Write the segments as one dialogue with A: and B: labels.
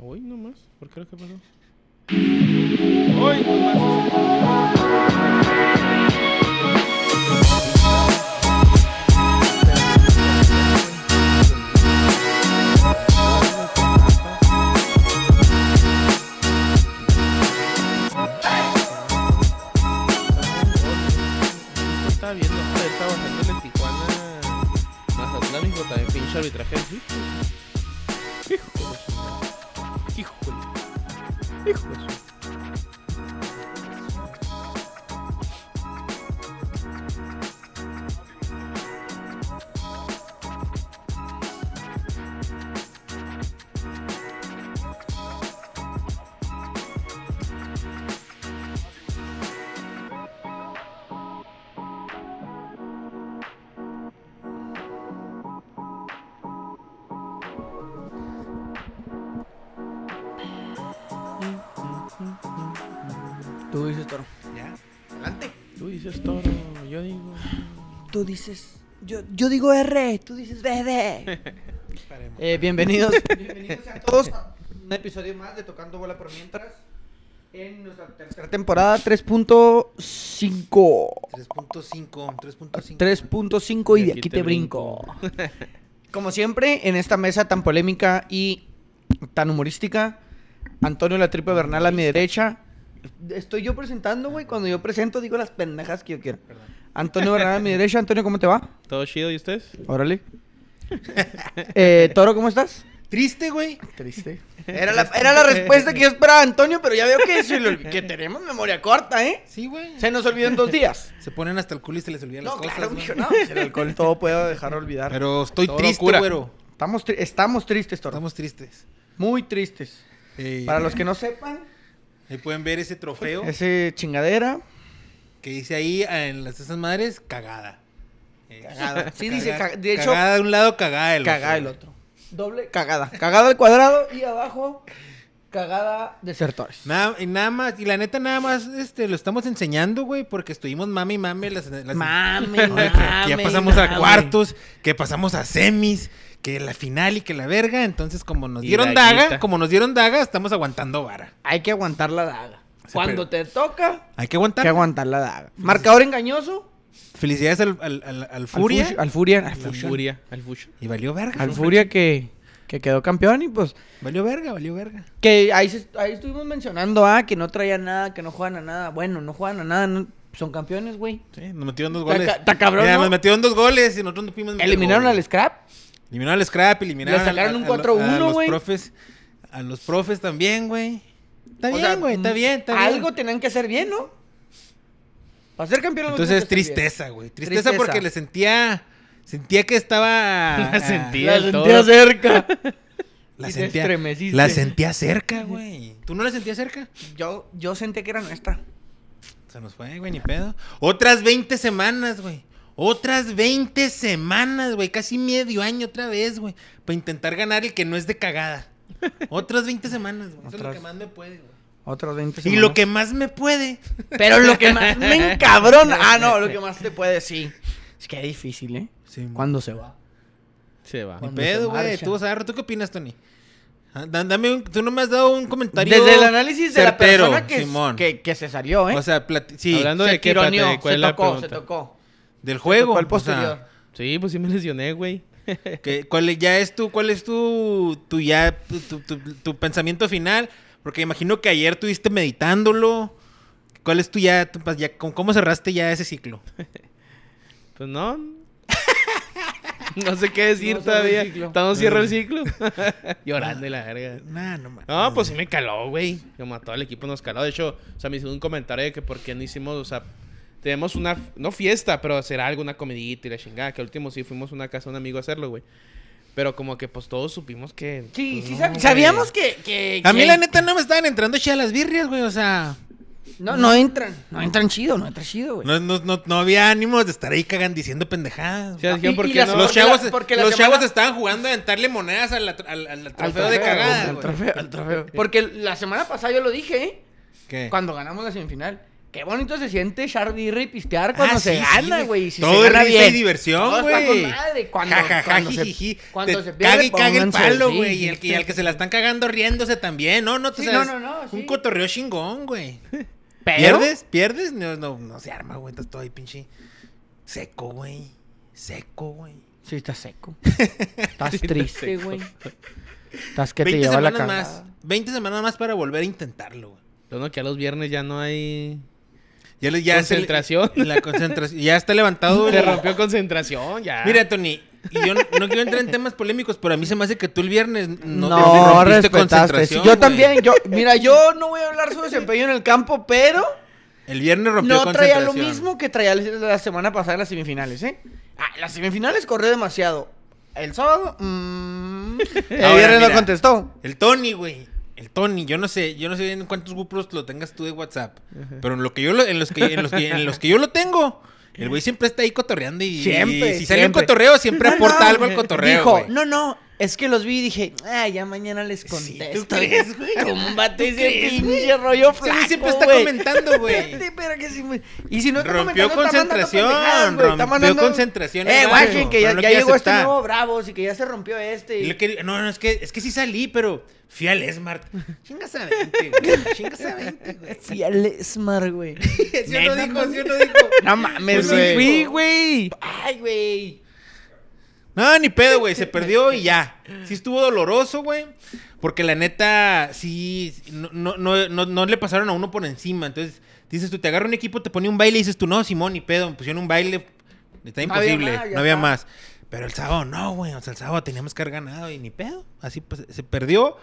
A: Hoy nomás, ¿por qué lo que pasó?
B: Hoy nomás.
A: Estaba viendo, joder, estaba bajando en Tijuana, Mazatlán, hijo, también pinche arbitraje. Hijo, hijo, hijo, hijo.
C: Tú dices toro.
B: Ya, adelante.
A: Tú dices toro, yo digo.
C: Tú dices. Yo, yo digo R, tú dices BD.
B: Paremos.
C: Eh, bienvenidos. bienvenidos a todos a un episodio más de Tocando Bola por Mientras. En nuestra tercera temporada 3.5.
B: 3.5, 3.5.
C: 3.5 y de aquí te brinco. Como siempre, en esta mesa tan polémica y tan humorística, Antonio La Tripa Bernal a mi derecha. Estoy yo presentando, güey. Cuando yo presento, digo las pendejas que yo quiero.
B: Perdón.
C: Antonio Bernal a mi derecha. Antonio, ¿cómo te va?
A: ¿Todo chido y ustedes?
C: Órale. Eh, Toro, ¿cómo estás?
B: Triste, güey.
C: Triste. Era la, era la respuesta que yo esperaba, Antonio, pero ya veo que, se lo- que tenemos memoria corta, ¿eh?
B: Sí, güey.
C: Se nos olvidó en dos días.
B: Se ponen hasta el culo y se les olvidan
C: No,
B: las cosas.
C: claro,
B: güey.
C: mijo, no. pues El alcohol todo puede dejar olvidar.
B: Pero estoy
A: Todo
B: triste,
A: cura.
B: güero.
C: Estamos, tri- estamos tristes, Toro.
B: Estamos tristes.
C: Muy tristes.
B: Eh,
C: Para los que no sepan,
B: Ahí pueden ver ese trofeo
C: ese chingadera.
B: que dice ahí eh, en las esas madres, cagada. Eh,
C: Cagada. Sí,
B: caga-
C: dice ca- de hecho-
B: Cagada de un lado, cagada el otro.
C: Cagada el otro. Doble cagada. Cagada al cuadrado y abajo, cagada desertores.
B: Nada, y nada más, y la neta nada más este, lo estamos enseñando, güey, porque estuvimos mame y mame las, las-
C: Mame,
B: No, de que- que ya
C: mame,
B: pasamos a
C: mame.
B: cuartos, que pasamos a semis, que la final y que la verga. Entonces, como nos
A: Y
B: dieron
A: daguita.
B: daga, como nos dieron daga, estamos aguantando vara.
C: Hay que aguantar la daga.
B: Sí,
C: Cuando te toca,
B: Hay que
C: hay
B: aguantar.
C: que aguantar la daga. Marcador engañoso.
B: Felicidades al, al- al- al Furia.
C: Al Furia. Al
A: Al
C: Furia.
A: Furia, al Furia.
B: Y valió verga.
C: Al Furia que, que quedó campeón y pues...
B: Valió verga, valió verga.
C: Que ahí, se- ahí estuvimos mencionando, ah, que no traían nada, que no juegan a nada. Bueno, no juegan a nada, no- son campeones, güey.
B: Sí, nos metieron dos
C: Está
B: goles.
C: ca- está cabrón,
B: Mira,
C: ¿no?
B: nos metieron dos goles y nosotros no pudimos meter
C: Eliminaron
B: gol.
C: al Scrap.
B: Eliminaron al Scrap, eliminaron
C: Le
B: al-
C: sacaron
B: al-
C: un
B: al-
C: 4-1,
B: a los
C: güey.
B: profes. A los profes también, güey. Está
C: O sea, mm,
B: bien, güey, está bien, está bien.
C: Algo tenían que hacer bien, ¿no? Para ser campeón algo
B: Entonces
C: tenían que hacer bien.
B: tristeza, güey. Tristeza,
C: Tristeza.
B: porque le sentía sentía que estaba ah,
A: La sentí.
C: La
A: El
C: sentía
A: toro.
C: cerca.
B: la
C: Y te
B: sentía
C: estremeciste.
B: la sentía cerca, güey. ¿Tú no la sentías cerca?
C: Yo, yo sentí que era nuestra.
B: Se nos fue, güey, ni pedo. Otras 20 semanas, güey. Otras 20 semanas, güey. Casi medio año otra vez, güey. Para intentar ganar el que no es de cagada. Otras 20 semanas, güey. Eso es lo
C: Otras-
B: que más me puede, güey.
C: Otros 20
B: Y
C: semanas.
B: lo que más me puede.
C: Pero lo que más me encabrona. Ah, no, lo que más te puede decir. Es que es difícil, ¿eh?
B: Sí,
C: ¿Cuándo se va?
A: Se va.
B: Ni
C: Cuando
B: pedo,
C: se
B: güey.
C: marcha.
B: Tú vas a ver, ¿tú qué opinas, Tony? Ah, da- Dame un- tú no me has dado un comentario.
C: Desde el análisis de
B: certero,
C: la persona
B: Simón.
C: que, que, que se salió, ¿eh?
B: O sea, plati- sí,
A: Hablando
C: se
A: de qué, espérate,
C: tironeó,
A: ¿cuál
C: se
A: es la
C: tocó, se
A: pregunta?
C: tocó.
B: del
C: Se
B: juego.
C: tocó al
B: o sea,
C: posterior.
A: Sí, pues sí me lesioné, güey.
B: que- ¿Cuál es- ya es tu, cuál es tu, tu ya, tu, tu- tu- tu pensamiento final? Porque imagino que ayer tuviste meditándolo. ¿Cuál es tu ya, tu pas- ya- con- cómo cerraste ya ese ciclo?
A: Pues no. No sé qué decir
C: No cerró el
A: todavía.
C: ciclo.
A: Estamos cierro el ciclo. Ah. Llorando y la verga.
B: Nah, no mames.
A: No, pues sí me caló, güey. Como a todo el equipo nos caló. De hecho, o sea, me hicieron un comentario de que por qué no hicimos, o sea, tenemos una, no fiesta, pero hacer algo, una comidita y la chingada. Que al último sí fuimos a una casa de un amigo a hacerlo, güey. Pero como que pues todos supimos que...
C: Sí,
A: pues,
C: sí,
A: no,
C: sab-
A: güey.
C: sabíamos que, que-
B: A mí
C: que-
B: la neta no me estaban entrando chidas las birrias, güey, o sea...
C: No, no entran. No entran chido, no entran chido, güey.
B: pues. No, no, no, no había ánimos de estar ahí cagando diciendo pendejadas.
A: O sea,
C: No,
A: dijeron,
C: y-
A: ¿por
C: y
A: qué
C: las-
A: no?
B: Los
C: porque
B: chavos,
C: la- porque la
B: los
C: semana-
B: chavos estaban jugando a aventarle monedas al, atro- al- al- al
C: Al
B: trofeo de cagada,
C: al
B: güey.
C: trofeo, al trofeo. Porque la semana pasada yo lo dije, ¿eh?
B: ¿Qué?
C: Cuando ganamos la semifinal. Qué bonito se siente echar birra y pistear cuando
B: Ah,
C: se
B: sí,
C: gana,
B: sí,
C: güey. y Si
B: todo
C: se
B: es
C: gana
B: risa
C: bien.
B: y diversión,
C: Todo está
B: güey.
C: con madre. Cuando,
B: Cuando, ja, ja, ja,
C: cuando se-
B: jiji.
C: cuando
B: Te
C: se pierde,
B: caga y caga el
C: pónganse,
B: palo,
C: sí,
B: güey.
C: sí,
B: y, el que- y al que se la están cagando riéndose también. No, no, tú
C: Sí,
B: sabes,
C: no, no, no,
B: Un
C: sí.
B: cotorreo chingón, güey.
C: Pero-
B: ¿Pierdes? ¿Pierdes? No, no, no se arma, güey. Estás todo ahí pinche seco, güey. Seco, güey.
C: Sí, estás seco. Estás triste, güey. Estás que te
B: 20
C: lleva la
B: semanas
C: cagada.
B: más. 20 semanas más para volver a intentarlo, güey.
A: Lo no que a los viernes ya no hay...
B: Ya, le- ya se le-
A: Concentración.
B: la concentración. Ya está levantado.
A: Se
B: el-
A: rompió concentración, ya.
B: Mira, Tony, y yo no, no quiero entrar en temas polémicos, pero a mí se me hace que tú el viernes
C: No,
B: no, no rompiste
C: respetaste. Sí,
B: concentración.
C: yo
B: güey.
C: también, yo, mira, yo no voy a hablar su desempeño en el campo, pero
B: El viernes rompió
C: no traía
B: concentración.
C: lo mismo que traía la semana pasada en las semifinales, ¿eh? Ah, las semifinales corrió demasiado. El sábado, mm, el
B: Ahora,
C: viernes no
B: mira.
C: contestó.
B: El Tony, güey. El Tony, yo no sé, yo no sé en cuántos grupos lo tengas tú de WhatsApp, pero en lo que yo lo- en los que en los que en los que yo lo tengo, el güey siempre está ahí cotorreando y
C: Siempre,
B: y si sale un
C: siempre.
B: cotorreo siempre
C: No,
B: aporta
C: no,
B: algo al cotorreo,
C: Ah, Dijo,
B: güey.
C: no, no, es que los vi y dije, ah, ya mañana les contesto.
B: ¿tú crees, güey?
C: Túmbate
B: ¿Tú
C: ese
B: crees,
C: pinche rollo
B: Ese güey
C: flaco,
B: siempre está
C: güey.
B: comentando, güey.
C: Vete, pero que si me- Y si no está
B: Rompió
C: comentando, está mandando
B: concentración,
C: pendejadas, güey, está
B: rompió
C: mandando-
B: concentración,
C: Eh,
B: era
C: guachen,
B: algo,
C: que ya,
B: pero no
C: ya
B: quiere
C: llegó este
B: aceptar.
C: nuevo Bravos y que ya se rompió este.
B: Y
C: y-
B: lo que- no, no, es que, es que sí salí, pero fui al Smart. Chingas a 20, güey. Chingas a 20, güey.
C: Sí, al Smart, güey.
B: Si uno
C: Nena,
B: dijo, si uno dijo.
C: No mames,
A: Pues sí
C: güey.
A: fui,
C: güey. Ay, güey.
B: No, ni pedo, güey. Se perdió y ya. Sí estuvo doloroso, güey. Porque la neta, sí, no, no, no, no, no le pasaron a uno por encima. Entonces, dices tú, te agarra un equipo, te pone un baile y dices tú, no, Simón, ni pedo. Me pusieron un baile. Está
C: No había
B: imposible.
C: más, ya
B: no había
C: está.
B: más. Pero el sábado no, güey. O sea, el sábado teníamos que haber ganado y ni pedo. Así pues, se perdió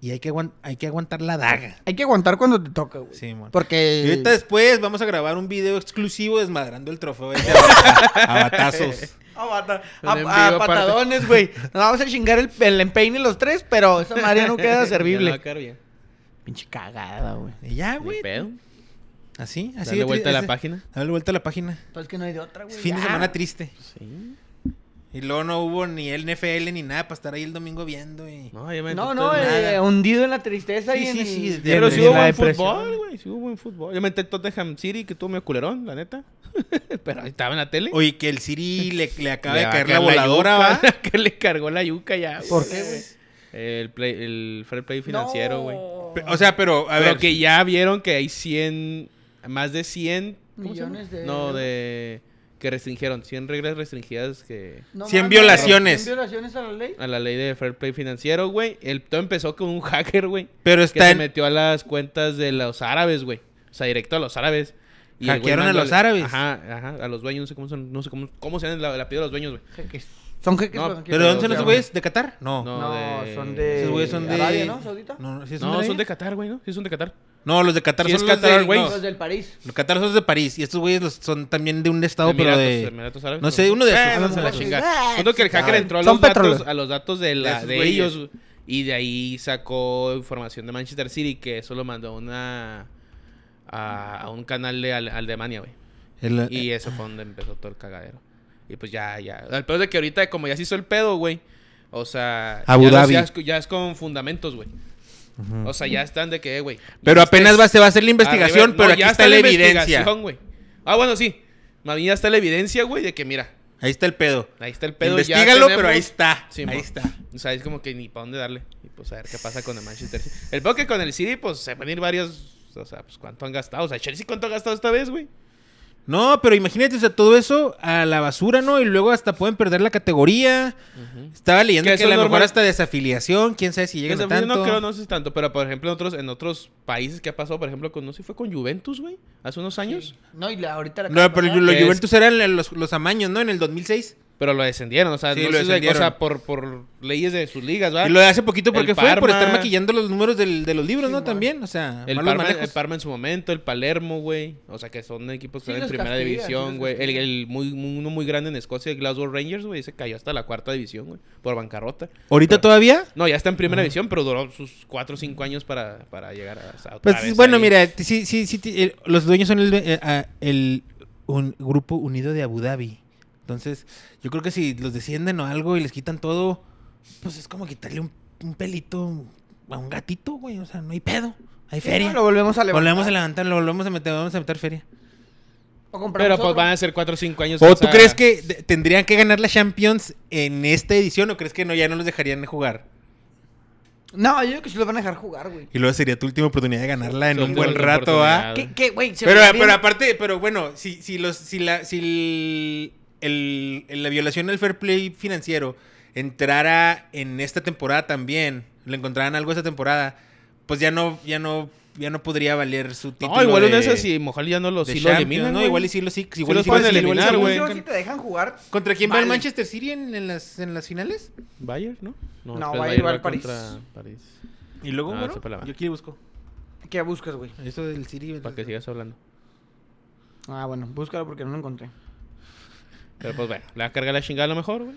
B: y hay que, aguan- hay que aguantar la daga.
C: Hay que aguantar cuando te toca, güey.
B: Sí, mon.
C: Porque.
B: Y ahorita después vamos a grabar un video exclusivo desmadrando el trofeo ese a, bat- a batazos.
C: A, bata-
A: Un
C: a-
A: en vivo
C: a
A: aparte.
C: patadones, güey. Nos vamos a chingar el, el empeine los tres, pero esa madre no queda
A: Ya no
C: servible.
A: va a caer bien.
C: Pinche cagada, güey.
B: Y ya,
A: Ni
B: güey.
A: pedo.
B: Así, así.
A: Dale
B: de tri-
A: vuelta a la
B: ese-
A: página.
B: Dale vuelta a la página.
C: Pues que no hay de otra, güey.
B: Fin de
C: ya.
B: semana triste.
A: Sí.
B: Y luego no hubo ni el NFL ni nada para estar ahí el domingo viendo. Y...
A: No, ya me
C: No,
A: entró
C: no,
A: todo el-
C: eh,
B: nada.
C: hundido en la tristeza
B: Sí,
C: y en
B: sí,
C: el-
B: sí, de-
A: Pero
B: en-
A: sí
B: en
A: hubo
C: la
A: buen
C: depresión.
A: fútbol, güey. Sí hubo buen fútbol. Yo me entré en Tottenham City, que tuvo medio culerón, la neta. Pero ahí estaba en la tele.
B: Oye, que el Siri le, le acaba
A: Le
B: de
A: va a
B: caer la
A: caer
B: voladora,
A: yuca,
B: ¿va?
A: que le cargó la yuca ya. güey.
C: ¿Por qué, güey?
A: El, play, el fair play financiero, güey.
B: Pe- O sea, pero, a
A: Pero
B: ver.
A: que ya vieron que hay 100, más de 100... ¿cómo se llama?
C: Millones de
A: No,
C: euros.
A: de... Que restringieron, 100 reglas restringidas que...
C: No
B: Cien
C: mames,
B: violaciones.
C: cien violaciones a la ley?
A: A la ley de fair play financiero, güey. El, todo empezó con un hacker, güey.
B: Pero
A: Que se
B: está en...
A: metió a las cuentas de los árabes, güey. O sea, directo a los árabes. el güey
B: ¿Hackearon a
A: mandó-
B: los árabes?
A: Ajá, ajá, a los dueños, no sé cómo son, no sé cómo, cómo se llama la, la piedra de los dueños, güey.
C: Jeques. Son jeques.
A: No,
C: o son-
B: ¿Pero dónde
A: los
B: son esos
A: llama?
B: güeyes? ¿De Qatar? No. No,
A: No.
C: No,
A: de-
C: son Eh, de...
B: esos güeyes son de...
C: Arabia, ¿no? ¿Saudita?
B: No, no, ¿sí
A: No, son de
B: Qatar.
A: Qatar, güey, ¿no? Sí, son de Qatar.
B: No, los de Qatar
A: Sí,
B: son
A: es
B: los
A: Qatar,
B: de...
A: güey.
B: no,
C: Los del París.
B: Los Qatar son los de París. Y estos güeyes los- son también de un estado, pero
A: Emiratos,
B: de...
A: Emiratos Árabes,
B: No sé, uno de
A: Eh,
B: esos.
A: no
B: uno
A: se
B: de
A: la
B: esos.
A: chinga. Punto que el hacker
C: Ah,
A: entró a
C: son
A: los, datos,
C: petroleros.
A: a los datos de, la-
B: De esos
A: de
B: güeyes.
A: ellos y de ahí sacó información de Manchester City que eso lo mandó una, a, a un canal de Ale- Alemania, güey.
B: El-
A: Y eso fue donde empezó todo el cagadero. Y pues ya, ya. El pedo es de que ahorita, como ya se hizo el pedo, güey. O sea,
B: Abu
A: ya, lo-
B: Dhabi.
A: ya es, ya es con fundamentos, güey. O sea, ya están de que, eh, güey.
B: Pero
A: hiciste
B: apenas va, se va a hacer la investigación,
A: este arriba-
B: pero
A: no,
B: aquí
A: ya
B: está la evidencia.
A: investigación, güey. Ah, bueno, sí. Más bien ya está la evidencia, güey, de que mira,
B: Ahí está el pedo.
A: ahí está el pedo. ya
B: Investígalo,
A: tenemos-
B: pero ahí está.
A: Sí,
B: ahí
A: mo.
B: está.
A: O sea, es como que ni para dónde darle. Y pues a ver qué pasa con el Manchester City. El pedo que con el City, pues se van a ir varios. O sea, pues cuánto han gastado. O sea, Chelsea, ¿cuánto ha gastado esta vez, güey?
B: No, pero imagínate, o sea, todo eso a la basura, ¿no? Y luego hasta pueden perder la categoría. Estaba leyendo
A: Que
B: que,
A: eso
B: a lo
A: es
B: mejor
A: normal.
B: hasta desafiliación, quién sabe si llegan a
A: Ese fue-
B: tanto.
A: No creo, no sé si tanto, pero por ejemplo en otros, en otros países que ha pasado, por ejemplo, con, no sé si fue con Juventus, güey, hace unos años,
C: No, y la- ahorita la...
B: No, pero
C: ¿verdad?
B: los
A: Que es-
B: Juventus eran el- los, los amaños, ¿no? En el 2006.
A: pero lo descendieron, o sea,
B: Sí,
A: no
B: lo
A: sé si-
B: descendieron.
A: o sea, por, por leyes de sus ligas, ¿verdad?
B: Y lo de hace poquito, porque
A: El
B: fue? Por estar
A: Parma.
B: maquillando los números del- de los libros,
C: Sí,
B: ¿no?
C: mo.
B: También, o sea,
A: el,
B: malos
A: Parma,
B: manejos.
A: el Parma en su momento, el Palermo, güey, o sea, que son equipos que
C: Sí,
A: están en
C: los
A: primera
C: castigan, sí,
A: división,
C: los
A: güey, el,
C: castigan.
A: el muy, muy- uno muy grande en Escocia, el Glasgow Rangers, güey, se cayó hasta la cuarta división, güey, por bancarrota.
B: ¿Ahorita
A: Pero-
B: todavía?
A: No, ya está en primera división, pero duró sus cuatro o cinco años para, para llegar a, o sea, otra
B: Pues
A: vez
B: bueno,
A: ahí.
B: mira, t- sí, sí, sí, t- eh, los dueños son el, due- eh, ah, el- un grupo unido de Abu Dhabi. Entonces, yo creo que si los descienden o algo y les quitan todo, pues es como quitarle un, un pelito a un gatito, güey. O sea, no hay pedo. Hay feria.
C: Lo volvemos a levantar.
B: volvemos a levantar, lo volvemos a meter, vamos a meter feria.
C: O compramos
A: Pero pues
C: otro.
A: van a ser 4 o 5 años.
B: ¿O
A: más
B: tú
A: a-
B: crees que de- tendrían que ganar la Champions en esta edición o crees que no ya no los dejarían jugar?
C: No, yo creo que sí los van a dejar jugar, güey.
B: Y luego sería tu última oportunidad de ganarla en
A: Su
B: un
A: última
B: buen rato, ¿ah?
A: oportunidad.
C: ¿Qué, qué, güey? Se
B: Pero,
C: me haría-
B: pero aparte, pero bueno, si, si los, si la, si el- el- el- la violación al fair play financiero entrara en esta temporada también, le encontraran algo esta temporada, pues ya no, ya no, ya no podría valer su título.
A: No, igual
B: de,
A: una de esas sí, mejor ya no lo,
B: de
A: sí lo
B: Champions,
A: eliminan.
B: ¿no?
A: güey.
B: Igual y sí lo sí, igual
A: los
B: y sí
A: pueden
B: sí, igual y sí
A: eliminar,
B: lo
A: güey.
C: Yo
B: eliminan.
C: sí te dejan jugar.
B: ¿Contra quién va
C: Vale.
B: el Manchester City en, en las, en las finales?
A: Bayern, ¿no?
C: No,
A: después
C: Bayern va al París.
A: contra París.
B: Y luego,
A: Ah,
B: bueno,
A: esa fue la
B: yo aquí busco.
C: ¿Qué buscas, güey?
B: Eso del City.
A: Para que sigas hablando.
C: Ah, bueno, búscalo porque no lo encontré.
A: Pero pues bueno, la carga la chingada a lo mejor, güey.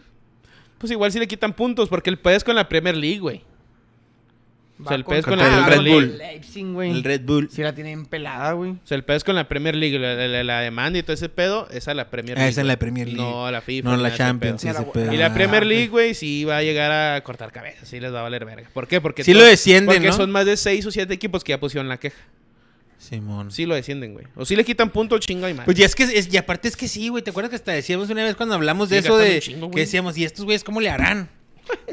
A: Pues igual sí le quitan puntos porque el pez con la Premier League, güey. O sea, el
C: Va
A: pez con
B: la
C: ah,
B: Red
C: con
B: Bull.
C: el Leipzig, güey.
B: El Red Bull.
C: Sí la tienen pelada, güey.
A: O sea, el pez con la Premier League, la, la- la- la demanda y todo ese pedo, esa es la Premier
B: Ah,
A: League.
B: esa es
A: güey.
B: la Premier League.
A: No, la FIFA.
B: No,
A: ni nada
B: la
A: de ese
B: Champions.
A: pedo.
C: sí,
B: ese
C: Y
B: pedo.
A: Y la
B: Ah,
A: Premier
B: ok.
A: League, güey, sí va a llegar a cortar cabezas, sí les va a valer verga. ¿Por qué? Porque
B: Sí
A: to-
B: lo descienden,
A: Porque
B: ¿no?
A: son más de 6 o 7 equipos que ya pusieron la queja.
B: Simón.
A: Sí lo descienden, güey. O sí le quitan punto chinga y madre.
B: Pues ya es que, es, y aparte es que sí, güey, ¿te acuerdas que hasta decíamos una vez cuando hablamos de
A: Sí,
B: eso
A: gastan
B: de
A: un chingo,
B: que
A: güey.
B: decíamos, ¿y estos güeyes cómo le harán?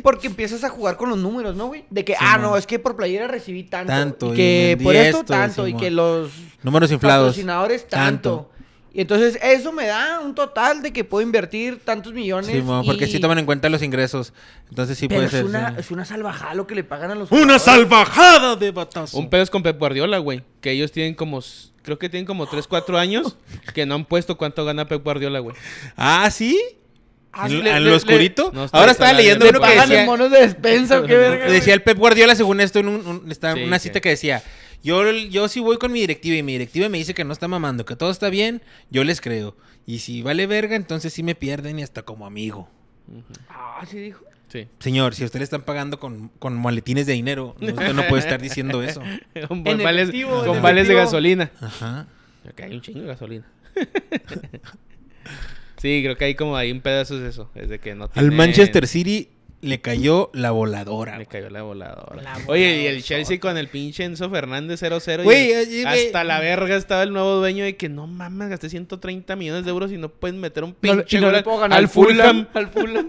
C: Porque empiezas a jugar con los números, ¿no, güey? De que, ah, no,
B: Simón.
C: es que por playera recibí tanto.
B: Tanto,
C: Y
B: y
C: que
B: vendí
C: por esto,
B: esto,
C: tanto. Y
B: Simón.
C: que los
B: Números inflados.
C: patrocinadores tanto. Y entonces eso me da un total de que puedo invertir tantos millones.
B: Simón, porque
C: y-
B: sí toman en cuenta los ingresos. Entonces sí
C: Pero
B: puede
C: es,
B: ser.
C: una,
B: sí.
C: es una salvajada lo que le pagan a los
B: ¡Una
C: jugadores.
B: salvajada de batazo.
A: Un pedo es con Pep Guardiola, güey. Que ellos tienen como. s- Creo que tienen como 3, 4 años que no han puesto cuánto gana Pep Guardiola, güey.
B: Ah, ¿sí?
C: Ah,
B: ¿En-
C: sí,
B: ¿En,
C: le-
B: lo
C: le- le-
B: oscurito?
A: No, está-
B: Ahora estaba
A: está la-
B: leyendo
A: le
B: uno que
A: pagan
C: Pagan
B: decía...
C: en monos de despensa, o qué verga. güey.
B: Decía el Pep Guardiola, según esto, en un- un- estaba-
A: Sí,
B: una
A: sí.
B: cita que decía: yo, yo sí voy con mi directiva y mi directiva me dice que no está mamando, que todo está bien, yo les creo. Y si vale verga, entonces sí me pierden y hasta como amigo.
C: Ah, sí dijo.
A: Sí.
B: Señor, si a usted le están pagando con, con maletines de dinero, no, usted no puede estar diciendo eso.
A: con
C: En
A: vales,
C: efectivo, en
A: con vales de
C: efectivo.
A: gasolina.
B: Ajá.
A: Acá hay un chingo de gasolina. sí, creo que hay como ahí un pedazo de eso. Es de que no
B: Al
A: tienen-
B: Manchester City le cayó la voladora.
A: Le
B: güey.
A: cayó la voladora.
C: La
A: Oye, y el
C: voladora.
A: Chelsea con el pinche Enzo Fernández 0-0. y
B: Güey, oye, güey.
A: hasta la verga estaba el nuevo dueño de que no mames, gasté 130 millones de euros y no pueden meter un
C: No le-
A: pinche
C: y no
A: gol
C: le
A: al-
C: puedo ganar
A: al Fulham.
C: Al Fulham.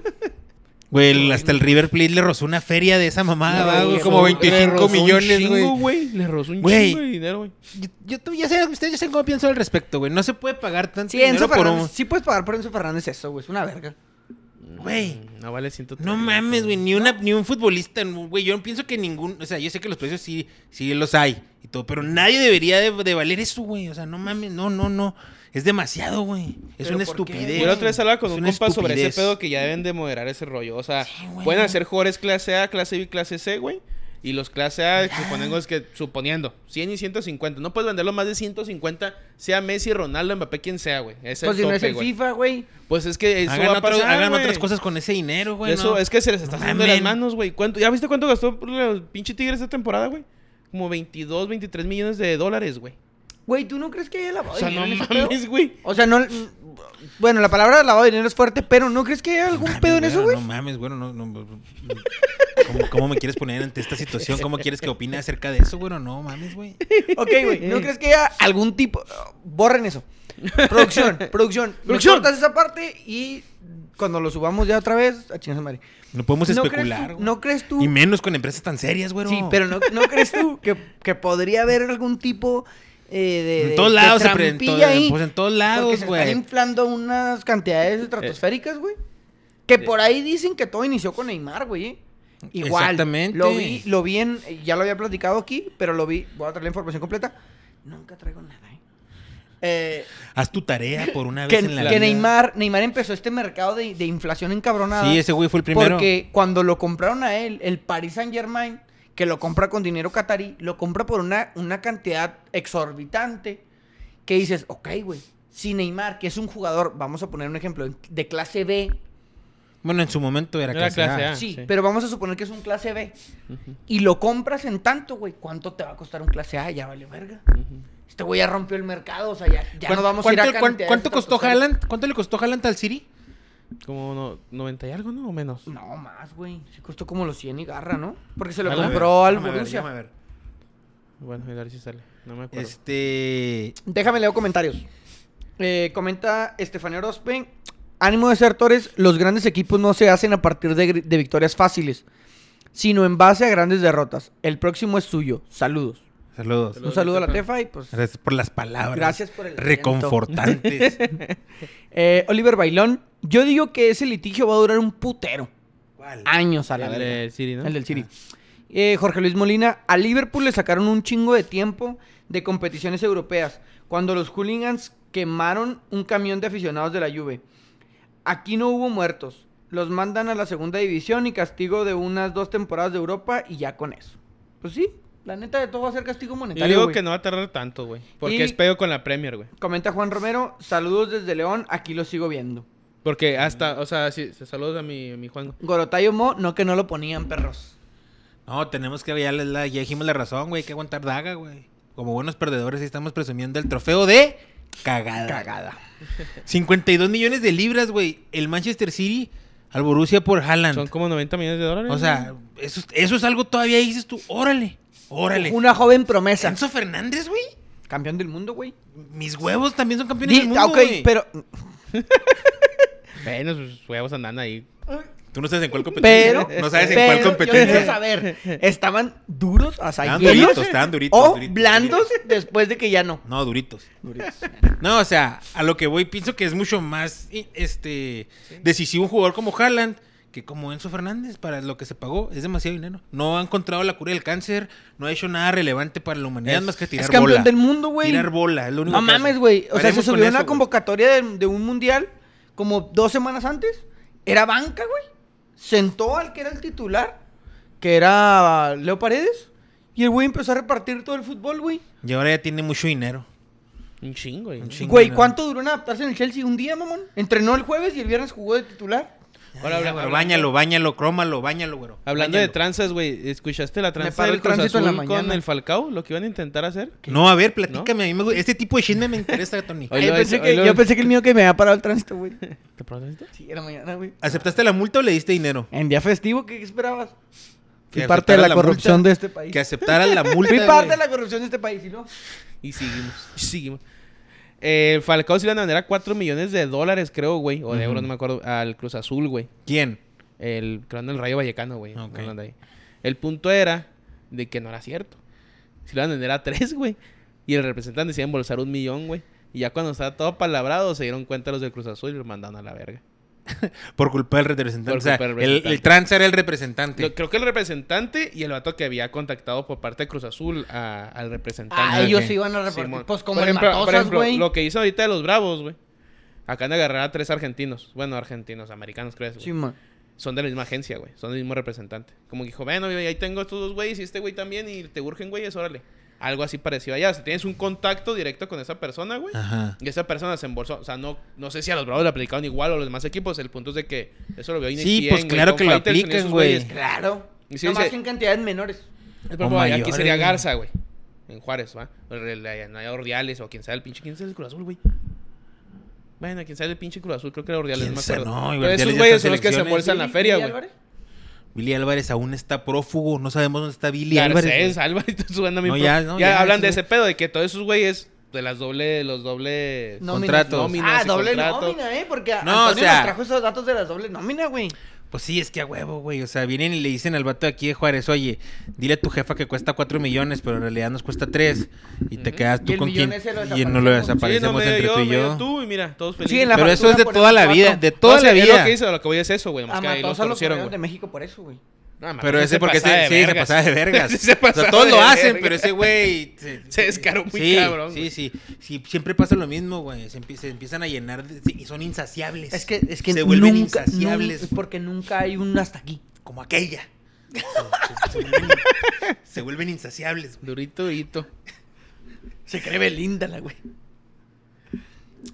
B: Güey, el- hasta el River Plate le rozó una feria de esa mamada,
C: Le
B: Ah, va, güey,
C: rozó-
B: como
C: le
B: 25 millones, güey.
A: güey. Le rozó un
B: Güey.
A: chingo de dinero, güey.
B: Yo, yo tú- ya sé, ustedes ya saben cómo pienso al respecto, güey. No se puede pagar tanto
C: Sí,
B: dinero
C: Enzo
B: por
C: Fernández.
B: un...
C: Sí puedes pagar por Enzo Fernández eso, güey. Es una verga.
B: Güey.
A: Mm, No vale 130.
B: No mames, güey, ni, una, ni un futbolista, no, güey. Yo no pienso que ningún. O sea, yo sé que los precios sí, sí los hay y todo, pero nadie debería de, de valer eso, güey. O sea, no mames, no, no, no. Es demasiado, güey. Es
C: ¿Pero
B: una
C: por qué?
B: estupidez.
A: Yo la otra vez hablaba con
B: Es
A: un
B: una
A: compa sobre ese
B: estupidez.
A: pedo que ya deben de moderar ese rollo. O sea,
B: Sí, güey.
A: pueden hacer jugadores clase A, clase B y clase C, güey. Y los clase A, suponemos que, suponiendo, 100 y 150. No puedes venderlo más de 150, sea Messi, Ronaldo, Mbappé, quien sea, güey. Es el
C: Pues si no es
A: tope,
C: el
A: güey.
C: FIFA, güey.
A: Pues es que eso
B: Hagan,
A: va a
B: otro-
A: pasar,
B: hagan
A: güey.
B: otras cosas con ese dinero, güey.
A: Eso
B: Pues ¿no?
A: es que se les está
B: No
A: saliendo de las
B: mamen.
A: manos, güey. ¿Cuánto- ¿Ya viste cuánto gastó los pinche Tigres esta temporada, güey? Como 22, 23 millones de dólares, güey.
C: Güey, ¿tú no crees que haya lavado
A: O sea,
C: de
A: no
C: dinero en ese pedo?
A: mames, güey.
C: O sea, no... Bueno, la palabra lavado de dinero es fuerte, pero ¿no crees que haya algún
B: Mames,
C: pedo en eso, güey?
B: No mames, bueno, no. no, no. ¿Cómo, cómo me quieres poner ante esta situación? ¿Cómo quieres que opine acerca de eso, güey? No mames, güey.
C: Ok, güey. ¿No crees que haya algún tipo... Borren eso. Producción, producción. Me
A: Producción.
C: cortas esa parte y cuando lo subamos ya otra vez, a chingarse madre.
B: No podemos
C: ¿No crees
B: especular.
C: tú-
B: güey.
C: no crees tú-
B: Y menos con empresas tan serias, güey.
C: Sí, pero ¿no, no crees tú que, que podría haber algún tipo eh, de, de...
B: En todos
C: de
B: lados se pre- en
C: trampilla
B: todo-
C: ahí?
B: Pues en todos
C: Porque
B: lados,
C: se están
B: güey. Eh,
C: inflando unas cantidades estratosféricas, güey. Que por ahí dicen que todo inició con Neymar, güey. ¿eh? Igual.
B: Exactamente.
C: Lo vi, lo vi en. Ya lo había platicado aquí, pero lo vi. Voy a traer la información completa. Nunca traigo nada, ¿eh? Eh,
B: Haz tu tarea por una
C: que
B: vez en la
C: que
B: vida.
C: Neymar, Neymar empezó este mercado de, de inflación encabronada.
B: Sí, ese güey fue el primero.
C: Porque cuando lo compraron a él, el Paris Saint Germain, que lo compra con dinero catarí, lo compra por una, una cantidad exorbitante. Que dices, ok, güey, si Neymar, que es un jugador, vamos a poner un ejemplo, de clase B,
B: Bueno, en su momento era,
A: Era
B: clase,
A: clase
B: A.
A: Ah, A.
C: sí,
A: sí.
C: pero vamos a suponer que es un clase B, y lo compras en tanto, güey, ¿cuánto te va a costar un clase A? Ya vale verga. Este güey ya rompió el mercado, o sea, ya, ya
B: ¿Cuán-
C: no vamos a ir
B: ¿Cuánto,
C: a
B: cuán-
C: cantidades
B: cuánto costó
C: estratosféricas.
B: Haaland? ¿Cuánto le costó Haaland al City?
A: Como no- 90 y algo, ¿no? O menos.
C: No, más, güey. Sí costó como los 100 y garra, ¿no? Porque se lo
A: Déjame
C: compró al
B: Déjame ver,
C: Borussia.
B: déjame ver.
A: Bueno, a ver si sale. No me acuerdo.
B: Este.
C: Déjame leo comentarios. Eh, comenta Estefanía Orozpe. Ánimo de ser Torres, los grandes equipos no se hacen a partir de, gri- de victorias fáciles, sino en base a grandes derrotas. El próximo es suyo. Saludos.
B: Saludos.
A: Saludos,
C: Un saludo a la
A: Tefa.
C: Tefa y pues...
B: Gracias por las palabras.
C: Gracias por el aliento.
B: Reconfortantes.
C: eh, Oliver Bailón, yo digo que ese litigio va a durar un putero.
B: ¿Cuál?
C: Años a la
A: El
C: verga.
A: del Siri, ¿no?
C: El del City. Eh, Jorge Luis Molina, a Liverpool le sacaron un chingo de tiempo de competiciones europeas cuando los hooligans quemaron un camión de aficionados de la Juve. Aquí no hubo muertos. Los mandan a la segunda división y castigo de unas dos temporadas de Europa y ya con eso. Pues sí, la neta de todo va a ser castigo
A: Yo
C: monetario.
A: digo
C: güey.
A: que no va a tardar tanto, güey. Porque
C: Y-
A: es pedo con la Premier, güey.
C: Comenta Juan Romero, saludos desde León, aquí lo sigo viendo.
A: Porque hasta, o sea, sí, se saludos a mi, a mi Juan.
C: Gorotayo Mo, no que no lo ponían, perros.
B: No, tenemos que ya, les la, ya dijimos la razón, güey. Hay que aguantar daga, güey. Como buenos perdedores sí estamos presumiendo el trofeo de cagada. Cagada. 52 millones de libras, güey. El Manchester City al Borussia por Haaland.
A: Son como 90 millones de dólares.
B: O sea, eso, eso es algo todavía dices tú, órale, órale.
C: Una joven promesa.
B: Sanso Fernández, güey.
C: Campeón del mundo, güey.
B: Mis huevos también son campeones
C: Di- ah,
B: del mundo,
C: ok,
B: güey.
C: pero
A: bueno, sus huevos andan ahí.
B: Tú no sabes en cuál
C: Pero,
B: no sabes en
C: pero
B: cuál
C: Yo quiero
B: competencia.
C: saber, ¿estaban duros, o sea,
B: Estaban
C: llenos,
B: duritos, estaban duritos,
C: o
B: duritos,
C: blandos después de que ya no?
B: No, duritos. No, o sea, a lo que voy pienso que es mucho más i- este decisivo un jugador como Haaland que como Enzo Fernández para lo que se pagó es demasiado dinero. No ha encontrado la cura del cáncer, no ha hecho nada relevante para la humanidad
A: Es-
B: más que tirar
C: Es campeón
B: bola.
C: del mundo, güey.
B: Tirar bola, es lo único
C: No
B: que hace.
C: mames, güey. O sea, se
B: Paremos con
C: subió
B: eso,
C: una
B: güey.
C: convocatoria de, de un mundial como dos semanas antes. Era banca, güey. Sentó al que era el titular, que era Leo Paredes. Y el güey empezó a repartir todo el fútbol, güey.
B: Y ahora ya tiene mucho dinero.
A: Un chingo, güey.
B: Un chingo.
C: Güey,
B: no.
C: ¿cuánto duró en adaptarse en el Chelsea? ¿Un día, mamón? Entrenó el jueves y el viernes jugó de titular.
A: Ahora,
B: Ahora,
A: habla- hablando-
B: Báñalo, báñalo, crómalo, báñalo, güero.
A: Hablando de
B: Báñalo.
A: tranzas, güey, ¿escuchaste la
C: Me
A: tranza
C: paró
A: del
C: el
A: Cruz
C: tránsito en la
A: Azul con
C: mañana.
A: el Falcao? ¿Lo que iban a intentar hacer?
B: No, a ver, platícame. A mí me gusta. Este tipo de chisme me interesa, Tony.
A: Hoy Ay, lo
C: yo,
A: yo pensé
C: pensé
A: hizo, hoy
C: que,
A: que- lo yo hizo.
C: el mío que me había parado el tránsito, güey.
A: ¿Te probaste?
C: Sí, era mañana, güey.
B: ¿Aceptaste la multa o le diste dinero?
C: En día festivo, ¿qué esperabas? Fui
B: Que
C: parte de la,
B: aceptara la
C: corrupción
B: multa.
C: de este país.
B: Que aceptaran la multa.
C: Fui parte de
B: güey.
C: la corrupción de este país, ¿y no?
A: Y seguimos, y seguimos. Eh, el Falcao sí le van a vender a 4 millones de dólares, creo, güey. O de euros, no me acuerdo. Al Cruz Azul, güey.
B: ¿Quién?
A: El, creo en el Rayo Vallecano, güey. no
B: Ok.
A: anda ahí. El punto era de que no era cierto. Si lo iban a vender a tres, güey. Y el representante se iba a embolsar un millón, güey. Y ya cuando estaba todo palabrado, se dieron cuenta los del Cruz Azul y lo mandaron a la verga.
B: Por culpa del representante.
A: Por
B: o sea,
A: culpa del
B: el,
A: representante.
B: el trans era el representante.
A: Lo- creo que el representante y el vato que había contactado por parte de Cruz Azul a- al representante.
C: Ah,
B: ok.
C: ellos se iban a repartir.
A: Simón.
C: Pues como
A: por
C: el
A: ejemplo, por
C: Matosas,
A: ejemplo,
C: güey.
A: lo que hizo ahorita de los Bravos, güey. Acaban de agarrar a tres argentinos. Bueno, argentinos, americanos, creo. güey.
C: Simón.
A: Son de la misma agencia, güey. Son del mismo representante. Como que dijo, bueno, güey, ahí tengo estos dos güeyes y este güey también y te urgen, güeyes, órale. Algo así parecido allá. O sea, tienes un contacto directo con esa persona,
C: Ah.
A: güey.
B: Ajá.
A: Y esa persona se embolsó. O sea, no, no sé si a los Bravos le aplicaron igual o a los demás equipos. El punto es de que eso lo veo
B: Sí, pues claro que lo aplican, güey.
C: Claro.
A: Y sí
C: Nomás
A: dice-
C: en cantidades menores.
A: Por
B: O
A: ejemplo, aquí
B: mayores,
A: sería
B: güey.
A: Garza, güey. En Juárez, ¿va? O el- el- No hay Ordiales o quien sea el pinche. ¿Quién sea el Cruz Azul, güey? Bueno, quien sea el pinche Cruz Azul, creo que era Ordiales, no
B: ¿Quién
A: me
B: sea?
A: acuerdo.
B: No, y
A: Pero
B: Ordiales
A: esos
B: ya
A: güeyes
B: está
A: son
B: en
A: los que se
B: selecciones.
A: embolsan la
C: ¿Billy-
A: feria,
C: Billy
A: güey.
C: Álvarez?
B: Billy Álvarez aún está prófugo. No sabemos dónde está Billy Álvarez.
A: Garcés,
B: güey.
A: Álvarez, está subiendo a mi
B: No,
A: pro-
B: ya,
A: ya,
B: no, ya,
A: hablan
B: esos
A: de ese pedo, de que todos esos güeyes de las doble, los dobles
C: Nóminas.
B: Contratos.
A: Nóminas
C: Ah,
A: y
C: doble
A: contrato.
C: nómina, ¿eh? Porque
B: No, o
C: Antonio
B: sea-
C: nos trajo esos datos de las doble nómina, güey.
B: Pues sí, es que a huevo, güey. O sea, vienen y le dicen al vato de aquí de Juárez, oye, dile a tu jefa que cuesta 4 millones, pero en realidad nos cuesta 3. Y te quedas
C: Y
B: tú
C: el
B: con
C: millón
B: quien.
C: ese lo
B: Y no
A: Sí, no,
B: lo desaparecemos
A: medio
B: entre
A: yo,
B: tú y
A: medio
B: yo.
A: tú, y mira, todos felices.
C: Sí, en la
B: Pero eso es de
C: factura
B: toda la
C: ponen
B: vida.
C: cuatro.
B: De
A: No,
B: toda
A: o
B: la
A: sea, es
B: vida.
A: lo que hizo, lo que voy es eso, güey.
C: A
A: Más que ahí los
C: Matosas lo
A: torcieron,
C: corrieron de
A: güey.
C: México por eso, güey.
A: No, Matosas
B: Pero ese porque
A: pasaba
B: se,
A: de
B: sí, se
A: vergas.
B: pasaba de vergas.
A: Sí, se
B: o
A: pasaba
B: sea, todos
A: de
B: lo hacen,
A: vergas.
B: pero ese güey se,
A: Se descaró muy
B: sí,
A: cabrón,
B: Sí,
A: güey.
B: sí, sí, siempre pasa lo mismo, güey. Se, empie- se empiezan a llenar de- y son insaciables.
C: Es que, es que
B: se vuelven
C: nunca,
B: insaciables,
C: nun- porque nunca hay un hasta aquí.
B: como aquella. Se, se- se vuelven, se vuelven insaciables. güey.
A: Durito, durito.
C: Se cree Belinda la güey.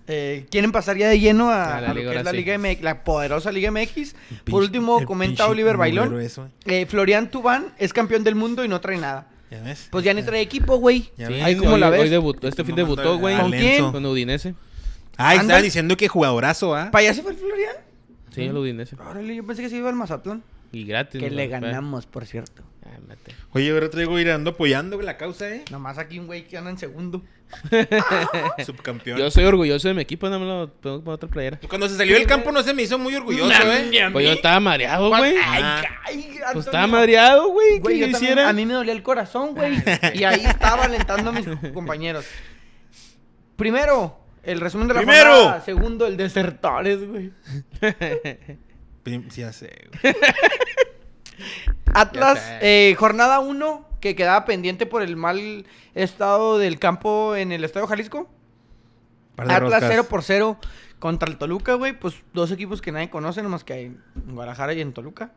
C: Eh, ¿Quieren pasar ya de lleno a,
A: A la
C: a
A: liga,
C: lo que es
A: ahora
C: la
A: sí.
C: Liga MX, la poderosa Liga MX?
B: Pinche-
C: Por último,
B: el
C: comenta
B: pinche
C: Oliver
B: culero
C: Bailón.
B: eso, güey.
C: eh, Florian Tubán es campeón del mundo y no trae nada.
B: ¿Ya ves?
C: Pues ya ni trae equipo, güey.
B: Ya ves.
C: Ahí como
A: hoy-
C: la
A: hoy
C: ves.
A: debutó- este fin
B: Mamando
A: debutó,
B: a
A: güey.
C: ¿Con
B: Lenzo.
A: Con Udinese.
B: Ay,
C: Anda.
B: Ah, estaba diciendo que jugadorazo, ¿ah?
C: ¿Para allá se fue el Florian?
A: Sí, el Udinese.
C: Órale, yo pensé que se iba al Mazatlán.
A: Y gratis.
C: Que
A: ¿no? eh.
C: le
A: Fue-
C: ganamos, por cierto.
A: Ah, Cálmate.
B: Oye, ahora traigo irando apoyando la causa, ¿eh?
C: Nomás aquí un güey que anda en segundo.
B: Subcampeón.
A: Yo soy orgulloso de mi equipo, no me lo tengo que poner otra playera.
B: Cuando se salió del campo no se me hizo muy orgulloso, ¿eh?
A: Pues yo estaba mareado, güey.
C: Ay,
B: Ah.
C: ay,
A: Pues
C: Antonio.
A: estaba mareado, güey.
C: Güey,
A: ¿Qué
C: yo
A: yo
C: también-
A: hiciera?
C: a mí me dolía el corazón, güey.
B: Ah.
C: Y ahí estaba alentando a mis compañeros. Primero, el resumen de la
B: Primero.
C: jornada. Segundo, el desertores, güey.
B: Prim- Sí, ya sé, güey.
C: Atlas,
B: Ya
C: eh, jornada 1, que quedaba pendiente por el mal estado del campo en el Estadio Jalisco.
B: Par de
C: Atlas
B: roscas.
C: 0 por 0 contra el Toluca, güey. Pues dos equipos que nadie conoce, nomás que hay en Guadalajara y en Toluca.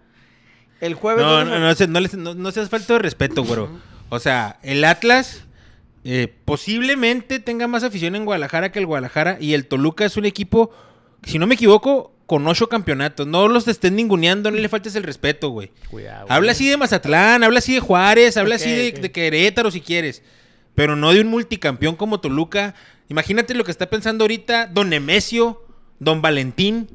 C: El jueves.
B: No,
C: vamos
B: no,
C: a-
B: no, se- no, les- no- no seas falta de respeto, güero. O sea, el Atlas eh, posiblemente tenga más afición en Guadalajara que el Guadalajara. Y el Toluca es un equipo, si no me equivoco, con ocho campeonatos. No los estén ninguneando, no le faltes el respeto, güey.
A: Cuidado.
B: Habla así de Mazatlán, habla así de Juárez, habla así
C: Ah, Ok,
B: de,
C: ok.
B: de Querétaro si quieres. Pero no de un multicampeón como Toluca. Imagínate lo que está pensando ahorita Don Nemesio, Don Valentín.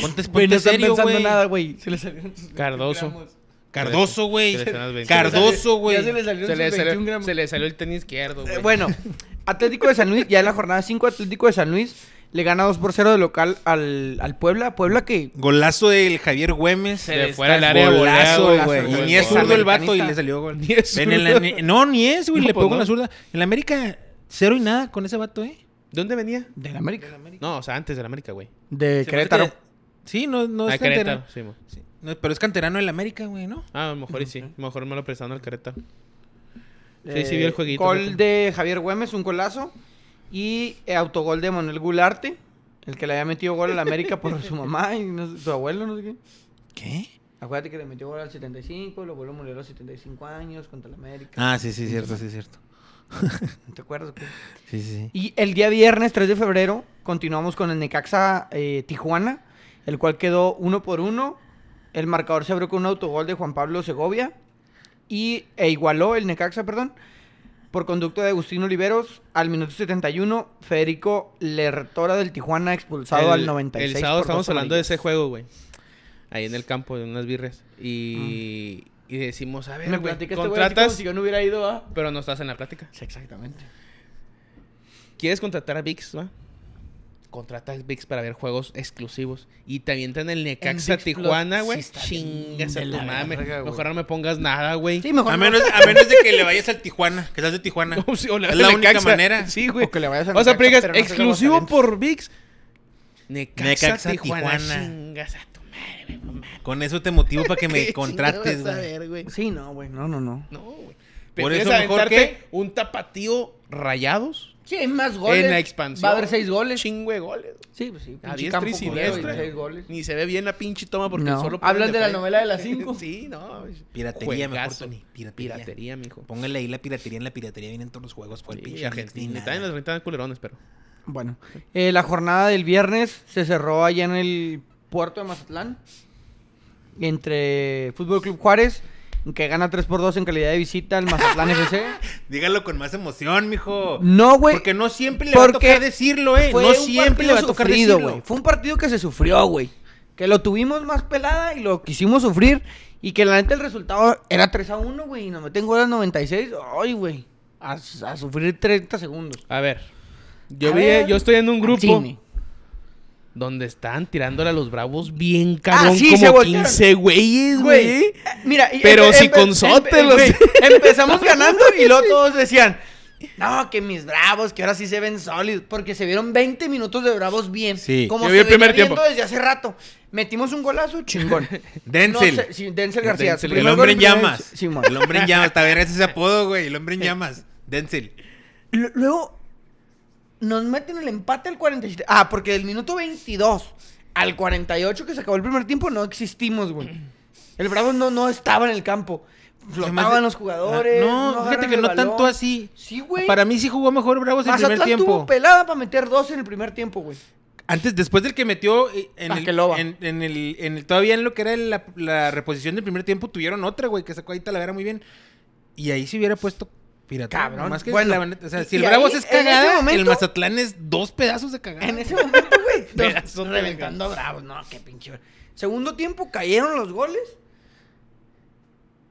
B: Ponte,
C: Güey,
B: ponte
C: no están
B: serio,
C: pensando
B: güey.
C: nada, güey. Se les salieron sus
A: Cardoso.
C: 21 gramos.
B: Cardoso, güey.
A: Se le están las veinte.
B: Cardoso, güey.
C: Ya se les salieron
A: Se le,
C: sus
A: salió,
C: 21 gramos.
A: se le salió el tenis izquierdo, güey.
C: Eh, bueno, Atlético de San Luis, ya en la jornada 5, Atlético de San Luis le gana 2 por 0 de local al, al Puebla. Puebla que.
B: Golazo del Javier Güemes.
A: Se le
B: Golazo,
A: fuera el área de volea,
B: Golazo,
A: güey.
B: güey. Y
A: Golazo,
B: ni es
A: golazo.
B: zurdo el vato y
C: Americanista.
B: le salió gol.
A: Ni es
B: En el-
A: zurdo.
B: en- no, ni es, güey.
A: No,
B: le
A: pues
B: pegó con
A: no.
B: la zurda. En la América, cero y nada con ese vato, ¿eh?
A: ¿Dónde venía?
C: Del América.
A: No, o sea, antes del América, güey.
C: De
B: Se me hace
C: Querétaro.
B: que- Sí, no, no
A: Ah,
B: es canterano.
A: Querétaro, sí, mo.
B: Sí, no, pero es canterano en la América, güey, ¿no?
A: Ah, a lo mejor y sí. A lo mejor me lo prestaron al Querétaro. Sí,
C: Eh,
A: sí, vi el jueguito.
C: Gol
A: neta.
C: de Javier Güemes, un golazo. Y eh, autogol de Manuel Gularte, el que le había metido gol al América por su mamá y no sé, su abuelo, no sé qué.
B: ¿Qué?
C: Acuérdate que le metió gol al 75, lo volvió a morir a los 75 años contra el América.
B: Ah, sí, sí, cierto, sí, cierto.
C: ¿No ¿Te acuerdas? o qué?
B: Sí, sí, sí.
C: Y el día viernes 3 de febrero continuamos con el Necaxa eh, Tijuana, el cual quedó uno por uno. El marcador se abrió con un autogol de Juan Pablo Segovia y, e igualó el Necaxa, perdón, por conducto de Agustín Oliveros al minuto 71. Federico Lertora del Tijuana expulsado
A: El-
C: al 96.
A: El sábado
C: por dos
A: estamos hablando de
C: amarillas.
A: ese juego, güey. Ahí en el campo, de unas birrias. Y,
B: Mm.
A: y decimos, a ver,
C: Me
A: güey,
C: platica este güey así como
A: contratas,
C: si yo no hubiera ido a...
A: pero no estás en la plática.
C: Sí, exactamente.
A: ¿Quieres contratar a VIX, va? Contratas VIX para ver juegos exclusivos. Y te avientan el Necaxa
C: ViX Plus,
A: Tijuana,
C: sí
A: güey.
C: está bien
A: Chingas a
C: de
A: tu
C: la
A: madre.
C: verga, güey.
A: Mejor no me pongas nada, güey.
C: Sí, mejor
B: A
C: no.
B: menos, a menos de que le vayas al Tijuana, que estás de Tijuana.
A: O sea, o le
B: Es
A: vas
B: la
A: al
B: única
A: Necaxa.
B: manera.
A: Sí, güey.
C: O que le vayas al
A: O sea,
C: Necaxa,
A: pero digas,
C: pero no seas
A: exclusivo
C: Aguascalientes.
A: por VIX. Necaxa,
B: Necaxa,
A: Tijuana.
B: Tijuana.
A: Chingas a tu madre, güey. mamá.
B: Con eso te motivo para que
A: ¿Qué
B: me contrates,
A: chingados vas a
B: güey.
A: ver, güey.
C: Sí, no, güey, no, no, no.
A: No, güey.
B: Por
A: ¿Prefieres
B: eso mejor
A: aventarte
B: que-
A: un tapatío rayados
C: Sí, hay más goles.
A: en la expansión?
C: Va a haber seis goles.
A: Chingue goles.
C: Sí, pues sí.
A: A diestra
C: pinche
A: y
C: campo culero,
A: siniestra.
C: seis goles.
A: Ni se ve bien la pinche toma porque
C: No.
A: solo
C: Hablas
A: ponen
C: de la
A: frente.
C: novela de las cinco.
A: sí, no. güey.
B: Piratería mejor,
A: Juegazo.
B: Tony, piratería.
A: Piratería, mijo.
B: Póngale ahí la piratería, en la piratería vienen todos los juegos. ¿Cuál
A: Sí,
B: pinche mix ni
A: Argentina.
B: nada?
A: Están en las rentas culerones, pero.
C: Bueno, eh, la jornada del viernes se cerró allá en el puerto de Mazatlán. Entre Fútbol Club Juárez, que gana 3 por 2 en calidad de visita al Mazatlán FC.
B: Dígalo con más emoción, mijo.
C: No, güey.
B: Porque no siempre le va a
C: porque
B: tocar decirlo, eh.
C: Fue
B: No
C: un
B: siempre
C: partido
B: le va a tocar
C: sufrido,
B: decirlo.
C: güey. Fue un partido que se sufrió, güey. Que lo tuvimos más pelada y lo quisimos sufrir. Y que la neta el resultado era 3 a 1, güey. Y nos meten gol al 96. Ay, güey. A, a sufrir 30 segundos.
A: A ver. Yo
C: A
A: vi,
C: ver.
A: yo estoy en un grupo
C: Cine.
A: donde están tirándole a los bravos bien cabrón,
C: Ah, sí, se
A: como
C: voltearon.
A: 15 güeyes,
C: Güey,
A: güey.
C: eh, mira, y
A: Pero
C: empe-
A: si
C: empe-
A: con
C: empe-
A: Sote los-
C: güey, empezamos ganando y luego todos decían, "No, que mis Bravos, que ahora sí se ven sólidos", porque se vieron 20 minutos de Bravos bien,
B: Sí,
C: como
A: yo
C: se
A: vi el
C: venía
A: primer tiempo.
C: viendo desde hace rato. Metimos un golazo chingón.
B: Denzel.
C: No sé, sí, Denzel García. su
A: Denzel,
B: El
C: primer
B: hombre
C: gol,
B: en
C: primer-
B: llamas.
C: sí, mon.
B: el hombre en llamas. Está bien, ese es ese apodo, güey. El hombre en llamas. Denzel.
C: Lu- Luego nos meten el empate al 47. Ah, porque del minuto 22 al 48 que se acabó el primer tiempo no existimos, güey.
A: Mm.
C: El Bravos no, no estaba en el campo. Flotaban
A: Ah,
C: los jugadores.
B: Ah, No, fíjate
C: agarran
B: que
C: el
B: no
C: balón.
B: tanto así.
C: Sí, güey.
B: Para mí sí jugó mejor Bravos en el
C: Mazatlán
B: primer
C: tuvo
B: tiempo.
C: pelada para meter dos en el primer tiempo, güey.
B: Antes, después del que metió eh, en el,
C: Paqueloba.
B: en, en el, en el- todavía en lo que era la, la reposición del primer tiempo, tuvieron otra, güey, que sacó ahí Talavera muy bien. Y ahí se hubiera puesto pirata.
C: Cabrón.
B: Más que
C: Bueno,
B: la neta, o sea,
C: y-
B: si el
C: y ahí,
B: Bravos
C: en
B: es
C: ese
B: cagada, el
C: momento-
B: Mazatlán es dos pedazos de cagada.
C: En ese momento, güey. nos
A: Pedazo de
C: reventando a bravos. No, qué pinche. Segundo tiempo cayeron los goles.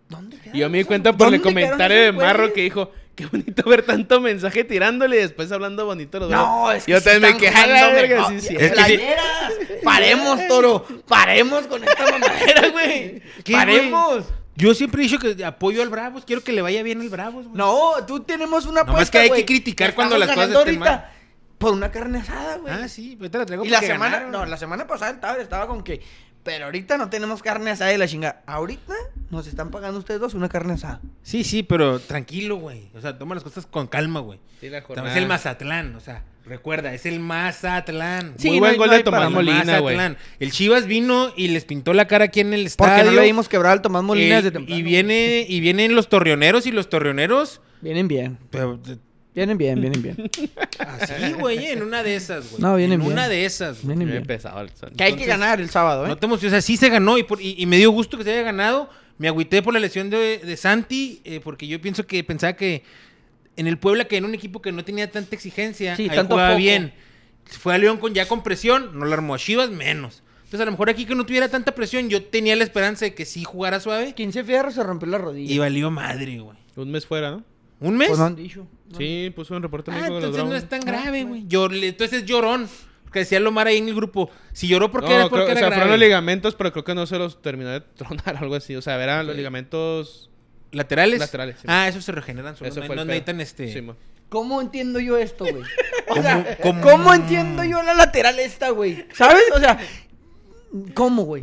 C: ¿Dónde queda
A: Y yo me di
C: eso?
A: cuenta por el
C: ¿Dónde quedaron
A: comentario
C: esos
A: de Marro
C: güeyes?
A: que dijo, qué bonito ver tanto mensaje tirándole y después hablando bonito los
C: No,
A: dos".
C: es que
A: Yo
C: sí
A: también me
C: están
A: quedé a la
C: jugando
A: verga,
C: mejor.
A: sí, sí.
B: Es que sí.
C: ¡Playeras! ¡Paremos, toro! ¡Paremos con esta mamadera, güey!
B: ¿Qué,
C: ¡Paremos!
B: Yo siempre he dicho que apoyo al Bravos. Quiero que le vaya bien al Bravos, güey.
C: No, tú tenemos una
B: Nomás
C: apuesta,
B: que hay que
C: güey.
B: criticar cuando
C: Estamos
B: las cosas
C: ganando
B: estén
C: ahorita Por una carne asada, güey.
B: Ah, sí, pero te la traigo
C: Y la
B: porque
C: semana,
B: ganaron.
C: no, la semana pasada estaba, estaba con que, pero ahorita no tenemos carne asada y la chinga. Ahorita nos están pagando ustedes dos una carne asada.
B: Sí, sí, pero tranquilo, güey. O sea, toma las cosas con calma, güey.
A: Sí, la
B: También Es el Mazatlán, o sea, recuerda, es el Mazatlán.
C: Sí,
A: Muy
C: no
A: buen
C: hay-
A: gol
C: no hay
A: de Tomás
C: para-
A: Molina, güey.
B: Mazatlán. El Chivas vino y les pintó la cara aquí en el
C: Porque
B: estadio.
C: no le dimos quebrar al Tomás Molina
B: Eh,
C: desde temprano.
B: y viene y vienen los torreoneros y los torreoneros
C: Vienen bien.
B: pero, eh,
C: Vienen bien, vienen bien.
B: así, güey, en una de esas, güey.
C: No, vienen
B: en
C: bien.
B: una de esas. güey.
C: Vienen
A: Muy
C: bien.
A: pesado el
C: Que hay que
B: Entonces,
C: ganar el sábado, ¿eh?
B: No te emociones, o sea, sí se ganó y, por- y- y me dio gusto que se haya ganado. Me agüité por la lesión de, de Santi, eh, porque yo pienso que pensaba que en el Puebla, que en un equipo que no tenía tanta exigencia,
C: Sí,
B: ahí
C: tanto
B: jugaba
C: poco.
B: bien. Fue a León con ya con presión, no la armó a Chivas, menos. Entonces, a lo mejor aquí que no tuviera tanta presión, yo tenía la esperanza de que sí jugara suave.
C: 15 fierros se rompió la rodilla.
B: Y valió madre, güey.
A: Un mes fuera, ¿no?
B: ¿Un mes?
C: Pues no han dicho. No.
A: Sí, puso un reporte
B: Ah,
A: médico de los
B: entonces no
A: Browns.
B: es tan grave, güey. Llor- Entonces es llorón. Que decía Lomar ahí en el grupo. Si lloró porque era
A: No, creo-
B: porque
A: o
B: era
A: sea, fueron
B: grave.
A: los ligamentos, pero creo que no se los terminó de tronar o algo así. O sea, eran los ligamentos...
B: ¿Laterales?
A: Laterales, sí.
B: ah, esos se regeneran solo.
A: Eso
B: no
A: fue el
B: no
A: pedo.
B: necesitan este.
A: Simón.
C: ¿Cómo entiendo yo esto, güey? O
B: ¿Cómo-
C: sea,
B: cómo-
C: ¿cómo, entiendo yo la lateral esta, güey? ¿Sabes? O sea, ¿cómo, güey?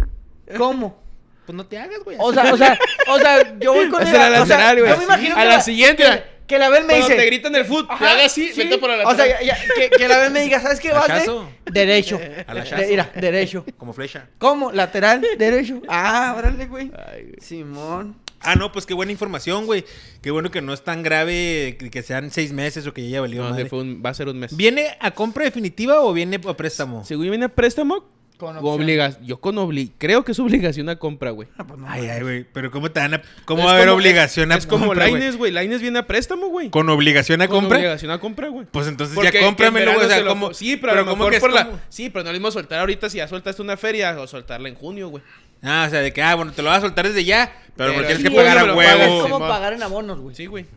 C: ¿Cómo?
B: Pues no te hagas, güey.
C: O sea, o sea, o sea, yo voy con
A: Esa era la
C: o sea,
A: lateral, güey.
C: Yo me imagino
A: A
C: que
A: la siguiente,
C: Que, que la vez me
A: Cuando
C: dice.
A: te gritan el fútbol,
C: Ajá,
A: te hagas así,
C: sí.
A: vete por la
C: O sea,
A: lateral.
C: ya- ya- que, que la vez me digas, ¿sabes qué vas a
B: Hachazo.
C: Derecho.
B: Al hachazo.
C: De- mira, derecho.
B: Como flecha.
C: ¿Cómo? Lateral, derecho. Ah, órale, güey.
A: Ay, güey.
C: Simón.
B: Ah, no, pues qué buena información, güey. Qué bueno que no es tan grave que- que sean seis meses o que ya haya valido
A: No,
B: madre.
A: sí fue un- va a ser un mes.
B: ¿Viene a compra definitiva o viene a préstamo?
A: Según yo viene a préstamo,
C: Con
A: con
C: opción.
A: obligas, yo con obli creo que es obligación a compra, güey.
C: Ah, pues no.
B: Ay, ay, güey. Pero ¿cómo te van a. ¿Cómo
A: Es
B: va a haber
A: como-
B: obligación a
A: Es como
B: compra, güey?
A: Laines, güey. Laines viene a préstamo, güey.
B: ¿Con obligación a
A: Con
B: compra?
A: obligación a compra, güey.
B: Pues entonces
A: Porque que
B: ya
A: en
B: cómpramelo,
A: verano
B: güey. O
A: se
B: sea,
A: lo-
B: como.
A: Sí, pero, a lo
B: ¿cómo
A: mejor
B: que es
A: por
B: como-
A: la... Sí, pero no lo mismo soltar ahorita si ya soltaste una feria o soltarla en junio, güey.
B: Ah, o sea, de que, ah, bueno, te lo vas a soltar desde ya, pero,
A: Pero
B: me lo tienes
A: sí,
B: que
A: güey,
B: pagar
A: me
B: a
A: lo pagas
B: huevo.
C: Es como
A: Simón.
C: pagar en abonos, güey.
A: Sí, güey.
B: Pues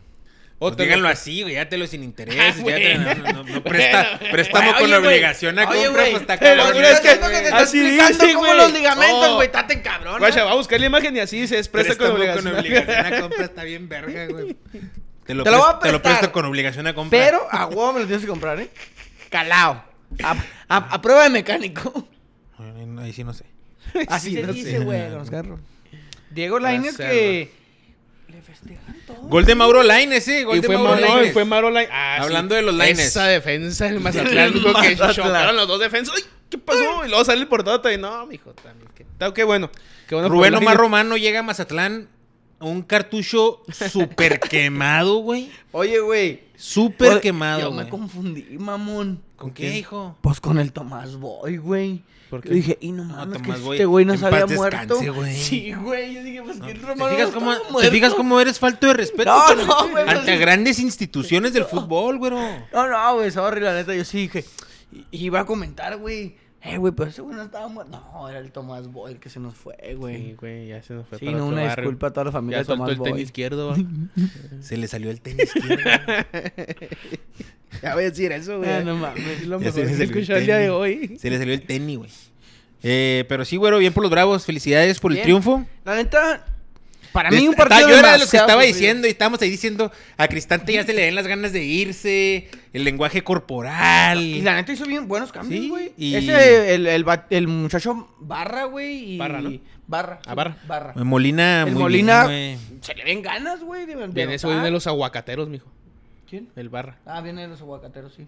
A: O te lo-
B: díganlo así, güey, ya te lo sin interés.
A: Ah,
B: ya
A: güey.
B: te- no, no, no, presta- prestamos
C: Oye,
B: con
C: güey.
B: obligación a
C: Oye,
B: compra,
C: güey,
B: pues está
A: pero
B: cabrón.
A: tú eres que-
C: Siento te está
A: así
C: explicando
A: dice,
C: cómo
A: güey.
C: los ligamentos,
A: Oh.
C: güey. Tate cabrón.
A: Guacha, va a buscar la imagen y así se expresa con
B: Préstamo
A: obligación.
B: a compra está bien verga, güey. Te lo,
C: Te lo
B: pres-
C: voy a
B: te
C: prestar.
B: lo presto con obligación a compra.
C: Pero a huevo me lo tienes que comprar, ¿eh? Calao. A, a- a prueba de mecánico.
B: Bueno, Ahí sí no sé.
C: Así
B: Sí,
C: se
B: no
C: dice,
B: sé.
C: güey, con los carros. Diego Lainez
A: Gracias,
C: que... Le festejan todo.
B: Gol de Mauro Lainez, ese Gol
A: Y
B: de
A: fue,
B: Mauro
A: Maro, no, y
B: Lainez.
A: fue Maro Lain- Ah,
B: Hablando de los Lainez.
A: Esa defensa del Mazatlán, digo que
C: Mazatlán.
A: chocaron los dos defensas. ¡Ay, qué pasó! Y luego sale el portota y no, mijo, también. Qué, está- qué bueno. Qué bueno
B: Rubén
A: por
B: Omar
A: Lainez.
B: Romano llega a Mazatlán. Un cartucho súper quemado, güey.
C: Oye, güey.
B: Súper
C: Oye,
B: quemado,
C: Yo me
B: güey.
C: confundí, mamón.
B: ¿Con qué,
A: quién?
B: hijo?
C: Pues con el Tomás Boy, güey.
A: ¿Por qué?
C: Yo dije, y no
B: No,
C: mames,
B: Tomás
C: que
B: Boy,
C: este güey no
B: en
C: se había
B: paz
C: muerto.
B: descanse, güey.
C: Sí, güey. Yo dije, pues que el
B: ¿Te
C: Romano
B: fijas,
C: no
B: cómo,
C: estaba
B: ¿Te
C: muerto?
B: fijas cómo eres falto de respeto?
C: No,
B: ante-
C: no, güey,
B: Ante
C: pues-
B: grandes instituciones del fútbol, güey.
C: No, no, güey, sorry, la neta, yo sí dije. i- Iba a comentar, güey. Eh, güey, pero ese güey no estaba muerto. No, era el Tomás Boy el que se nos fue,
A: Sí,
C: güey.
A: güey, ya se nos fue
C: Sí,
A: para
C: no,
A: otro
C: una
A: barrio.
C: disculpa a toda la familia
A: Ya
C: de
A: soltó
C: Tomás
A: el tenis
C: Boy.
A: izquierdo, va.
B: Se le salió el tenis. izquierdo.
A: Ya voy a decir eso,
C: Ah, no mames, es lo
B: Ya
C: mejor
B: se le
C: que
B: salió
C: he
B: el
C: escuchado el día de
B: tenis.
C: hoy.
B: Se le salió el tenis, güey. Eh, pero sí, güero, bien por los bravos. Felicidades por el
C: Bien.
B: triunfo.
C: La neta, para
B: Yo
C: mí un
B: estaba-
C: partido
B: Yo era de los que
C: demasiado
B: estaba
C: aburrido.
B: diciendo y estábamos ahí diciendo a Cristante ya se le den las ganas de irse, el lenguaje
C: Y
B: corporal.
C: la neta hizo bien buenos cambios,
B: Sí,
C: güey.
B: y-
C: Ese, el, el, va- el muchacho Barra, güey. Y...
A: Barra, ¿no?
C: Barra.
A: Ah, Barra.
C: Barra.
B: Eh, Molina,
C: El
B: muy
C: Molina-
B: bien, güey.
C: Se le ven ganas, güey. De, de
A: Viene eso,
C: anotar.
A: viene de los aguacateros, mijo.
C: ¿Quién?
A: El barra.
C: Ah, viene de los aguacateros, sí.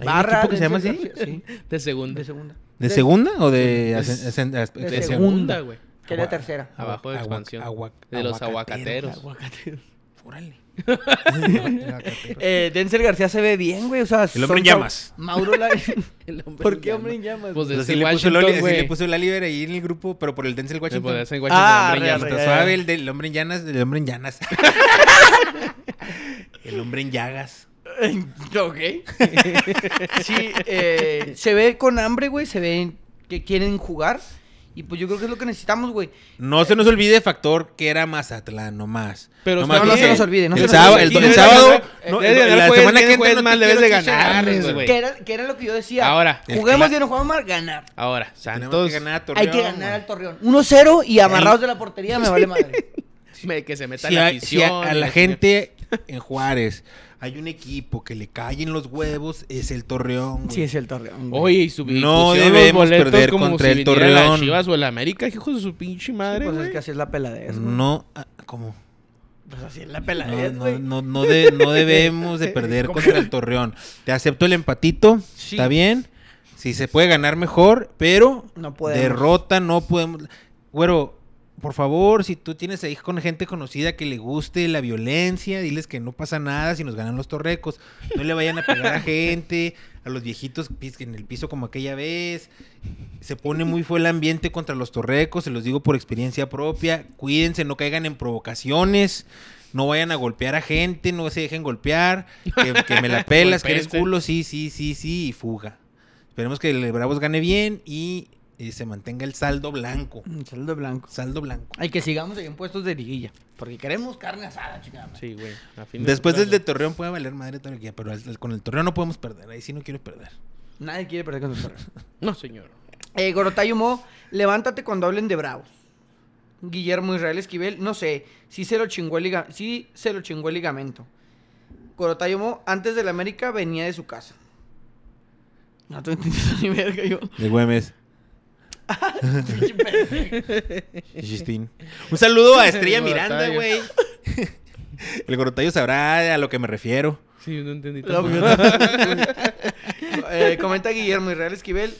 B: ¿Hay un equipo que se llama
C: Denzel
B: así?
C: García, Sí,
A: De segunda.
C: de segunda.
B: ¿De segunda o de,
A: Es-
B: ascen- ascen- as-
C: de
A: De
B: ascensión?
A: segunda, güey.
C: Que es la tercera.
B: Ah,
A: Abajo de
B: Agua-
A: expansión.
B: agua-
A: de los
B: aguacateros.
A: aguacateros.
C: Aguacateros.
B: Órale.
C: Eh, Denzel García se ve bien, güey. O sea,
B: El hombre
C: son
B: en llamas.
C: Mau- Mauro la...
A: El hombre
C: ¿Por
A: en
C: qué hombre en llamas?
A: Pues
B: Pues
A: desde
B: así le, puso el
A: Washington,
B: Oli- así
A: güey.
B: le puso el Oliver ahí en el grupo, pero por el Denzel
A: Sí,
B: Washington.
A: pues, desde en
C: Ah,
A: Washington, hombre en
C: re-
A: llamas.
C: Ya,
B: Está
C: ya,
B: suave
C: ya.
B: el del hombre en llanas, el hombre en llanas. el hombre en llagas.
C: ok. sí, eh, se ve con hambre, güey. Se ve que quieren jugar. Y pues yo creo que es lo que necesitamos, güey.
B: No se nos olvide factor que era Mazatlán, nomás.
A: Pero
B: nomás
A: está bien.
B: porque
A: No se nos
C: olvide, no
B: el
C: se nos
B: sábado,
C: olvide.
B: El,
C: Aquí
B: el
C: debe de
B: sábado,
C: ganar,
A: eh,
B: no,
A: debe de
B: la
A: ganar, juegues
B: semana
A: bien,
B: que entra
A: juegues
B: no
A: mal,
B: te
A: debes
B: quiero
A: de
B: escuchar,
A: ganarles, güey.
C: Que era, que era lo que yo decía.
A: Ahora.
C: Juguemos
B: El cla-
C: bien o juguemos mal, ganar.
A: Ahora,
B: Tenemos
A: Santos.
B: que ganar a Torreón,
C: Hay que ganar
B: güey.
C: al Torreón. 1-0 y amarrados de la portería me vale madre.
A: me- que se meta
B: Si
A: la
B: a, si a-
A: afición.
B: a
A: y chingada.
B: la gente en Juárez hay un equipo que le callen los huevos, es el Torreón. güey.
C: Sí, es el Torreón. güey.
A: Oye, y su y
B: No
A: pusieron
B: debemos perder
A: como
B: contra
A: si
B: el
A: viniera la
B: Torreón.
A: Chivas o el América, hijo de su pinche madre,
C: pues es
A: güey.
C: que así es la peladez, güey.
B: No, ah, ¿cómo?
C: Pues así es la
B: No,
C: peladez,
B: no,
C: güey.
B: no, no de- no debemos de perder contra el Torreón. Te acepto el empatito,
C: Sí.
B: está bien. Si se puede ganar mejor, pero
C: No podemos.
B: derrota no podemos. Güero, por favor, si tú tienes ahí con gente conocida que le guste la violencia, diles que no pasa nada si nos ganan los torrecos. No le vayan a pegar a gente, a los viejitos pis- en el piso como aquella vez. Se pone muy fue el ambiente contra los torrecos, se los digo por experiencia propia. Cuídense, no caigan en provocaciones. No vayan a golpear a gente, no se dejen golpear. Que, que me la pelas, que eres
A: Golpéense.
B: culo, sí, sí, sí, sí, y fuga. Esperemos que el Bravos gane bien y eh, se mantenga el saldo blanco.
C: Un Saldo Mm, blanco.
B: Saldo blanco.
C: Hay que sigamos ahí en puestos de liguilla. Porque queremos carne asada, chingada. madre.
A: Sí, güey. a fin de
B: Después del
A: cuentas,
B: de Torreón puede valer madre todo lo que quiera, pero al- con el Torreón no podemos perder. Ahí sí no quiero perder.
C: Nadie quiere perder con el Torreón.
A: No, señor.
C: Eh, Gorotayo Mo, levántate cuando hablen de Bravos. Guillermo Israel Esquivel, no sé, sí se lo chingó el, liga- sí se lo chingó el ligamento. Gorotayo Mo, antes del América, venía de su casa. No te entiendes ni verga yo.
B: De Güemes. Chistín. Un saludo a Estrella
A: El
B: Miranda,
A: Gorotayo.
B: güey. El Gorotayo sabrá a lo que me refiero.
A: Sí, no entendí.
C: No,
A: tampoco.
C: Eh, comenta Guillermo Israel Esquivel.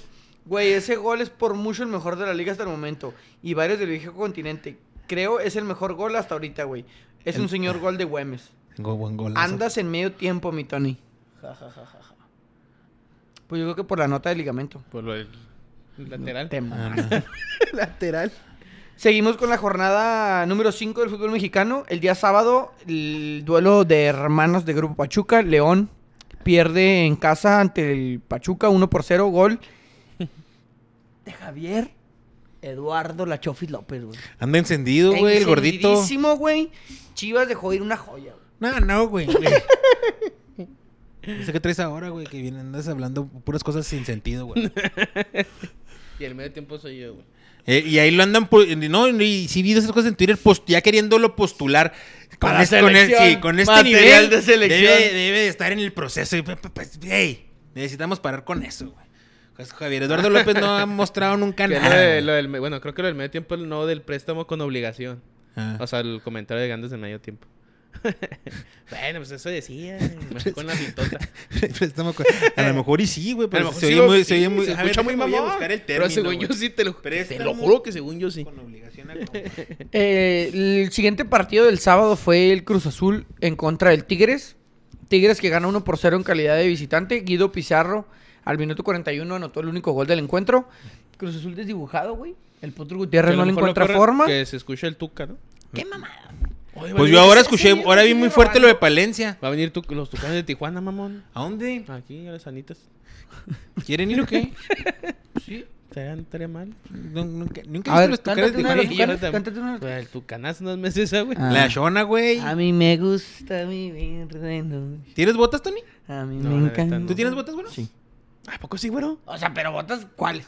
C: Güey, ese gol es por mucho el mejor de la liga hasta el momento. Y varios del viejo continente. Creo es el mejor gol hasta ahorita, güey. Es un señor gol de Güemes.
B: Tengo buen golazo.
C: Andas en medio tiempo, mi Tony. Ja, ja, ja, ja, ja. Pues yo creo que por la nota de ligamento.
A: Por lo del lateral.
C: Te
B: Ah,
C: mamas.
B: no.
A: lateral.
C: Seguimos con la jornada número 5 del fútbol mexicano. El día sábado, el duelo de hermanos de Grupo Pachuca. León pierde en casa ante el Pachuca 1 por 0, gol de Javier Eduardo Lachofis López, güey.
B: Anda encendido, güey, el gordito.
C: Encendidísimo, güey. Chivas dejó ir una joya, güey.
B: No, no, güey. güey. No sé qué traes ahora, güey, que vienen, andas hablando puras cosas sin sentido, güey.
A: Y el medio tiempo soy yo, güey.
B: Eh, y ahí lo andan, pu- no, y si vi esas cosas en Twitter, post- ya queriéndolo postular. Con,
C: Para
B: este- con el-
C: selección,
B: sí, con este
C: material
B: nivel,
C: de selección.
B: Debe, debe de estar en el proceso. Y, pues, pues, ey, necesitamos parar con eso, güey. Pues, Javier Eduardo López no ha mostrado nunca
A: Que lo de-
B: nada.
A: lo del me- bueno, creo que lo del medio tiempo no del préstamo con obligación.
B: Ah.
A: O sea, el comentario de Gandes del medio tiempo. bueno, pues eso decía. Mejor con la pintota.
B: Préstamo con- a lo mejor y sí, güey,
A: A
B: pero
A: lo mejor
B: Pues, se
A: sí
B: oye
A: lo-
B: muy,
A: sí,
B: se oye muy,
A: se
B: a ver,
A: escucha muy
B: déjame, voy a
A: mamón.
B: buscar el
A: Pero
B: término,
A: según yo
B: güey.
A: sí, te lo, te
B: Préstamo
A: lo juro que según yo sí. Pues
B: Con obligación a comprar.
C: Eh, el siguiente partido del sábado fue el Cruz Azul en contra del Tigres. Tigres que gana 1 por 0 en calidad de visitante. Guido Pizarro al minuto 41 anotó el único gol del encuentro. Cruz Azul desdibujado, güey. El Potro Gutiérrez
A: Que a
C: no
A: lo
C: le
A: mejor lo
C: encuentra
A: corre-
C: forma.
A: Que se escucha el tuca, ¿no?
C: ¡Qué mamada!
B: Pues yo ahora escuché, ahora vi muy fuerte lo de Palencia.
A: Va a venir tu- los tucanes de Tijuana, mamón.
B: ¿A dónde?
A: Aquí, a las anitas.
B: ¿Quieren ir o qué?
A: Sí. Estaría, estaría mal.
B: No, nunca nunca
C: A
B: he
C: ver,
B: visto los
C: cántate una de los
B: tucanes de
C: tucanes.
B: Tijuana.
A: Tijuana.
C: cántate una de los-
A: Pues el tucanazo no es esa, güey.
C: Ah.
B: La Shona, güey.
C: A mí me gusta mi virreno.
B: ¿Tienes botas, Tony?
C: A mí
A: No, la
C: me
A: neta,
C: encanta.
A: no.
B: ¿Tú tienes botas, bueno?
C: Ah, Sí.
A: ¿A poco sí, güero?
C: O sea, pero botas cuáles?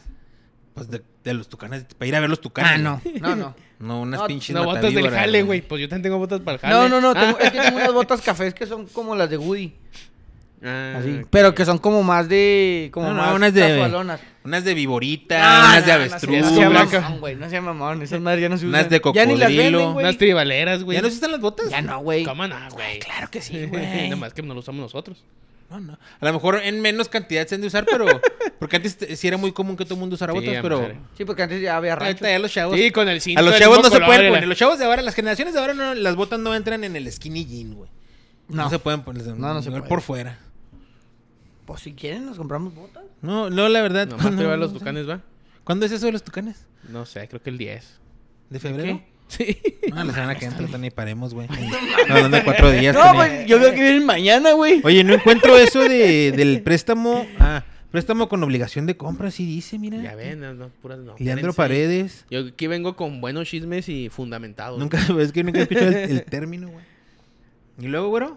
B: Pues de, de los tucanes, para ir a ver los tucanes.
C: Ah, no. No, no.
B: No, unas
C: No,
B: pinches
A: No, botas del
B: matavíboras,
A: jale, güey. Pues yo también tengo botas para el jale.
C: No, no, no. tengo-
A: Ah.
C: es que tengo unas botas cafés que son como las de Woody.
A: Ah,
C: Así,
A: ok.
C: pero que son como más de. Como
B: No, no,
C: más
B: unas de-
C: casualonas.
B: Unas de viborita,
C: Ah,
B: unas de
C: no, no,
B: avestruz.
A: no,
C: No sea
A: blanca.
C: mamón, güey. No sea mamón. Esas madres ya no se usan.
B: Unas de
C: Ya ni las
B: cocodrilo.
C: venden, güey.
A: Unas tribaleras, güey.
B: ¿Ya no se usan las botas?
C: Ya no, güey. Ah,
A: ¿Cómo no, güey?
B: Claro que sí, güey.
A: Nada más que no lo usamos nosotros.
B: No, no. A lo mejor en menos cantidad se han de usar, pero... Porque antes te- sí era muy común que todo el mundo usara
A: Sí,
B: botas,
A: a madre.
B: pero...
C: Sí, porque antes ya había rancho.
B: Ahorita ya los chavos...
A: Sí, con el cinto.
B: A los
A: del
B: chavos no
A: mismo
B: se
A: color,
B: pueden
A: era-
B: poner. Los chavos de ahora, las generaciones de ahora, no, las botas no entran en el skinny jean, güey. No.
C: No.
B: se pueden poner.
C: No, no se
B: igual
C: puede.
B: por fuera.
C: Pues si quieren, nos compramos botas.
B: No, no, la verdad.
A: Nomás te
B: no,
A: van los
B: no sé.
A: tucanes, ¿va?
B: ¿Cuándo es eso de los tucanes?
A: No sé, creo que el 10.
B: ¿De febrero?
A: Sí.
B: No, la semana que entra, Tony, paremos, güey. Hablando de cuatro días.
C: No, pues,
B: Tony.
C: güey. Yo creo que vienen mañana, güey.
B: Oye, no encuentro eso de, del préstamo. Ah, Préstamo con obligación de compra, sí dice, mira.
A: Ya ven, no, no, puras no.
B: Leandro
A: Espérense.
B: Paredes.
A: Yo aquí vengo con buenos chismes y fundamentados.
B: Nunca, es que nunca he escuchado el, el término, güey. ¿Y luego, güero?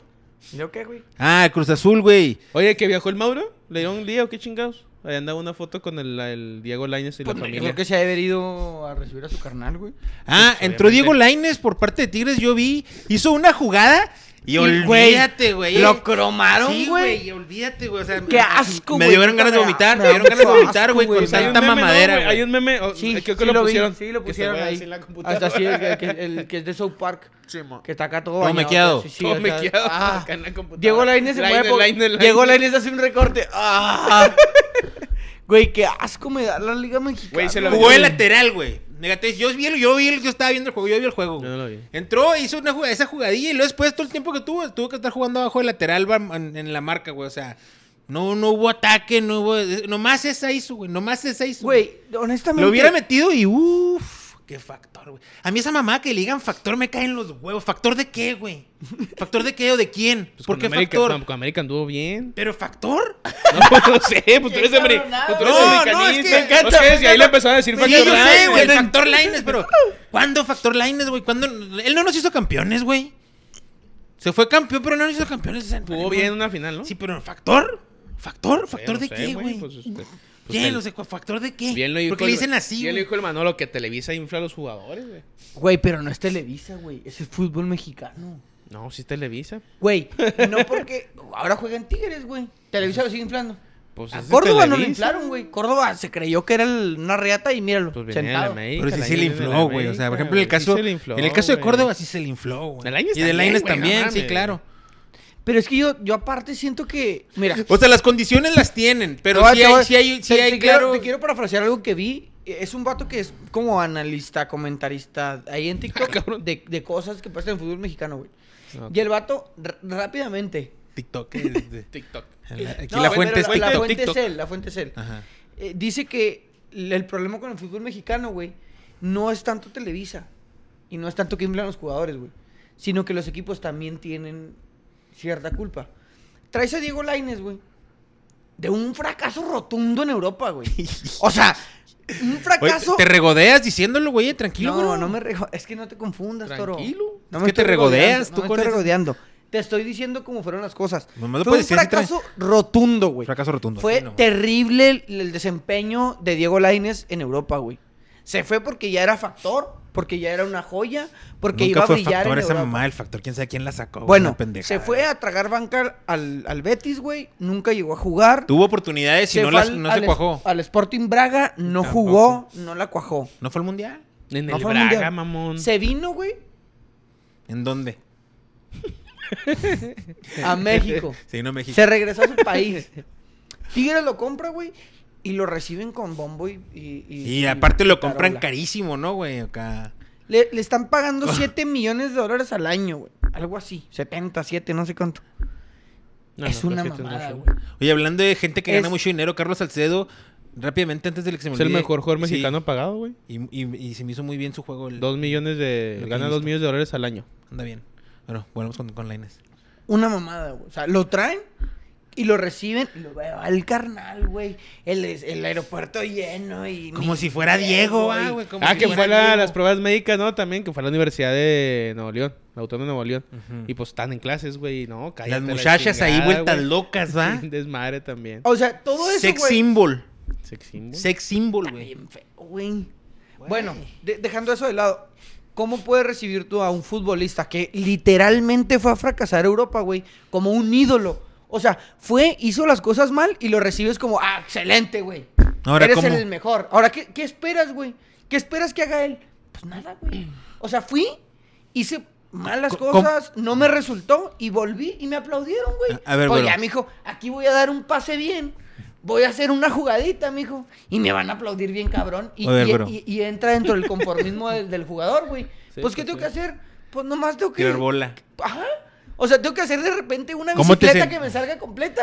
C: ¿Yo qué, güey?
B: Ah, Cruz Azul, güey.
A: Oye, que viajó el Mauro, le dieron un día o qué chingados. Ahí andaba una foto con el, el Diego Lainez y la
C: Pues, Yo
A: familia.
C: creo que se ha de haber ido a recibir a su carnal, güey.
B: Ah,
A: Pues,
B: entró Diego
A: obviamente.
B: Laines por parte de Tigres, yo vi. Hizo una jugada y,
C: güey,
B: olvídate, güey.
C: Lo cromaron,
B: Sí,
C: güey.
B: güey, olvídate, güey. O sea,
C: Qué asco,
B: Me
C: güey,
B: dieron
C: puta
B: ganas de
C: madre.
B: vomitar,
C: Me
B: me
C: da
B: dieron ganas de
C: mucho
B: vomitar,
C: asco,
B: güey,
C: güey,
B: con
C: me da
B: tanta
A: ¿no, güey?
B: madera, güey.
A: Hay un meme. oh,
C: Sí,
A: creo que
C: sí
A: lo,
C: lo vi,
A: pusieron.
C: sí lo
A: Que este
C: pusieron
A: güey
C: ahí.
A: así en la computadora.
C: Hasta así, el, que- que- el que es de South Park, que está acá todo
B: Todo
C: bañado,
B: mequeado.
C: así, sí,
A: Todo
C: o sea,
A: mequeado
C: ah.
A: acá en la computadora.
C: Diego Lainez se mueve por...
A: Lainez, Lainez.
C: Diego Lainez hace un recorte. ¡Ah! Güey, qué asco me da la Liga Mexicana.
A: Güey, se lo-
B: Jugó de lateral, güey. Negate, yo vi, el- yo vi, el- yo estaba viendo el juego, yo vi el juego.
A: Yo no lo vi.
B: Entró, hizo una jugada, esa jugadilla y luego después todo el tiempo que tuvo, tuvo que estar jugando abajo de lateral va- en, en la marca, güey. O sea, no, no hubo ataque, no hubo. eh, Nomás esa hizo, güey. Nomás esa hizo.
C: Güey, honestamente...
B: Lo hubiera metido y uff, qué factor, güey. A mí esa mamá que le digan factor me caen los huevos. ¿Factor de qué, güey? ¿Factor de qué o de quién?
A: Pues
B: ¿Por
A: con
B: qué
A: América,
B: factor?
A: no, Con América anduvo bien.
B: ¿Pero factor?
A: No, no sé, pues tú eres
C: Qué
A: ameri-
C: cabronado.
A: pues tú eres
B: No,
A: americanista.
B: no, es que-
A: me encanta,
B: o sea,
A: ¿no ves? Y ahí
B: no-
A: le empezaron a decir
B: Sí, yo sé, güey, el
A: Lines.
B: factor Lines, pero ¿cuándo factor Lines, güey? ¿Cuándo? Él no nos hizo campeones, güey. Se fue campeón, pero no nos hizo campeones. O sea,
A: Jugó bien en una final, ¿no?
B: Sí, pero ¿factor? ¿Factor?
A: No sé,
B: ¿Factor
A: no
B: de
A: sé,
B: qué, güey?
A: Pues, este, pues,
B: ¿Qué?
A: tel-
B: No sé, ¿factor de qué?
A: Bien lo
B: ¿Por
A: dijo
B: qué
A: el-
B: le dicen así,
A: Bien lo
B: güey?
A: dijo el Manolo que Televisa infla a los jugadores, güey.
C: Güey, pero no es Televisa, güey. Es el fútbol mexicano.
A: No, sí Televisa.
C: Güey, no porque... Ahora juegan Tigres, güey. Televisa lo sigue inflando.
A: Pues
C: A
A: es de
C: Córdoba no lo
A: Televisa.
C: inflaron, güey. Córdoba se creyó que era el- una reata y míralo,
A: Pues venía de la
C: sentado.
A: América.
B: Pero sí
A: la
B: se le
A: Liga de la
B: infló, güey. O sea,
A: América,
B: por ejemplo, en el
A: güey, sí
B: caso,
A: se le infló,
B: en el caso de
A: güey.
B: Córdoba sí se le infló, güey.
A: De Lainez
B: Y de
A: también,
B: Laines
A: güey, no
B: también,
A: mames.
B: sí, claro.
C: Pero es que yo, yo aparte siento que... Mira,
B: O sea, las condiciones las tienen,
C: Te
B: pero
C: voy a-
B: sí
C: te voy a-
B: hay, sí hay, sí
C: te-
B: hay,
C: te
B: claro.
C: Quiero, te quiero parafrasear algo que vi. Es un vato que es como analista, comentarista, ahí en
A: Ah,
C: TikTok,
A: cabrón.
C: de, de cosas que pasan en el fútbol mexicano, güey.
A: No,
C: Y el vato, r- rápidamente...
B: TikTok. es de-
A: TikTok.
B: la- Aquí
C: No,
B: la
C: pero
B: fuente es
C: la, la
B: TikTok.
C: fuente
A: TikTok.
C: es él, la fuente es él.
B: Ajá.
C: Eh, dice que l- el problema con el fútbol mexicano, güey, no es tanto Televisa y no es tanto que inflan los jugadores, güey, sino que los equipos también tienen cierta culpa. Traes a Diego Laines, güey, de un fracaso rotundo en Europa, güey. O sea, un
B: Oye,
C: fracaso.
B: te regodeas diciéndolo, güey, tranquilo,
C: no,
B: bro.
C: no me rego- es que no te confundas, toro.
A: Tranquilo.
C: No
B: Es que
C: estoy
B: te regodeas
C: regodeando,
B: tú
C: no me
B: con
C: estoy
B: eso.
C: regodeando. Te estoy diciendo cómo fueron las cosas.
B: Nomás
C: Fue un
B: lo puedes decir así,
C: fracaso rotundo, güey.
B: Fracaso rotundo.
C: Fue
B: Sí, no.
C: terrible el, el desempeño de Diego Lainez en Europa, güey. Se fue porque ya era factor, porque ya era una joya, porque
B: Nunca
C: iba a
B: fue
C: brillar
B: factor
C: en
B: esa
C: Europa.
B: mamá, el factor, quién sabe quién la sacó. güey,
C: bueno,
B: una pendejada.
C: se fue a tragar banca al, al Betis, güey. Nunca llegó a jugar.
B: Tuvo oportunidades y
C: Se
B: no,
C: fue
B: las,
C: al-
B: no se
C: al-
B: cuajó.
C: Al Sporting Braga, no jugó, no la cuajó.
B: ¿No fue al mundial?
A: En
C: No
A: el
C: fue al Mundial.
A: Braga, mamón.
C: Se vino, güey,
B: ¿En dónde?
C: a México.
B: Sí, no, México.
C: Se regresó a su país. Tigres lo compra, güey, y lo reciben con bombo y... Y, y-
B: Y
C: y
B: aparte lo compran
C: tarola.
B: carísimo, ¿no, güey? Acá.
C: Le, le están
B: Ah.
C: pagando 7 millones de dólares al año, güey. Algo así. 77, no sé cuánto.
A: No,
C: es
A: no,
C: una
A: creo que este no
C: mamada,
A: es-
C: güey.
B: Oye, hablando de gente que gana
C: Es-
B: mucho dinero, Carlos Salcedo, rápidamente antes de que se me
A: Es el
B: olvide,
A: mejor jugador
B: sí,
A: mexicano pagado, güey.
B: y, y- y se me hizo muy bien su juego. el-
A: Dos millones de...
B: Lo que
A: Gana
B: he
A: dos
B: visto.
A: millones de dólares al año.
B: Anda bien. Bueno, volvemos con, con Lainez.
C: Una mamada, güey. O sea, lo traen y lo reciben y lo veo al carnal, güey. El, el aeropuerto lleno y...
B: Como si fuera Diego, ah, güey. como
A: Ah,
B: si
A: que
B: fuera
A: fue la-
B: Diego.
A: las pruebas médicas, ¿no? También, que fue a la Universidad de Nuevo León, la Autónoma de Nuevo León.
B: Ujú.
A: Y pues están en clases, güey, y no, cállate
B: Las
A: la
B: muchachas ahí
A: chingada,
B: vueltas
A: güey.
B: locas, ¿va?
A: Un Desmadre también.
C: O sea, todo eso,
B: Sex
C: güey.
B: symbol.
A: Sexismo.
B: Sex symbol,
C: está
B: güey.
C: bien feo, güey. Bueno, de- dejando eso de lado, ¿cómo puedes recibir tú a un futbolista que literalmente fue a fracasar a Europa, güey? Como un ídolo. O sea, fue, hizo las cosas mal y lo recibes como, ah, excelente, güey.
B: Ahora,
C: Eres
B: ¿cómo?
C: el mejor. Ahora, ¿qué, qué esperas, güey? ¿Qué esperas que haga él? Pues nada, güey. O sea, fui, hice malas
B: Co- com-
C: cosas, no me resultó y volví y me aplaudieron, güey.
B: A- a ver,
C: Pues
B: güero.
C: ya, mijo, aquí voy a dar un pase bien. Voy a hacer una jugadita, mijo. Y me van a aplaudir bien, cabrón. Y,
B: A ver,
C: y-
B: güero.
C: y- y entra dentro del conformismo del, del jugador, güey.
A: Sí,
C: pues, ¿qué
A: sí,
C: tengo
A: sí.
C: que hacer? Pues nomás tengo que.
B: Tirar bola.
C: Ajá. O sea, tengo que hacer de repente una
B: ¿Cómo te
C: bicicleta
B: sen-
C: que Uh, me salga completa.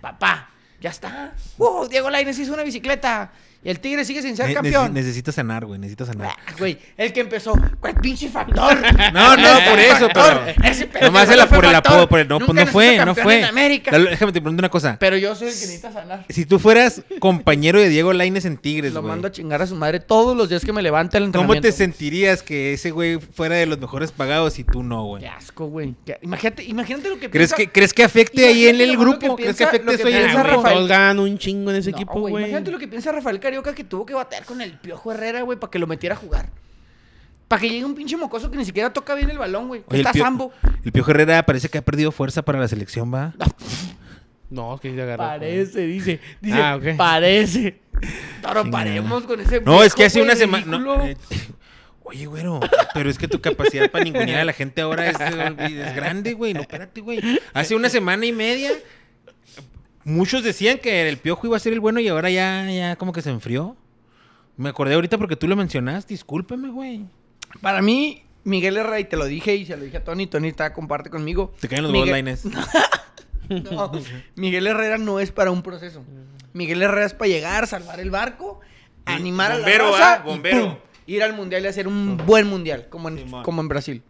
C: Papá, ya está. ¡Wow! Diego Lainez hizo una bicicleta. Y el Tigre sigue sin ser
B: Ne- neces-
C: campeón.
B: necesito sanar, güey. Necesito sanar.
C: Ah, Güey, el que empezó, ¿cuál pinche factor?
B: No, no, por eso,
C: Factor,
B: pero.
C: ese pendejo
B: Nomás el,
C: no fue
B: por el
C: factor,
B: apodo. Por el, no,
C: nunca
B: pues no
C: nos hizo
B: fue, no
C: campeones
B: fue.
C: de América.
B: Dale, déjame te pregunto una cosa.
C: Pero yo soy el que necesita sanar.
B: Si tú fueras compañero de Diego Laines en Tigres,
C: Lo
B: güey,
C: mando a chingar a su madre todos los días que me levanta el
B: ¿cómo
C: entrenamiento.
B: te sentirías que ese güey fuera de los mejores pagados y tú no, güey?
C: Qué asco, güey. Qué- Imagínate, imagínate lo que
B: ¿Crees
C: piensa-
B: que, ¿Crees que afecte ahí en el
C: Imagínate lo que
B: grupo? ¿Crees que
C: piensa-
B: afecte
C: lo que
B: eso ahí en el
C: piensa
A: Ah, güey,
B: grupo?
C: Rafael.
A: Todos ganan un chingo en ese
C: No,
A: equipo,
C: güey,
A: güey.
C: Imagínate lo que piensa Rafael Carioca que tuvo que batear con el piojo Herrera, güey, para que lo metiera a jugar. Para que llegue un pinche mocoso que ni siquiera toca bien el balón, güey.
B: Oye,
C: Está
B: el, Pio-
C: Sambo.
B: el Piojo Herrera parece que ha perdido fuerza para la selección, ¿va?
A: No, es que sí se agarró.
C: Parece, dice. Dice,
A: Ah, ok.
C: parece. Toro,
B: Chingada.
C: paremos con ese.
B: No, eh. es que
C: viejo,
B: hace
C: güey,
B: una semana.
C: ridículo.
B: oye, güero, pero es que tu capacidad para ningunear a la gente ahora es, es grande, güey. No, espérate, güey. Hace una semana y media, muchos decían que el piojo iba a ser el bueno y ahora ya, ya como que se enfrió. Me acordé ahorita porque tú lo mencionaste. Discúlpame, güey.
C: Para mí, Miguel Herrera, y te lo dije y se lo dije a Tony, Tony está, comparte conmigo.
B: Te caen los
C: Miguel-
B: dos lines.
C: No, Miguel Herrera no es para un proceso. Miguel Herrera es para llegar, salvar el barco, animar a
B: bombero,
C: la raza
B: ¿ah?
C: y
B: Bombero.
C: ¡pum! ir al mundial y hacer un buen mundial, como en,
B: Simón.
C: como en Brasil.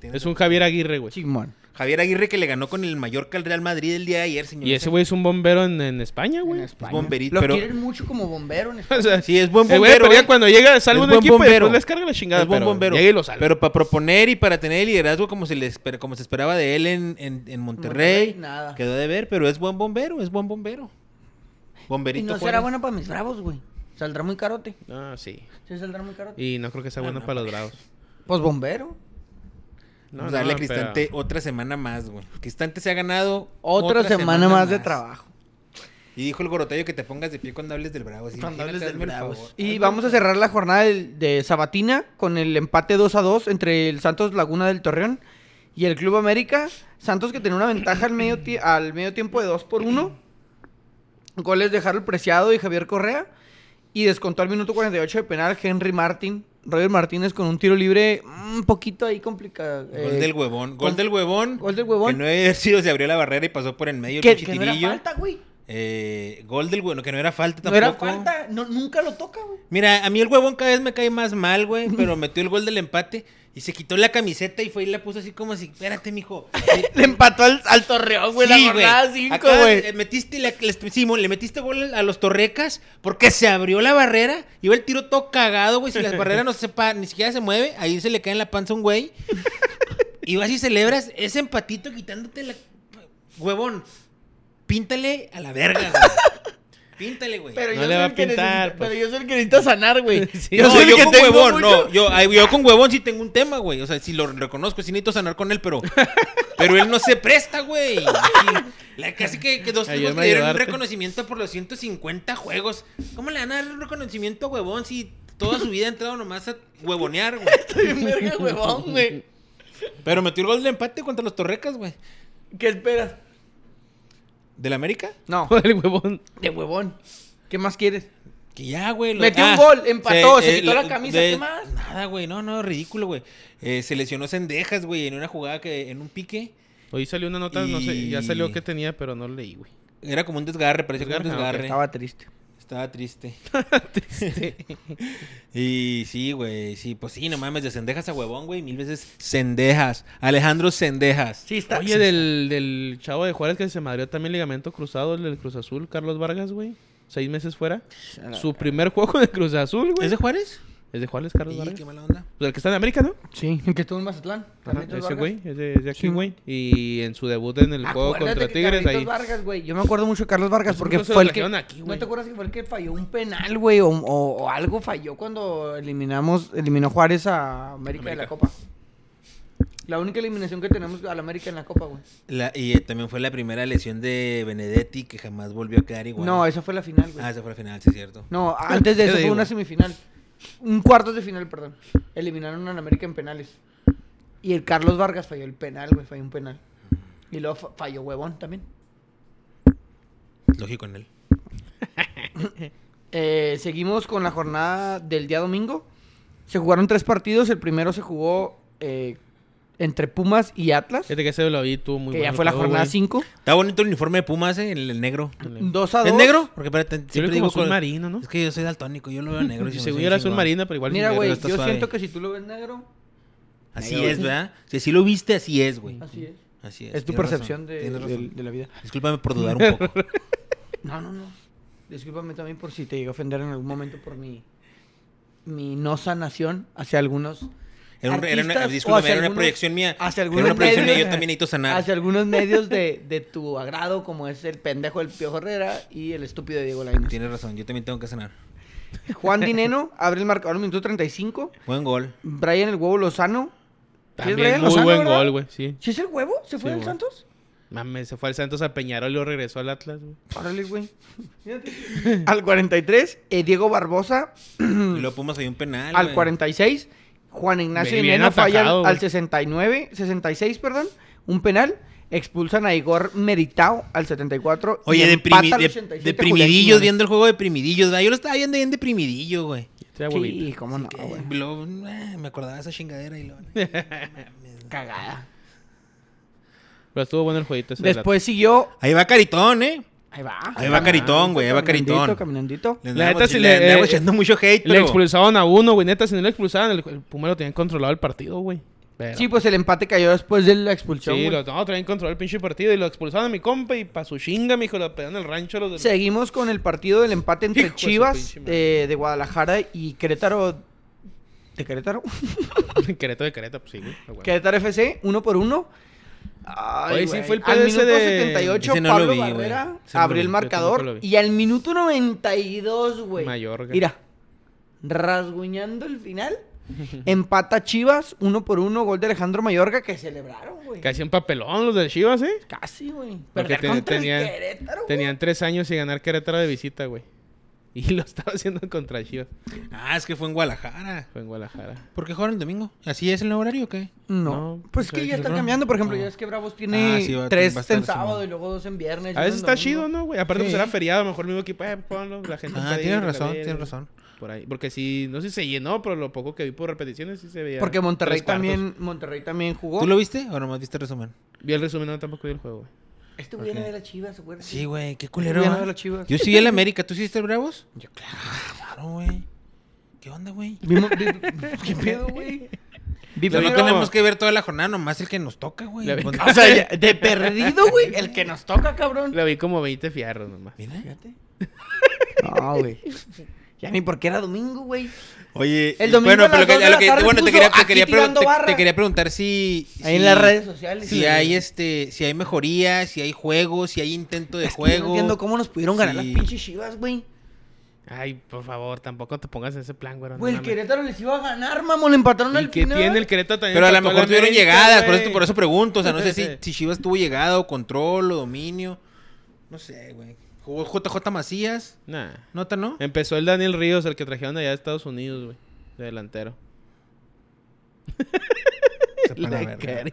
A: Es un Javier Aguirre, güey.
C: Simón.
B: Javier Aguirre que le ganó con el Mallorca al Real Madrid el día de ayer, señor.
A: Y ese güey es un bombero en, en España,
C: En
A: güey.
C: España.
B: bomberito,
C: Lo
B: pero-
C: quieren mucho como bombero en España.
A: O sea,
B: Sí, es buen
A: el
B: bombero.
A: güey de pelea
B: ¿eh?
A: cuando llega, salva
B: Es
A: un
B: buen
A: equipo y
B: bombero.
A: después les carga la chingada.
B: Es buen
A: pero
B: bombero.
A: Llega y lo salva.
B: Pero para proponer y para tener el liderazgo como se, les, pero como se esperaba de él en, en- en Monterrey,
C: Monterrey, nada.
B: quedó de ver, pero es buen bombero, es buen bombero.
C: Y
B: Bomberito.
C: no será
B: Juárez.
C: bueno para mis bravos, güey. Saldrá muy carote.
A: Ah, sí.
C: Sí, saldrá muy carote.
A: Y no creo que sea
B: Ah,
A: bueno para los bravos.
C: Pues bombero.
A: No,
B: Vamos a
A: no,
B: darle a
A: pero-
B: Cristante otra semana más, güey. Cristante se ha ganado
C: Otra, semana, más de trabajo.
B: Y dijo el Gorotello que te pongas de pie cuando hables del Bravo. así,
C: Cuando hables
B: imagínate,
C: del
B: hazme el
C: Bravos.
B: favor.
C: Y vamos a cerrar la jornada del- de, Sabatina con el empate 2 a 2 entre el Santos Laguna del Torreón y el Club América. Santos que tenía una ventaja al medio, tie- al medio tiempo de 2 por 1. Goles de Harold Preciado y Javier Correa. Y descontó al minuto 48 de penal Henry Martin. Roger Martínez con un tiro libre un poquito ahí complicado.
B: Gol del huevón. Gol
C: eh, con-
B: del huevón.
C: gol del huevón.
B: Que no había sido, se abrió la barrera y pasó por en medio
C: Que,
B: el
C: que no era
B: chiquitillo.
C: falta, güey.
B: Eh, gol del huevón, que no era falta
C: No
B: tampoco.
C: era falta. No, nunca lo toca, güey.
B: Mira, a mí el huevón cada vez me cae más mal, güey, pero metió el gol del empate y se quitó la camiseta y fue y la puso así como si, espérate, mijo. Eh,
C: Le empató al, al Torreón, güey.
B: sí,
C: la jornada 5,
B: Acá
C: güey.
B: le metiste, la, le, Simón, le metiste gol a los torrecas porque se abrió la barrera. Iba el tiro todo cagado, güey. Si la barrera no sepa, ni siquiera se mueve, ahí se le cae en la panza a un güey. Y vas y celebras ese empatito quitándote la. Huevón, píntale a la verga, güey. Píntale, güey.
C: Pero
A: No
C: yo
A: le
C: soy
A: va
C: el
A: a
C: que
A: pintar,
C: necesita-
A: pues.
C: Pero yo soy el que necesita sanar, güey.
A: Sí.
B: no,
C: soy el
B: yo
C: que
B: con
C: tengo
B: huevón,
C: mucho-
B: no. Yo, ay, yo con huevón sí tengo un tema, güey. O sea, si lo reconozco, sí necesito sanar con él, pero. Pero él no se presta, güey. Sí. La- Casi que, que dos tribus
A: Ayúdame
B: le
A: a
B: dieron un
A: ayudarte.
B: reconocimiento por los 150 juegos. ¿Cómo le van a dar un reconocimiento a huevón si toda su vida ha entrado nomás a huevonear, güey?
C: Estoy bien verga, huevón, güey.
B: Pero metió el gol de empate contra los Torrecas, güey.
C: ¿Qué esperas?
B: ¿Del América?
C: No,
A: El huevón.
C: de huevón. ¿Qué más quieres?
B: Que ya, güey. lo- ah,
C: Metió un gol, empató, se quitó la
B: lo-
C: camisa, ¿qué más?
B: Nada, güey. No, no, ridículo, güey. Eh, se lesionó Cendejas, güey, en una jugada que. en un pique.
A: Hoy salió una nota, no sé, ya
B: Y-
A: salió que tenía, pero no leí, güey.
B: Era como un desgarre, parecía como un
A: Desgarre, ah, ok.
B: desgarre.
C: Estaba triste.
B: Estaba triste.
A: Este,
B: y sí, güey, sí, pues sí, no mames, de cendejas a huevón, güey, mil veces cendejas. Alejandro Cendejas.
C: Sí, está.
A: Oye, del, del chavo de Juárez que se madrió también ligamento cruzado, el del Cruz Azul, Carlos Vargas, güey. Seis meses fuera. Su primer juego con el Cruz Azul, güey.
B: ¿Es de Juárez?
A: Es de Juárez, Carlos
B: Sí,
A: Vargas.
B: qué mala onda.
A: O sea, el que está en América, ¿no?
C: Sí, el que estuvo en Mazatlán.
A: Ajá,
C: Carlitos
A: ese
C: Vargas.
A: güey, es de, es de aquí,
C: Sí.
A: güey. Y en su debut en el juego
C: Acuérdate
A: contra
C: que
A: Tigres,
C: Carlitos
A: ahí.
C: Vargas, güey. Yo me acuerdo mucho de Carlos Vargas
A: Nosotros
C: porque
A: no se lo
C: fue el que.
A: trajeron aquí,
C: ¿No
A: güey.
C: te acuerdas que fue el que falló un penal, güey? O, o- o algo falló cuando eliminamos, eliminó Juárez a América, de la
B: América.
C: Copa. La única eliminación que tenemos al América en la Copa, güey.
B: La- y eh, también fue la primera lesión de Benedetti que jamás volvió a quedar igual.
C: No, esa fue la final, güey.
B: Ah, esa fue la final, sí, es cierto.
C: No, antes de
A: Te
C: eso fue
A: digo.
C: una semifinal. Un cuartos de final, perdón. Eliminaron al América en penales. Y el Carlos Vargas falló el penal, güey, falló un penal. Y luego fa- falló huevón también.
B: Lógico en él.
C: Eh, seguimos con la jornada del día domingo. Se jugaron tres partidos. El primero se jugó eh, entre Pumas y Atlas.
A: Fíjate este que ese lo vi tú muy
C: que
A: bueno.
C: ya fue la
A: juego,
C: jornada
A: güey.
C: 5.
B: Está bonito el uniforme de Pumas, ¿eh? El, el negro.
C: 2 a 2.
B: ¿Es negro? Porque espérate,
A: Yo
B: siempre
A: lo digo
B: digo
A: azul
B: col-
A: marino, ¿no?
B: Es que yo soy daltónico, yo lo veo negro. y se me
A: según
B: hace
A: yo era
B: bien
A: azul
B: chingón.
A: marina, pero igual.
C: Mira,
A: sin
C: güey,
A: verga.
B: está
C: yo
B: suave.
C: siento que si tú lo ves negro,
B: Así
C: Negro,
B: es,
C: güey.
B: ¿verdad? Si así lo viste, así es, güey.
C: así es.
B: Así es.
C: Es tu
B: tienes
C: percepción
B: razón,
C: de,
B: tienes razón.
C: del- de la vida.
B: Discúlpame por dudar un poco.
C: No, no, no. Discúlpame también por si te llegué a ofender en algún momento por mi, mi no sanación hacia algunos.
B: Era, un- era una,
C: artistas o
B: discúlpame,
C: hacia
B: era una
C: algunos-
B: proyección mía.
C: hacia
B: era
C: algunos
B: una proyección mía,
C: medios.
B: yo también necesito sanar.
C: Hacia algunos medios de, de tu agrado, como es el pendejo del Piojo Herrera y el estúpido de Diego Lainez.
B: Tienes razón, yo también tengo que sanar.
C: Juan Dineno abre el marcador, minuto 35.
B: Buen gol.
C: Brian el huevo Lozano. ¿Sí es
A: También
C: Brian
A: muy
C: Lozano,
A: buen
C: verdad?
A: gol, güey. Sí.
C: ¿Sí es el huevo? ¿Se fue
A: Sí,
C: del
A: güey.
C: Santos?
A: Mames, se fue al Santos a Peñarol y lo regresó al Atlas, güey.
C: Órale, güey. Fíjate. Al 43, eh, Diego Barbosa.
B: Y luego Pumas hay un penal.
C: Mm. al
B: güey.
C: 46. Juan Ignacio
A: Bien
C: Dineno falla al-
A: atajado,
C: al,
A: güey.
C: 69, 66, perdón, un penal. Expulsan a Igor Meritao al 74. y
B: Oye,
C: empata
B: deprimi-
C: al
B: de-
C: 87
B: deprimidillos,
C: Julián
B: viendo el juego de deprimidillos. ¿verdad? Yo lo estaba viendo bien deprimidillo, güey.
A: Trae
C: Quiñones.
A: huevito.
C: Sí, cómo no,
B: Que
C: güey.
B: lo- eh, me acordaba de esa chingadera y lo.
C: Eh. Cagada.
A: Pero estuvo bueno el jueguito ese. del
C: Después siguió.
B: Ahí va Caritón, ¿eh?
C: Ahí va.
B: Ahí va Caritón, güey, ahí va
C: Caminandito,
B: Caritón.
C: Caminandito.
B: Le
A: La
B: andamos-
A: neta sí
B: le
A: le-
B: andamos
A: eh,
B: echando mucho hate,
A: Atlas. Le
B: pero-
A: expulsaban a uno, güey. Neta, si no le expulsaban, el, el Puma lo tenían controlado el partido, güey. Pero-
C: Sí, pues el empate cayó después de la expulsión.
A: Sí,
C: güey.
A: lo, no, traían control el pinche partido y lo expulsaban a mi compa y pa' su chinga, mijo, lo pegan el rancho los del...
C: Seguimos con el partido del empate entre
A: Hijo de su
C: Chivas
A: pinche madre.
C: eh, de Guadalajara y Querétaro. ¿De Querétaro?
A: Querétaro de Querétaro, pues sí, güey. a huevo.
C: Querétaro FC, uno por uno. Ay,
A: Oye, sí,
C: güey.
A: fue el
C: Al
A: PDS
C: minuto
A: de-
C: 78,
B: Ese no
C: Pablo
B: lo vi, güey.
C: Barrera
B: Ese no lo
C: abrió
B: vi.
C: el
A: Yo tampoco
C: marcador.
A: lo vi.
C: Y al minuto 92, güey.
A: Mayorga.
C: Mira, rasguñando el final. Empata Chivas, uno por uno, gol de Alejandro Mayorga que celebraron, güey.
A: Que hacían papelón los del Chivas, ¿eh?
C: Casi, güey.
A: Porque
C: Perder
A: te-
C: contra el
A: tenían-
C: Querétaro, güey.
A: Tenían tres años sin ganar Querétaro de visita, güey. Y lo estaba haciendo contra Chivas.
B: Ah, es que fue en Guadalajara.
A: Fue en Guadalajara.
B: ¿Por qué jugaron el domingo? ¿Así es el horario o qué? Ah,
C: No,
A: No,
C: pues
A: pues
C: que
A: hay
C: ya
A: que
C: está
A: no.
C: cambiando. Por ejemplo,
B: No.
C: ya es que Bravos tiene
B: Ah, sí, va a-
C: tres
B: va a estar
C: en
B: ese
C: sábado y
B: modo.
C: luego dos en viernes. y
A: A
C: uno
A: veces
C: en
A: está
C: domingo.
A: chido, ¿no, güey? Aparte, pues
B: Sí.
A: era feriado, a lo mejor el mismo equipo, eh, ponlo, la gente
B: Ah,
A: puede ir,
B: tienes
A: la
B: razón,
A: verga,
B: tienes
A: güey.
B: razón.
A: Por ahí. Porque sí, no sé si se llenó, pero lo poco que vi por repeticiones sí se veía.
C: Porque Monterrey
A: tres cuartos.
C: también, Monterrey también jugó.
B: ¿Tú lo viste o nomás viste el resumen?
A: Vi el resumen, no, tampoco vi el juego, güey.
C: Este
B: ¿Por
C: viene
B: qué?
C: de las chivas, güey.
B: Sí, güey, qué culero.
C: Yo no
B: ¿ah?
C: veo las Chivas.
B: Yo sí vi el América, ¿tú sí viste el Bravos?
C: Yo, claro.
B: Claro, güey. ¿Qué onda, güey?
C: Vimos- vi- ¿Qué pedo, güey?
B: O sea, no
A: primero-
B: tenemos que ver toda la jornada, nomás el que nos toca, güey.
A: La vi-
B: Pues-
C: O sea, ya- de perdido, güey. El que nos toca, cabrón.
A: Lo vi como 20 fierros nomás.
B: Mira.
C: No, güey. Ya ni porque era domingo, güey.
B: Oye,
C: El domingo a las
B: que-
C: dos de
B: a
C: la tarde
B: bueno, te
C: puso
B: quería, te
C: aquí
B: quería
C: tirando
B: pregun- te-
C: barra.
B: te quería preguntar si,
C: Ahí en
B: si-
C: las redes sociales.
B: si
C: güey.
B: hay este, si hay mejoría, si hay juego, si hay intento de
C: Es que yo
B: juego.
C: No entiendo cómo nos pudieron ganar
B: Sí.
C: las pinches chivas, güey.
A: Ay, por favor, tampoco te pongas en ese plan, güey. no
C: Güey, el
A: mames.
C: Querétaro les iba a ganar, mamón. Le empataron
A: ¿Y
C: al
A: qué
C: final.
A: tiene el Querétaro también?
B: Pero a lo
A: empató
B: mejor
A: la
B: tuvieron
A: América,
B: llegadas, por
A: güey.
B: eso, por eso pregunto. O sea, no sé si, si Chivas tuvo llegada o control o dominio. No sé, güey. Jugó JJ Macías.
A: Nah.
B: Nota, ¿no?
A: Empezó el Daniel Ríos, el que trajeron de allá de Estados Unidos, güey. De delantero.
B: Sepan la verga.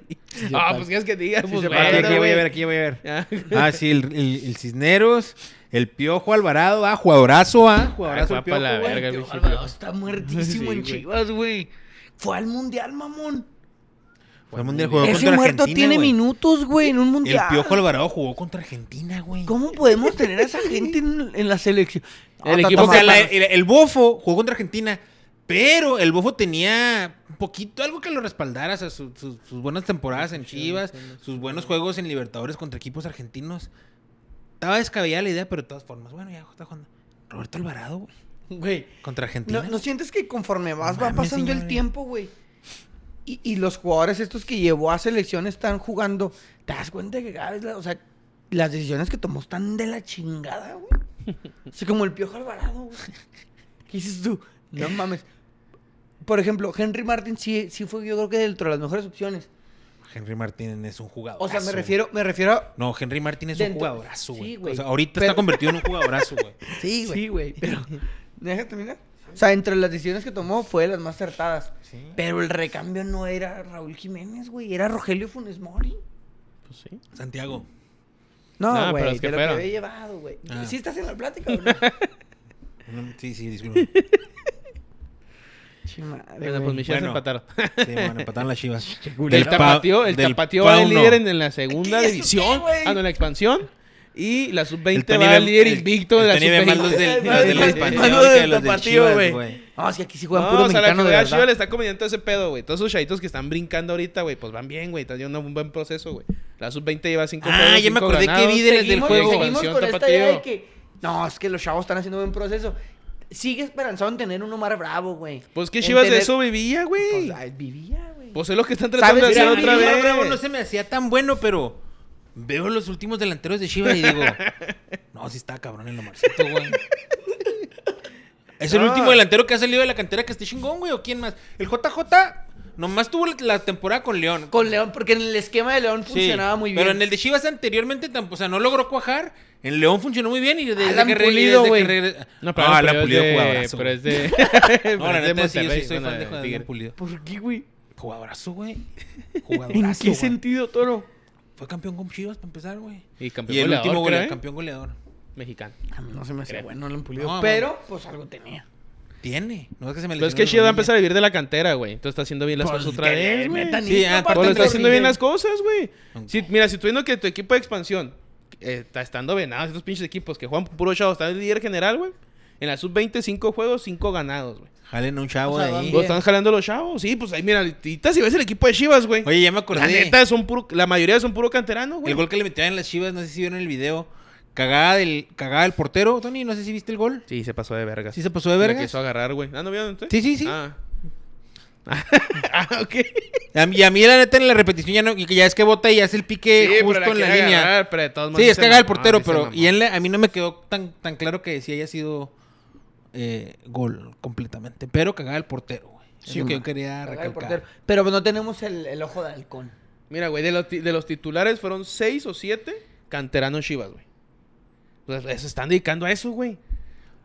A: Ah, pues quieres que te digas, pues,
B: Sí, sepan la
A: bueno,
B: verga. Aquí voy a
A: güey.
B: ver, aquí voy a ver.
A: Ah,
B: Ah, sí, el, el- el Cisneros, el Piojo Alvarado, ah, jugadorazo, ah, jugadorazo
A: Ay,
B: el
A: guapa la
B: Piojo, güey.
A: verga,
C: Tío
A: bicho,
C: Alvarado
A: tío.
C: está muertísimo
A: Sí,
C: en
A: güey.
C: Chivas, güey. Fue al mundial, mamón.
B: Fue al mundial, jugó
C: Ese
B: contra
C: muerto
B: Argentina,
C: tiene
B: güey.
C: minutos, güey, en un
B: El
C: mundial.
B: Piojo Alvarado jugó contra Argentina, güey.
C: ¿Cómo podemos tener a esa gente en, en la selección?
A: El
C: No,
A: equipo
B: O
C: Tata
B: sea, la-
C: Martino.
B: el, el Bofo jugó contra Argentina, pero el Bofo tenía un poquito algo que lo respaldara, o sea, su- su- sus buenas temporadas en Chivas, sus buenos juegos en Libertadores contra equipos argentinos. Estaba descabellada la idea, pero de todas formas, bueno, ya está jugando. Roberto Alvarado, güey,
C: Güey,
B: contra Argentina.
C: ¿no, no sientes que conforme vas,
B: No
C: va
B: mames,
C: pasando el
B: señores.
C: tiempo, güey? Y, y los jugadores estos que llevó a selección están jugando. ¿Te das cuenta que cada vez, la- o sea, las decisiones que tomó están de la chingada, güey? O sea, como el Piojo Alvarado, güey. ¿Qué dices tú? No mames. Por ejemplo, Henry Martin sí, sí fue, yo creo que dentro de las mejores opciones.
B: Henry Martínez es un jugador.
C: O sea, me refiero, me refiero a...
B: No, Henry Martín es
C: Dentro-
B: un jugadorazo,
C: sí,
B: güey.
C: güey.
B: o sea, ahorita
C: Pero-
B: está convertido en un jugadorazo, güey.
C: Sí, güey. Sí, güey, pero... ¿Me dejas terminar? O sea, entre las decisiones que tomó fue de las más acertadas. Pero el recambio no era Raúl Jiménez, güey. Era Rogelio Funes Mori.
A: Pues sí.
B: Santiago.
A: No,
C: No,
A: pero
C: güey.
A: es que
C: de lo que
A: fueron.
C: había llevado, güey.
B: Ah.
C: ¿Sí estás en la plática o no?
B: Mm, Sí, sí, disculpe.
A: Bueno, pues mis chivas
B: Bueno.
A: empataron.
B: Sí, bueno, empataron las chivas.
A: el tapatío, el
B: del
A: tapatío
B: Pau
A: va de
B: no.
A: líder en la segunda
C: ¿Qué es eso,
A: división.
C: güey?
A: Ah, no, en la expansión. Y la
B: El
A: sub-20
B: Tony
A: va
B: ve-
A: al líder
B: el-
A: invicto de
B: el
A: la
B: Tony ve más los
A: sub-20.
B: del-
C: Ay,
B: los de la
C: ay,
B: expansión
C: ay,
B: que
C: ay,
B: los del
C: tapatío,
B: Chivas,
C: güey.
B: güey.
C: No, si aquí sí juegan
A: No,
C: puro
A: o sea, la
C: mexicano de
A: ciudad Chivas
C: verdad.
A: le está comiendo todo ese pedo, güey. Todos sus chavitos que están brincando ahorita, güey, pues van bien, güey. Están llevando un buen proceso, güey. La sub-20 lleva 5
B: Ah, ya me acordé que vi del, del
A: Seguimos-
B: juego.
A: seguimos-
B: güey.
A: Expansión, tapatío.
C: que... No, es que los chavos están haciendo buen proceso. Sigue esperanzado en tener un Omar Bravo, güey.
A: Pues que
C: En
A: Chivas de
C: tener-
A: eso vivía, güey.
C: Pues, ay, vivía, güey.
A: Pues es lo que están tratando de
C: ¿Sabes?
A: hacer otra
C: Mira,
B: Mira, a mí Omar Bravo
A: vez.
B: no se me hacía tan bueno, pero veo los últimos delanteros de Chivas y digo, no, si está cabrón el Omarcito, güey. Es el
A: No.
B: último delantero que ha salido de la cantera que esté chingón, güey, o quién más. El JJ nomás tuvo la- la temporada con León.
C: Con León, porque en el esquema de León
B: Sí,
C: funcionaba muy bien.
B: Pero en el de Chivas anteriormente tampoco, o sea, no logró cuajar. En León funcionó muy bien y
A: Ah,
B: desde
C: Alan
B: que re-
C: Pulido,
B: y desde que
C: güey.
B: regre-
A: No,
B: Ah,
A: pero
B: Alan
A: es
B: Pulido
A: de-
B: jugadorazo.
A: Pero
B: güey.
A: es de.
B: No, la
A: pero es
B: neta sí, yo sí
A: Monterrey,
B: soy
A: bueno,
B: fan de Alan
A: Tigre.
B: Pulido.
C: ¿Por qué, güey?
B: Jugadorazo, güey.
C: ¿En
B: Jugadorazo.
C: qué
B: güey.
C: sentido, Toro?
B: Fue campeón con Chivas para empezar, güey.
A: Y campeón
B: Y el
A: goleador,
B: último
A: creo,
B: goleador,
A: ¿eh?
B: campeón goleador.
A: Mexicano.
C: A mí Ah, no se me hace
A: Creo.
C: bueno, lo han pulido.
B: No,
C: pero, pues algo tenía.
B: Tiene. No es que se me
A: Pero es
B: lesionó
A: que Chivas va a
B: la rodilla.
A: empezar a vivir de la cantera, güey. Entonces está haciendo bien las
C: Pues,
A: cosas otra
C: que le
A: vez, güey.
C: metan
B: Sí,
C: hito,
B: aparte
A: Pues
C: vato,
A: lo está
C: le
A: haciendo bien
C: sigue.
A: las cosas, güey.
B: Ok.
A: Si, mira, si tú viendo que tu equipo de expansión eh, está estando venado, estos pinches equipos que juegan puro chavo, está el líder general, güey. En la sub-20, 5 juegos, 5 ganados, güey.
B: Jalen a un chavo
C: O sea,
B: de
C: van
B: ahí.
A: ¿Lo
C: bien.
A: están jalando los chavos? Sí, pues ahí, mira, ahorita si ves el equipo de Chivas, güey.
B: Oye, ya me acordé.
A: La neta, son puro, la mayoría son puro canteranos, güey.
B: El gol que le metieron en las Chivas, no sé si vieron el video. Cagada del, cagada del portero, Tony. No sé si viste el gol.
A: Sí, se pasó de verga.
B: Sí se pasó de verga.
A: quiso agarrar, güey. Ah, ¿no vieron usted?
B: Sí, sí, sí.
A: Ah. ah, ok.
B: A mí- Y a mí, la neta, en la repetición ya, no, que ya es que bota y hace el pique justo en la
A: quiere
B: línea.
A: agarrar, pero de todos modos
B: Sí, es
A: se
B: cagada el
A: mamó,
B: portero,
A: sí se
B: pero
A: mamó.
B: y en la- a mí no me quedó tan, tan claro que si haya sido eh, gol completamente. Pero cagada el portero, güey. Es
C: Sí,
B: lo que
C: ma.
B: yo
A: ah,
B: quería
C: Cagada el
B: recalcar.
C: portero. Pero no tenemos el, el ojo de halcón.
A: Mira, güey, de los, ti- de los titulares fueron 6 o 7 canteranos Chivas, güey. Pues se están dedicando a eso, güey.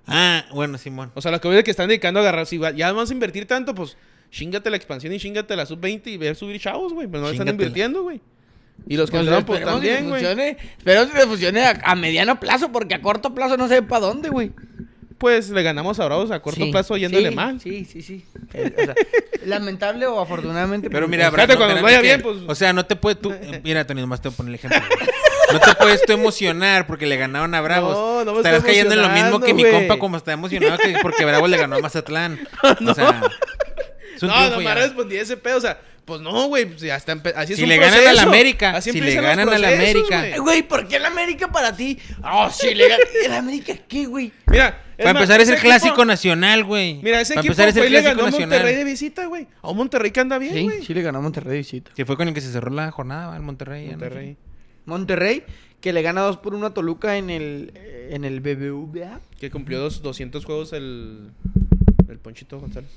B: Ah, bueno, Simón.
A: O sea, lo que veo es que están dedicando a agarrar. Si va- ya vamos a invertir tanto, pues chingate la expansión y chingate la sub-20 y ver subir chavos, güey. Pero no están
B: Chíngatela.
A: invirtiendo, güey. Y los que
C: Pues
A: entraron, pues
C: esperemos que
A: también, güey.
C: funcione, Esperemos que funcione a, a mediano plazo, porque a corto plazo no sé para dónde, güey.
A: Pues le ganamos a Bravos a corto
C: Sí,
A: plazo yéndole
C: sí,
A: mal.
C: Sí, sí, sí. Eh, o sea, lamentable o afortunadamente. pues,
B: Pero mira,
A: Fíjate,
B: Brandon,
A: cuando nos
B: espérate
A: vaya
B: que-
A: bien, pues-
B: O sea, no te puedes tú... eh, Mira, Tony, nomás te voy a poner el ejemplo. güey. No te puedes tú emocionar porque le ganaron a Bravos.
A: No, no me
B: Estarás
A: estoy
B: cayendo en lo mismo que mi
A: emocionando,
B: compa
A: güey.
B: como está emocionado que porque Bravos le ganó a Mazatlán. O sea... es un
A: No,
B: triunfo
A: no me
B: ya.
A: respondí ese pedo. O sea, pues no, güey. pues, ya está empe- Así es
B: Si
A: un
B: le ganan
A: proceso.
B: a la América,
A: Así
B: si le
A: empiezan los
B: ganan a la
A: procesos,
B: América.
A: güey.
C: Ay, Güey, ¿por qué el América para ti? Oh, sí, le gan- ¿El América qué, güey?
A: Mira, es
B: Para
A: más,
B: empezar es
A: ese
B: el
A: equipo-
B: clásico nacional, güey.
A: Mira, ese
B: Para
A: equipo
B: empezar es
A: fue
B: el
A: y le
B: clásico
A: ganó a Monterrey de
B: nacional.
A: visita, güey. A un Monterrey que anda bien,
C: Sí,
A: güey.
C: sí le ganó a Monterrey visita.
B: Que fue con el que se cerró la jornada en Monterrey. ya no sé.
A: Monterrey.
C: Monterrey, que le gana 2 por 1 a Toluca en el, eh, en el BBVA.
A: Que cumplió dos, 200 juegos el, el Ponchito González.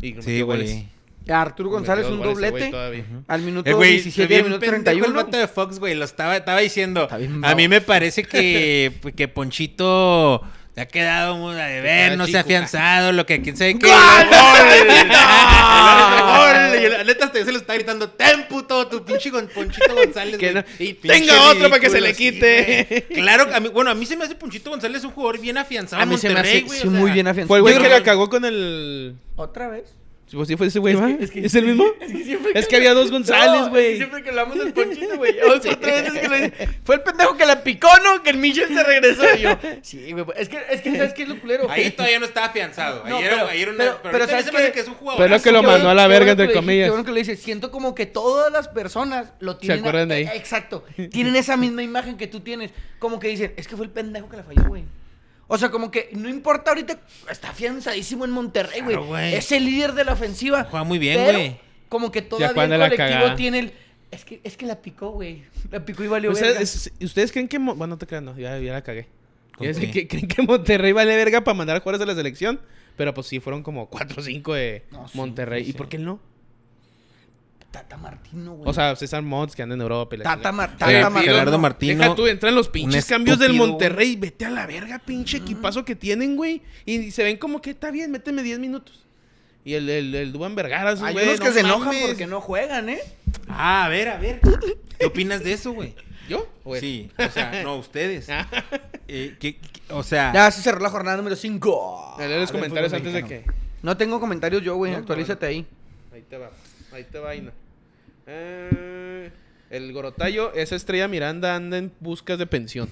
A: Y
B: Sí,
A: metió goles.
B: güey.
C: Arturo González
A: Metió
C: un
A: goles ese güey
C: doblete
A: todavía.
C: al minuto
B: El Eh, güey,
C: 17 y
B: bien
C: al minuto
B: pendejo El
C: 31.
B: vato de Fox, güey, lo estaba, estaba diciendo.
C: Está bien
B: a mí
C: bravo.
B: me parece que, pues, que Ponchito se ha quedado muy a deber,
A: Estaba
B: no se ha
A: chico.
B: afianzado, lo que quién sabe qué.
A: ¡Gol!
B: ¡Gol! ¡Gol! Y el atleta hasta ya se lo está gritando, ten puto, tu pinche con Ponchito González.
A: Que
B: güey".
A: no-
B: Y
A: tenga
B: pinche
A: otro para que se
B: ridículo,
A: le quite.
B: sí, güey. claro, a mí, bueno, a mí se me hace Ponchito González un jugador bien afianzado.
C: A mí se me hace
B: Monterrey, güey,
C: sí,
B: o sea,
C: muy bien afianzado.
A: Fue el güey
B: Yo
A: que
B: creo-
A: la cagó con el...
C: ¿Otra vez?
A: Pues sí, fue ese güey, ¿va?
C: es que-
A: ¿Es el mismo?
C: Es que, siempre
A: Es que había dos González,
C: No,
A: güey.
C: Siempre que hablamos del Ponchito, güey. ya vas otra vez, es que le- Fue el pendejo que la picó, ¿no? Que el Michel se regresó y yo. Sí, güey. pues, Es que, es que ¿sabes qué es lo culero?
B: Ahí todavía no estaba afianzado.
C: No,
B: Ahí era,
C: pero-
B: ahí era una-
C: pero- pero
B: ahorita
C: ¿sabes
B: se me hace
C: qué?
B: que es un jugador.
A: Pero es que lo
C: Qué bueno-
A: mandó a la
C: qué
A: verga,
C: bueno que
A: entre
C: lo dijiste,
A: comillas.
C: Qué bueno que lo dices. Siento como que todas las personas lo tienen.
A: acuerdan de ahí.
C: eh, Exacto. Tienen esa misma imagen que tú tienes. Como que dicen, es que fue el pendejo que la falló, güey. O sea, como que no importa ahorita, está afianzadísimo en Monterrey, güey.
B: Claro, güey.
C: es el líder de la ofensiva.
B: Juega muy bien,
C: Pero
B: güey.
C: Como que todavía
A: cuando
C: el
A: la
C: colectivo
A: cagada.
C: tiene el. Es que, es que la picó, güey. La picó y valió
A: O sea,
C: verga.
A: Pues es- ¿Ustedes creen que... Mo- Bueno, no te crean, no. Ya, ya la cagué.
B: ¿Con
A: Es
B: qué?
A: que- ¿Creen que Monterrey vale verga para mandar a jugadores a la selección? Pero pues sí, fueron como 4 o 5 de
C: No, sí,
A: Monterrey.
B: sí,
A: ¿Y
B: sí.
A: por qué no?
C: Tata Martino, güey.
A: O sea, César Mons que anda en Europa. y la
C: Tata,
A: chingada. Eh,
C: Mar-
B: Oye,
C: Tata Martino.
B: Gerardo
C: no.
B: Martino.
A: Deja tú, entran los pinches cambios del
B: estúpido, güey.
A: Monterrey. Vete a la verga, pinche equipazo que tienen, güey. Y se ven como que está bien, méteme 10 minutos. Y el, el, el Duan Vergara,
C: Hay
A: güey,
C: unos que
A: no
C: se enojan
A: mames.
C: porque no juegan, ¿eh?
B: Ah, a ver, a ver. ¿Qué opinas de eso, güey?
A: ¿Yo? ¿O él?
B: Sí, o sea, no, ustedes.
A: Ah.
B: Eh, ¿qué- qué- o sea,
C: Ya se cerró la jornada número 5.
A: Ah, Leo los comentarios antes de que.
C: No tengo comentarios yo, güey.
A: No,
C: Actualízate ahí.
A: Ahí te va. Ahí te va, Ina. Eh, el Gorotayo, esa estrella Miranda anda en buscas de pensión.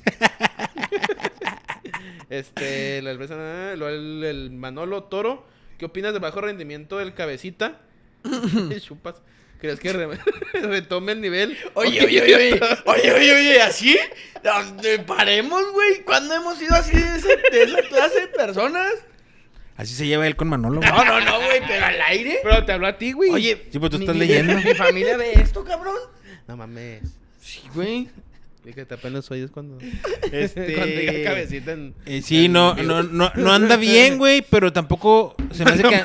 A: este, la cerveza, eh, lo- el, el Manolo Toro, ¿qué opinas de bajo rendimiento del cabecita? Chupas. ¿Crees que re- retome el nivel?
C: Oye,
A: Ok,
C: oye, oye, oye, oye, oye, oye, ¿así? Eh, Paremos, güey. ¿Cuándo hemos sido así de, ese- de esa clase de personas?
B: Así se lleva él con Manolo, güey.
C: No, no, no, güey, pero al aire.
A: Pero te habló a ti, güey.
C: Oye,
B: Sí, pues tú
C: mi-
B: estás
C: mi-
B: leyendo.
C: Mi familia ve esto, cabrón.
A: No mames.
C: Sí, güey.
A: Fíjate, apenas oyes cuando.
B: Este-
A: cuando diga cabecita en.
B: Eh, sí,
A: en
B: no,
A: vivo.
B: no, no, no anda bien, güey, pero tampoco se me hace que...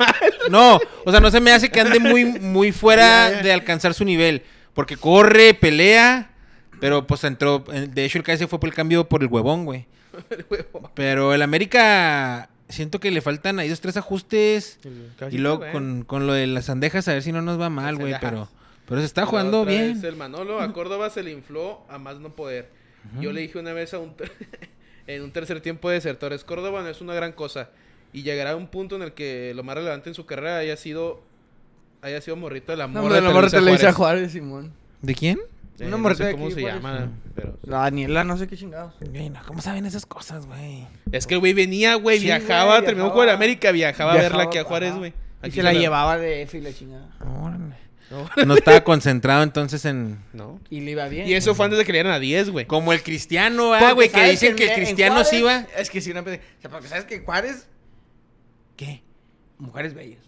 B: No, o sea, no se me hace que ande muy, muy
A: Ya,
B: fuera
A: ya.
B: de alcanzar su nivel. Porque corre, pelea, pero pues entró... eh, De hecho, el KS fue por el cambio por el huevón, güey. Pero el América, siento que le faltan ahí dos, tres ajustes.
A: El
B: Y
A: cabecita,
B: luego
A: güey.
B: con, con lo de las sandejas, a ver si no nos va mal,
A: Las
B: güey, pero...
A: cendejas.
B: Pero se está
A: La
B: jugando
A: otra
B: bien.
A: vez, el Manolo a Córdoba se le infló a más no poder. Yo le dije una vez a un ter- en un tercer tiempo de desertores, Córdoba no es una gran cosa. Y llegará un punto en el que lo más relevante en su carrera haya sido haya sido morrito de la
C: No,
A: morra
C: hombre, la morra te le dice
A: Televisa
C: a
A: Juárez.
C: Juárez, Simón.
B: ¿De quién?
A: Sí,
C: Una
A: no
C: morrita
A: sé
C: de
A: cómo
C: aquí,
A: se
C: Juárez.
A: llama, pero
C: La Daniela, no sé qué chingados.
B: Güey, no, ¿Cómo saben esas cosas, güey?
A: es que el güey venía, güey,
C: Sí, güey,
A: viajaba, terminó
C: viajaba.
A: un juego de América, viajaba, a verla
C: Viajaba,
A: aquí a Juárez,
C: ajá.
A: güey.
C: Y
A: Aquí
C: se la llevaba de F y la chingada.
B: Órale.
A: No.
B: No estaba concentrado entonces en...
A: No.
C: Y le iba bien.
A: Y eso fue antes de que le dieran a 10, güey.
B: Como el cristiano, ah,
C: Porque
B: güey, que
C: sabes
B: dicen que el
C: en- en
B: cristiano sí va.
C: Juárez- Es que sí, una pende- o sea, porque sabes que en Juárez,
B: ¿Qué?
C: mujeres bellas.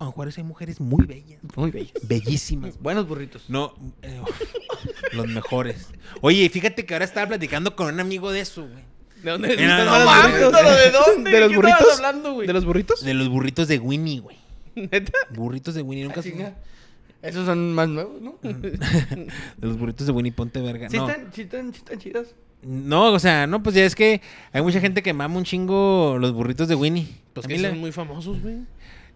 B: En Juárez hay mujeres muy bellas.
C: Muy bellas.
B: Bellísimas.
C: Buenos burritos.
B: No, eh, uf, los mejores. Oye, fíjate que ahora estaba platicando con un amigo de eso, güey.
A: ¿De dónde?
B: Mira,
A: están
B: no
A: los
B: mames,
A: burritos?
C: ¿no? ¿De dónde?
A: ¿De los
C: ¿Qué estabas
A: burritos?
C: hablando, güey?
A: ¿De los burritos?
B: De los burritos de Winnie, güey.
A: ¿Neta?
B: Burritos de Winnie, nunca
C: Ah,
B: se...
C: chinga.
B: De
C: Esos son más nuevos, ¿no?
B: los burritos de Winnie, ponte verga.
C: Sí,
B: No.
C: están, sí, están, sí están chidas.
B: no, o sea, no, pues ya es que hay mucha gente que mama un chingo los burritos de Winnie.
A: Pues
B: A
A: que
B: mí la-
A: son muy famosos, güey.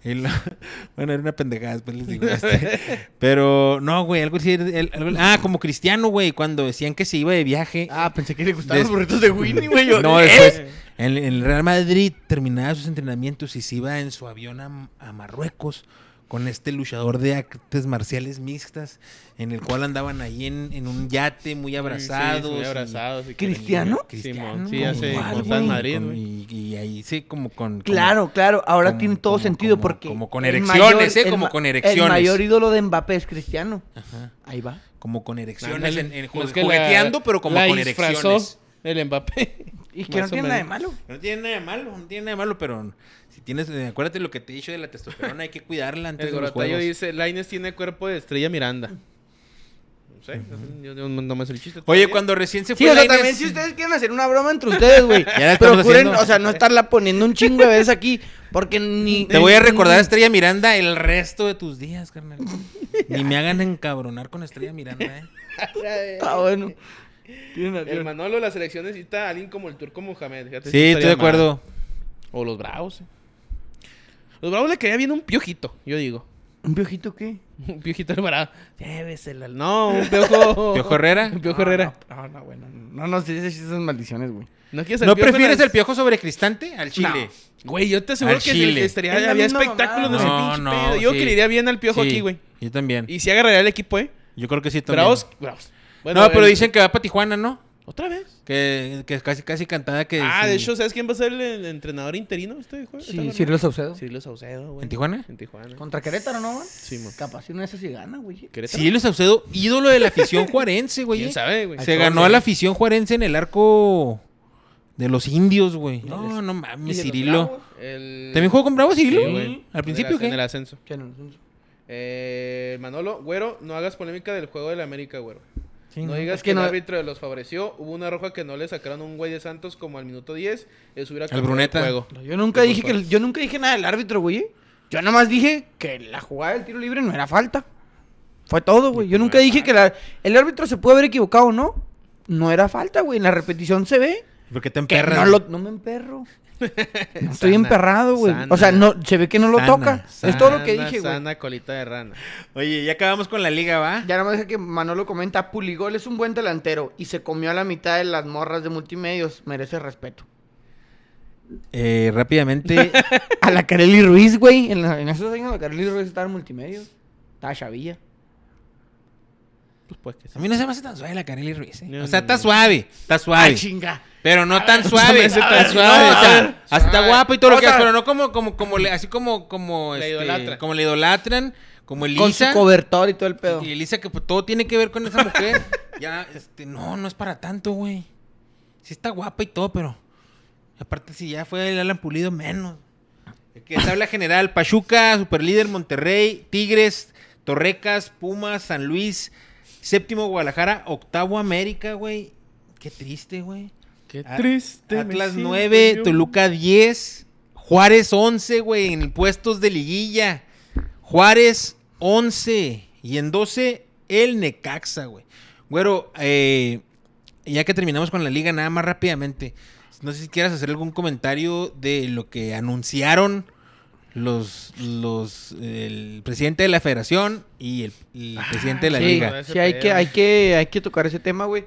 B: Y lo- bueno, era una pendejada, después les digo. este. Pero no, güey, algo así. el- algo- Ah, como cristiano, güey, cuando decían que se iba de viaje.
C: Ah, pensé que le gustaban
B: Des-
C: los burritos de Winnie, güey. yo,
B: No,
C: ¿qué?
B: después. En, en el Real Madrid terminaba sus entrenamientos y se iba en su avión a, a Marruecos con este luchador de artes marciales mixtas, en el cual andaban ahí en, en un yate muy abrazados.
A: Sí, sí, muy
B: y-
A: abrazados. y que-
C: ¿Cristiano?
B: Cristiano,
A: Simón, sí, hace
B: igual,
A: como
B: güey,
A: está en Madrid,
B: con-
A: güey.
B: y, y ahí sí, como con. como-
C: Claro, claro. Ahora
B: Como-
C: tiene todo
B: como-
C: sentido
B: como-
C: porque...
B: como con
C: el
B: erecciones, ¿eh?
C: el
B: Como
C: ma-
B: con erecciones.
C: El mayor ídolo de Mbappé es Cristiano.
B: Ajá.
C: Ahí va.
B: como con erecciones,
A: Ándale.
B: en, en ju-
A: Es que la-
B: jugueteando, pero como
A: la
B: con
A: disfrazó
B: erecciones.
A: El Mbappé.
C: Y que no
A: Más o
C: tiene nada de
A: menos.
C: malo.
B: No tiene nada de malo, no tiene nada de malo, pero si tienes, eh, acuérdate lo que te he dicho de la testosterona, hay que cuidarla antes
A: El
B: de los
A: Gorotayo
B: juegos.
A: dice, Laines tiene cuerpo de estrella Miranda. No sé, yo, yo no me sé el chiste.
B: Oye,
A: todavía.
B: cuando recién se
C: Sí,
B: fue
C: o sea,
B: Lainez-
C: también si ustedes quieren hacer una broma entre ustedes, güey.
B: Ya la estamos
C: Procuren,
B: haciendo.
C: o sea, no estarla poniendo un chingo de veces aquí. Porque ni.
B: Te voy a
C: ni-
B: recordar a Estrella Miranda el resto de tus días, carnal. Ni me hagan encabronar con Estrella Miranda, eh.
C: Ah, bueno. Tienen
A: El
C: razón.
A: Manolo, la selección necesita a alguien como el turco Mohamed. fíjate, eso
B: Sí, estoy de
A: estaría mal.
B: acuerdo.
A: O los bravos. eh. Los bravos le caía bien un piojito, yo digo.
C: ¿Un piojito qué?
A: Un piojito alvarado. Llévesela. No, un piojo.
B: ¿Piojo Herrera?
A: Un piojo Herrera.
C: No, no, no, bueno. No nos dices esas maldiciones, güey.
A: ¿No, quieres al
B: ¿No
A: Piojo en
B: prefieres
A: la-
B: el piojo sobre cristante al chile?
A: Güey, yo te aseguro
B: Al
A: que
B: Chile.
A: si estaría,
C: Es la
A: había
C: misma
A: espectáculos no, sé,
B: mamada.
A: pinche
B: No,
A: pedo.
B: no,
A: Yo
B: sí.
A: que le iría bien al piojo
B: Sí,
A: aquí, güey.
B: Yo también.
A: Y si agarraría el equipo, ¿eh?
B: Yo creo que sí también.
A: Bravos, bravos.
B: no, pero
A: el-
B: dicen que va para Tijuana, ¿no?
A: ¿Otra vez?
B: Que, que casi, casi cantada que.
A: Ah, de
B: sí.
A: hecho, ¿sabes quién va a ser el, el entrenador interino este juego?
C: Sí, Cirilo Saucedo.
A: Cirilo Saucedo, güey.
B: ¿En Tijuana?
A: En Tijuana.
C: Contra Querétaro, ¿no? güey?
A: Sí, mo.
C: Capaz si una de esas sí gana, güey.
A: ¿Querétaro?
B: Sí, Luis Saucedo, ídolo de la afición juarense, güey.
A: ¿Quién
B: eh.
A: sabe, Pues, güey?
B: Se ganó a la afición juarense en el arco de los indios, güey. No, no
C: Y
B: mames,
C: de los
B: Cirilo.
C: Bravos.
A: El...
B: ¿También jugó con Bravo Cirilo?
A: Sí, güey.
B: ¿Al
A: En
B: principio
A: el- En el
B: qué?
A: ascenso.
C: Sí, no, no, no.
A: Eh, Manolo, güero, no hagas polémica del juego de la América, güero.
B: Sí,
A: No
B: no.
A: digas
C: Es que
A: que,
C: no-
A: el árbitro los favoreció. Hubo una roja que no le sacaron a un güey de Santos como al minuto 10. Eso hubiera cambiado
B: Bruneta.
A: el juego.
C: No, Yo nunca
A: Te
C: dije que
A: culpa.
C: el- yo nunca dije nada del árbitro, güey. ¿eh? Yo nomás dije que la jugada del tiro libre no era falta. Fue todo, güey. Yo nunca dije que la- el árbitro se puede haber equivocado, ¿no? No era falta, güey. En la repetición se ve.
B: ¿Por qué te
C: que
B: emperras?
C: no, lo- no me emperro. No estoy
A: Sana,
C: emperrado, güey. O sea,
A: sana.
C: no, se ve que no lo
B: Sana,
C: toca. es todo lo que dije, güey.
A: Sana colita de rana.
B: Oye, ya acabamos con la liga, ¿va?
C: Ya nada más deja que Manolo comenta, Puligol es un buen delantero y se comió a la mitad de las morras de multimedios, merece respeto.
B: Eh, rápidamente,
C: A la Kareli Ruiz, güey. En, la- en esos años la Kareli Ruiz estaba en multimedia. Estaba chavilla.
A: Pues, pues que
B: a
A: sí.
B: mí no se me hace tan suave la Carely Ruiz. ¿eh?
A: No,
B: o sea,
A: no,
B: está
A: no.
B: suave, está
C: ¡Ay,
B: suave.
C: Ah, chinga!
B: Pero no tan
A: no
B: suave,
A: me hace
B: tan
A: tan
B: suave, o sea,
A: suave.
B: hasta
A: Suave.
B: guapo y todo lo
A: O
B: que quieras,
A: sea,
B: pero no como, como, como le- así como, como,
A: La
B: este,
A: idolatran.
B: como le idolatran, como
C: Con su
B: Elisa.
C: cobertor y todo el pedo.
B: Y Elisa, que pues, todo tiene que ver con esa mujer. ya, este, no, no es para tanto, güey. Sí está guapa y todo, pero. Aparte, si ya fue el Alan Pulido, menos. Que tabla general, Pachuca, Superlíder, Monterrey, Tigres, Torrecas, Pumas, San Luis, séptimo Guadalajara, octavo América, güey. Qué triste, güey.
A: Qué
B: A-
A: triste. me
B: Ah, Atlas
A: siento
B: 9,
A: yo.
B: Toluca 10, Juárez 11, güey, en puestos de liguilla. Juárez 11 y en 12 el Necaxa, güey. Güero, eh, ya que terminamos con la liga, nada más rápidamente. No sé si quieras hacer algún comentario de lo que anunciaron los, los el presidente de la federación y el, el
A: Ah,
B: presidente de la
C: sí,
B: liga.
A: güey.
C: sí, hay que, hay, que, hay que tocar ese tema, güey.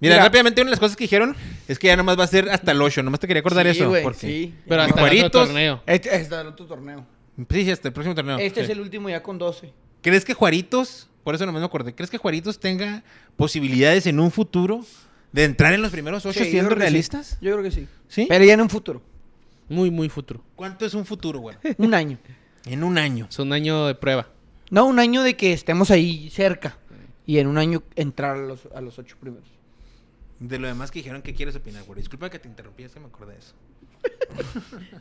B: Mira,
C: Mira.
B: rápidamente una de las cosas que dijeron es que ya nomás va a ser hasta el 8. Nomás te quería acordar
C: Sí,
B: eso.
C: güey,
B: porque...
C: sí.
A: Pero hasta el otro
B: Juaritos.
A: torneo.
C: Este es el otro torneo.
B: Sí, sí, hasta el próximo torneo.
C: este es
B: Sí.
C: el último ya con 12.
B: ¿Crees que Juaritos, por eso nomás me acordé, ¿crees que Juaritos tenga posibilidades en un futuro de entrar en los primeros ocho
C: Sí, yo
B: siendo
C: creo que sí.
B: realistas?
C: Yo creo que sí.
B: ¿Sí?
C: Pero ya en un futuro.
A: Muy, muy futuro.
B: ¿Cuánto es un futuro, güey?
C: Un año.
B: En un año.
A: Es un año de prueba.
C: No, un año de que estemos ahí cerca. Y en un año entrar a los, a los ocho primeros.
B: De lo demás que dijeron, ¿qué quieres opinar, güey? Disculpa que te interrumpí, es que me acordé de eso.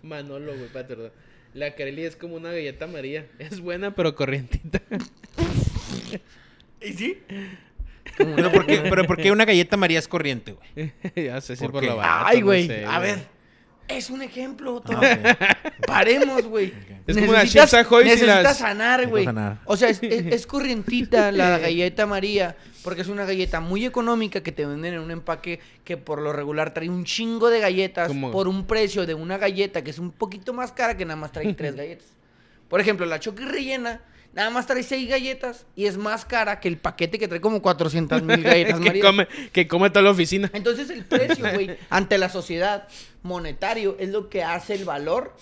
A: Manolo, güey, pa' tardar. La Carely es como una galleta María. Es buena, pero corrientita.
C: ¿Y sí?
B: Pero ¿por qué, pero ¿por qué una galleta María es corriente, güey?
C: Este
A: ya sé si
B: ¿Por
A: por,
B: qué?
A: lo barato,
C: Ay,
A: no
C: güey.
A: sé,
C: a
A: güey.
C: ver. Es un ejemplo,
B: Ah,
C: Tony.
B: ok.
C: Paremos, güey.
A: Es como las
C: Necesitas-
A: Chips Ahoy si
C: Necesitas
A: las-
C: sanar,
B: Necesito
C: güey.
B: sanar.
C: O sea, es, es- es corrientita la galleta María, porque es una galleta muy económica que te venden en un empaque que por lo regular trae un chingo de galletas
A: ¿Cómo?
C: por un precio de una galleta que es un poquito más cara que nada más trae tres galletas. Por ejemplo, la Choki rellena nada más trae seis galletas y es más cara que el paquete que trae como 400 mil galletas
A: que,
C: María.
A: come, que come toda la oficina.
C: Entonces el precio, güey, ante la sociedad monetario es lo que hace el valor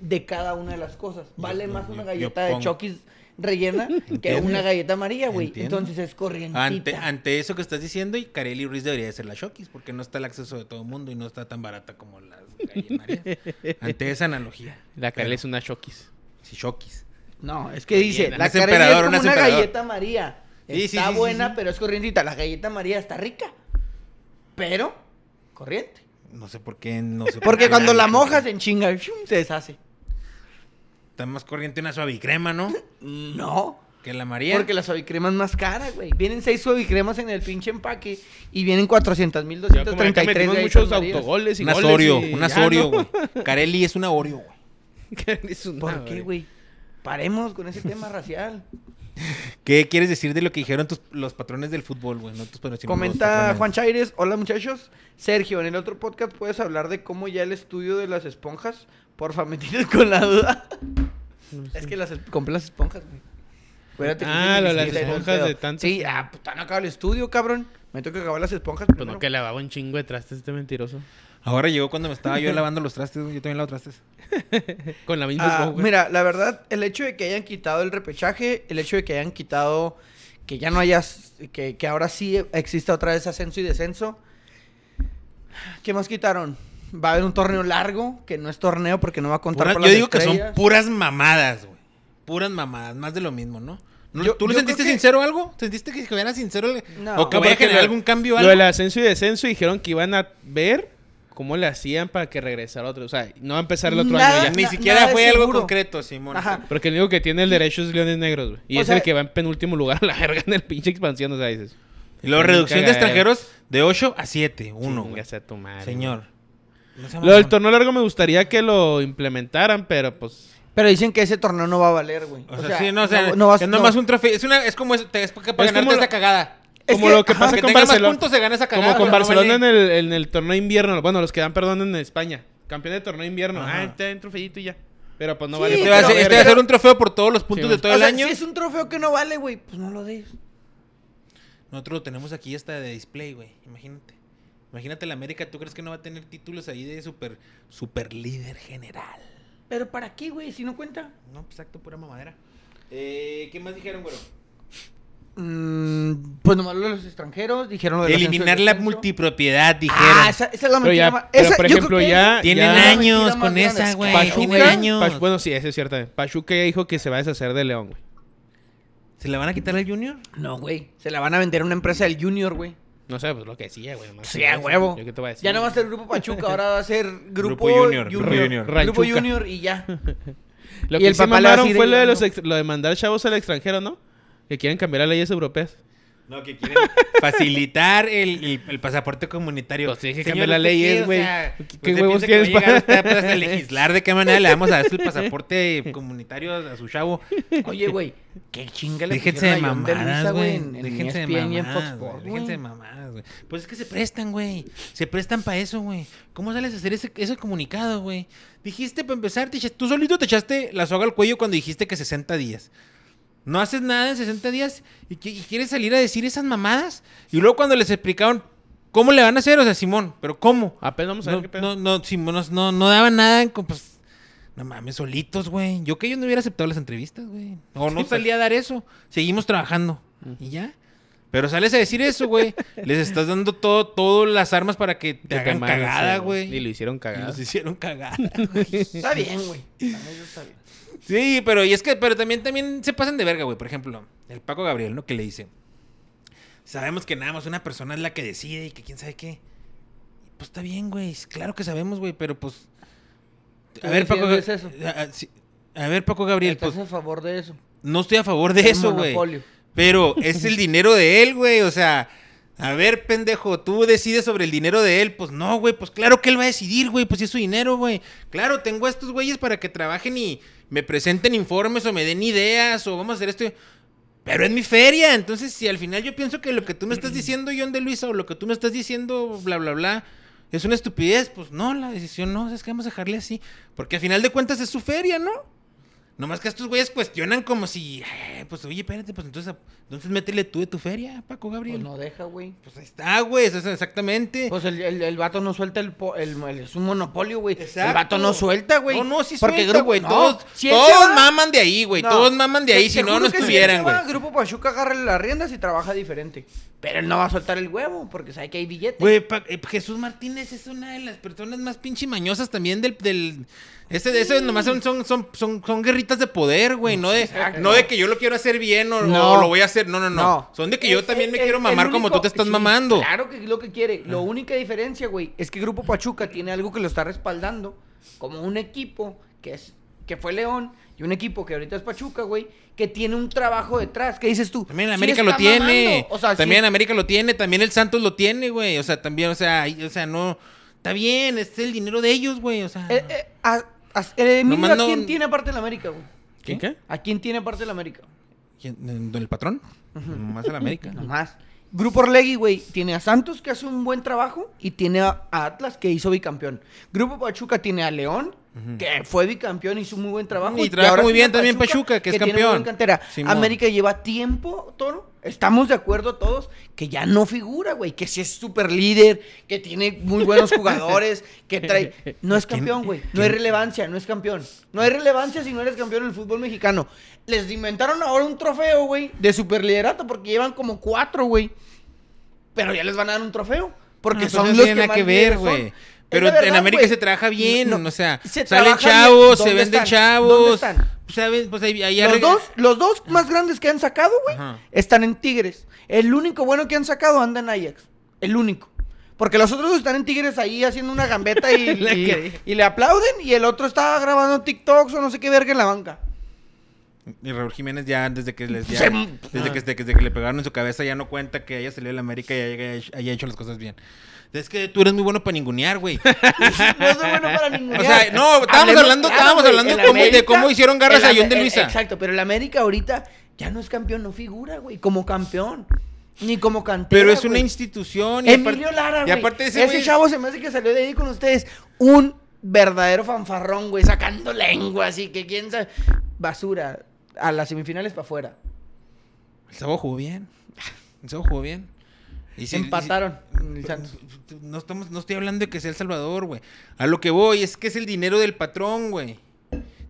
C: de cada una de las cosas. Vale
B: Yo-
C: más
B: yo-
C: una
B: yo
C: galleta de
B: pongo-
C: choquis rellena que
B: Entiendo.
C: una galleta amarilla, güey.
B: Entiendo.
C: Entonces es corrientita.
B: Ante, ante eso que estás diciendo, y Kareli Ruiz debería de ser la Shokis, porque no está el acceso de todo el mundo y no está tan barata como las galletas María. Ante esa analogía.
A: La Carely
B: Pero-
A: es una choquis.
B: Sí, Shokis.
C: No, es que dice,
A: Rellena.
C: la
B: Un
C: Kareli es
B: emperador,
C: como
B: un
C: una
B: emperador.
C: galleta amarilla.
B: Sí, sí,
C: Está
B: sí, sí,
C: buena,
B: sí.
C: pero es corrientita. La galleta amarilla está rica, pero corriente.
B: No sé por qué, no sé por
C: Porque
B: qué
C: cuando la
B: gente
C: mojas en chinga, ¡shum! se deshace.
B: Está más corriente una suavicrema, ¿no?
C: No.
B: Que la María.
C: Porque la suavicrema es más cara, güey. Vienen seis suavicremas en el pinche empaque y vienen 400 mil
A: Ya como acá
C: 233
A: metimos
C: galletas
A: muchos
C: Marías.
A: autogoles y
B: Una
A: goles
B: Oreo,
A: y-
B: una
A: ya,
B: Oreo,
A: ¿no?
B: güey. Carelli es una Oreo, güey.
A: Carely es una
C: ¿Por qué, güey? Paremos con ese tema racial.
B: ¿Qué quieres decir de lo que dijeron tus, los patrones del fútbol, güey? No tus patrones, sino los
C: Comenta
B: patrones.
C: Juan Chaires, hola muchachos. Sergio, en el otro podcast puedes hablar de cómo ya el estudio de las esponjas. Porfa, me tienes con la duda. es que las es- compré las esponjas, güey. Acuérdate que
A: Ah,
C: sí,
A: lo de
C: sí,
A: las
C: sí, sí,
A: esponjas
C: pedo.
A: de tantos-
C: Sí, ah, puta, no acabo el estudio, cabrón. Me tengo que acabar las esponjas.
A: Pues no,
C: primero.
A: que lavaba un chingo de trastes este mentiroso.
B: Ahora llegó cuando me estaba yo lavando los trastes, güey. Yo también lavo trastes.
A: Con la misma
C: Ah,
A: esponja.
C: mira, la verdad, el hecho de que hayan quitado el repechaje, el hecho de que hayan quitado, que ya no hayas, que, que ahora sí exista otra vez ascenso y descenso. ¿Qué más quitaron? Va a haber un torneo largo, que no es torneo porque no va a contar
B: Pura-
C: por
B: yo
C: las
B: digo que son
C: estrellas.
B: puras mamadas, güey. Puras mamadas, más de lo mismo, ¿no? ¿No-
C: Yo-
B: ¿Tú lo
C: yo
B: sentiste
C: creo que-
B: sincero algo? ¿Sentiste que era sincero? el-
C: No.
B: ¿O que
A: No,
B: vaya a
A: porque
B: generar
A: lo-
B: algún cambio
A: Lo
B: algo?
A: del ascenso y descenso dijeron que iban a ver cómo le hacían para que regresara otro. O sea, no va a empezar el otro
C: Nada-
A: año ya.
B: Ni
C: na-
B: siquiera
C: nada es
B: fue algo
C: seguro.
B: concreto, Simón.
C: Ajá.
A: Porque el único que tiene el derecho es Leones Negros, güey. Y
C: O
A: es
C: sea-
A: el que va en penúltimo lugar a la verga en el pinche expansión, o sea, dices.
B: Y luego
A: Nunca
B: reducción de
A: gané.
B: extranjeros de 8 a 7. Uno, güey.
A: Chinga sea tu madre,
B: Señor. No sea
A: güey. Lo del
B: mamón.
A: torneo largo me gustaría que lo implementaran, pero pues.
C: Pero dicen que ese torneo no va a valer, güey.
B: O sea, sí, no, o sea,
C: no vas-
B: es
C: no-
B: nomás un trofeo. Es, una, es como es, te- es para
A: como
B: ganarte
A: lo-
B: esa cagada.
C: Es
A: Como
C: que-
A: lo que
C: ajá.
A: pasa
B: que
A: con
B: tenga
A: Barcelona.
B: más puntos se gana esa cagada.
A: Como con
B: pero no
A: Barcelona en
B: vale.
A: el, en el torneo invierno. Bueno, los que van, perdón, en España. Campeón de torneo invierno.
B: Ajá.
A: Ah, te dan trofeito y ya. Pero pues no
C: Sí,
A: vale.
B: Este
A: porque
B: va a
A: no
B: ser,
A: vale
B: este va a
A: verga.
B: ser un trofeo por todos los puntos
A: Sí,
B: de
A: güey.
B: todo
C: o
B: el
C: sea,
B: año.
C: si es un trofeo que no vale, güey, pues no lo des.
B: Nosotros lo tenemos aquí hasta de display, güey. Imagínate. Imagínate la América, ¿tú crees que no va a tener títulos ahí de super, super líder general?
C: Pero ¿para qué, güey? Si no cuenta.
B: No, pues acto pura mamadera. Eh, ¿Qué más dijeron, güey?
C: Mm, pues nomás lo de los extranjeros, dijeron lo de
B: Eliminar la multipropiedad, dijeron.
C: Ah, esa, esa es la
A: Pero
C: mentira
A: ya-
C: más-
A: pero,
C: esa-
A: por
C: yo creo
A: ejemplo,
C: que
A: ya-
B: Tienen
A: ya-
B: años
C: Mentira
B: con
C: más
B: esa,
C: grande.
B: güey. Tienen
A: Pachuca,
B: años.
A: Pach- bueno, sí, eso es cierto. eh. Pachuca ya dijo que se va a deshacer de León, güey.
B: ¿Se la van a quitar al Junior?
C: No, güey. Se la van a vender a una empresa del Junior, güey.
A: No sé, pues lo que decía, güey. nomás.
C: Sí, a huevo.
A: Yo qué te voy a decir.
C: Ya no va a ser Grupo Pachuca, ahora va a ser Grupo,
B: Grupo Junior,
C: Junior.
B: Grupo Junior.
C: Grupo
A: Ranchuca.
C: Junior y ya.
A: Lo
C: Y
A: que
C: el
A: sí
C: papá le va a
A: mamaron
C: seguir
A: fue lo de, los
C: ayudando.
A: ex- lo de mandar chavos al extranjero, ¿no? Que quieren cambiar las leyes europeas.
B: No, que quieren facilitar el, el- el pasaporte comunitario.
A: Pues tiene que cambiar
B: Señor,
A: las
B: ¿usted qué?
A: leyes,
B: O
A: güey.
B: sea,
A: ¿Qué-
B: ¿usted
A: qué
B: piensa
A: huevos
B: que
A: tienes
B: va a llegar
A: para-
B: usted pues, a- a legislar de qué manera le vamos a dar el pasaporte comunitario a su chavo?
C: Oye, güey. Qué chinga le
B: Déjense de
C: pusieron a John de Luisa,
B: mamadas,
C: güey,
B: güey.
C: en- E en
B: Déjense de
C: ESPN y en Fox
B: mamadas, güey.
C: Sports,
B: Déjense de
C: güey.
B: mamadas, güey. Pues es que se prestan, güey. Se prestan para eso, güey. ¿Cómo sales a hacer ese, ese comunicado, güey? Dijiste para empezar, te echaste- tú solito te echaste la soga al cuello cuando dijiste que 60 días. No haces nada en 60 días y, qui- y quieres salir a decir esas mamadas. Y luego cuando les explicaron cómo le van a hacer, o sea, Simón, pero ¿cómo?
A: Apenas vamos a ver
B: No,
A: qué pedo.
B: no, no, Simón, no, no, no daban nada, en co- pues, no mames, solitos, güey. Yo que yo no hubiera aceptado las entrevistas, güey. O no
A: pues.
B: salía a dar eso. Seguimos trabajando. Y ya. Pero sales a decir eso, güey. Les estás dando todo, todas las armas para que te
A: Que
B: hagan
A: mamaron,
B: cagada,
A: sí,
B: güey.
A: Y lo hicieron
B: Y
A: cagada.
B: los hicieron cagada.
C: Está bien, güey. La neta está bien.
B: Sí, pero y es que, pero también, también se pasan de verga, güey. Por ejemplo, el Paco Gabriel, ¿no? Que le dice. Sabemos que nada más una persona es la que decide y que quién sabe qué. Pues está bien, güey. Claro que sabemos, güey, pero pues. A
C: Estoy
B: ver, Paco.
C: diciendo es eso.
B: Ga- a- a- sí. A ver, Paco Gabriel,
C: ¿Estás
B: pues
C: a favor de eso?
B: no estoy a favor de
C: El
B: eso, güey.
C: monopolio. Pues
B: Pero es el dinero de él, güey. O sea, a ver, pendejo, tú decides sobre el dinero de él. Pues no, güey. Pues claro que él va a decidir, güey. Pues si es su dinero, güey. Claro, tengo a estos güeyes para que trabajen y me presenten informes o me den ideas o vamos a hacer esto. Pero es mi feria. Entonces, si al final yo pienso que lo que tú me estás diciendo, John de Luisa, o lo que tú me estás diciendo, bla, bla, bla, es una estupidez, pues no, la decisión no. Es que vamos a dejarle así. Porque al final de cuentas es su feria, ¿no? Nomás que estos güeyes cuestionan como si, "Eh, pues oye, espérate, pues entonces, entonces métele tú de tu feria, Paco Gabriel.
C: Pues
B: Pues,
C: no deja, güey.
B: ahí está, güey, eso es exactamente.
C: Pues el, el, el vato no suelta el, po- el, el- Es un monopolio, güey.
B: Exacto.
C: El vato no suelta, güey.
B: No, no, sí
C: Porque
B: suelta,
C: grupo-
B: güey.
C: no,
B: todos
C: si él se
B: todos
C: va-
B: maman de ahí, güey.
C: No.
B: Todos maman de
C: Te-
B: ahí,
C: te
B: si no,
C: juro
B: no
C: que si él
B: estuvieran,
C: se
B: güey.
C: va, Grupo Pachuca agarra las riendas y trabaja diferente. Pero él no va a soltar el huevo porque sabe que hay billetes.
B: Güey, pa- eh, Jesús Martínez es una de las personas más pinche mañosas también del... del ese, de ese nomás son, son, son, son, son guerritas de poder, güey. No de,
C: Exacto.
B: no de que yo lo quiero hacer bien o,
C: No.
B: o lo voy a hacer. No, no, no,
C: No.
B: Son de que yo
C: El-
B: también me
C: el-
B: quiero
C: el
B: mamar como tú
C: único-
B: te estás
C: sí,
B: mamando.
C: Claro que es lo que quiere. La única diferencia, güey, es que Grupo Pachuca tiene algo que lo está respaldando. Como un equipo que es que fue León y un equipo que ahorita es Pachuca, güey, que tiene un trabajo detrás. ¿Qué dices tú? Sí
B: También en América lo
C: está
B: tiene.
C: mamando. O sea, sí
B: también en América lo tiene. También el Santos lo tiene, güey. O sea, también, o sea, ahí- o sea, no. Está bien, es el dinero de ellos, güey. O sea.
C: Eh, eh, a, a- eh, mínimo,
B: Nomás
C: ¿a
B: no-
C: quién tiene aparte la América, güey?
A: ¿Qué? ¿Qué?
C: ¿A quién tiene aparte la América?
B: ¿Quién? ¿El patrón? Más el América.
C: Nomás. Grupo Orlegui, güey, tiene a Santos que hace un buen trabajo y tiene a a Atlas que hizo bicampeón. Grupo Pachuca tiene a León que fue bicampeón, hizo un muy buen trabajo.
B: Y trabaja
C: ahora
B: muy
C: tiene
B: bien
C: a
B: también Pachuca, que es
C: tiene muy
B: campeón.
C: buena cantera.
B: Simón.
C: América lleva tiempo, Toro. Estamos de acuerdo todos que ya no figura, güey, que sí es súper líder, que tiene muy buenos jugadores, que trae... No es campeón, güey. No hay relevancia, no es campeón. No hay relevancia si no eres campeón en el fútbol mexicano. Les inventaron ahora un trofeo, güey, de superliderato porque llevan como cuatro, güey. Pero ya les van a dar un trofeo. Porque
B: No, pues
C: son
B: no
C: los
B: tiene
C: Ah, que
B: nada
C: más
B: que ver,
C: líderes son.
B: güey.
C: Es
B: Pero
C: la
B: en
C: verdad,
B: América
C: güey.
B: se trabaja bien,
C: No,
B: o sea,
C: se
B: salen
C: trabaja bien.
B: chavos, se
C: ¿Dónde están?
B: venden
C: ¿Dónde
B: chavos.
C: están?
B: ¿Saben? Pues ahí, ahí
C: Los
B: arregla-
C: dos, los dos más grandes que han sacado, güey,
B: Ajá.
C: están en Tigres. El único bueno que han sacado anda en Ajax. El único. Porque los otros están en Tigres ahí haciendo una gambeta y,
A: La
C: y-
A: que-
C: y le aplauden y el otro está grabando TikToks o no sé qué verga en la banca.
B: Y Raúl Jiménez ya, desde que les ya-
C: Se-
B: desde, que, desde que- desde que le pegaron en su cabeza, ya no cuenta que haya salido de la América y haya, haya hecho las cosas bien. Es que tú eres muy bueno para ningunear, güey.
C: No soy bueno para ningún
B: O sea, no, estábamos hablando- estábamos hablando cómo- de cómo hicieron garras a John de Luisa.
C: Exacto, pero el América ahorita ya no es campeón, no figura, güey, como campeón. Ni como cantera.
B: Pero es una
C: güey.
B: institución. y
C: Emilio
B: aparte-
C: Lara,
B: Y
C: güey.
B: aparte ese,
C: ese
B: güey es-
C: chavo se me hace que salió de ahí con ustedes un verdadero fanfarrón, güey, sacando lengua, así que quién sabe. Basura. A las semifinales para afuera.
B: El sábado jugó bien. El sábado jugó bien. Y si-
C: Empataron. en el Santos.
B: No, estamos, no estoy hablando de que sea El Salvador, güey. A lo que voy es que es el dinero del patrón, güey.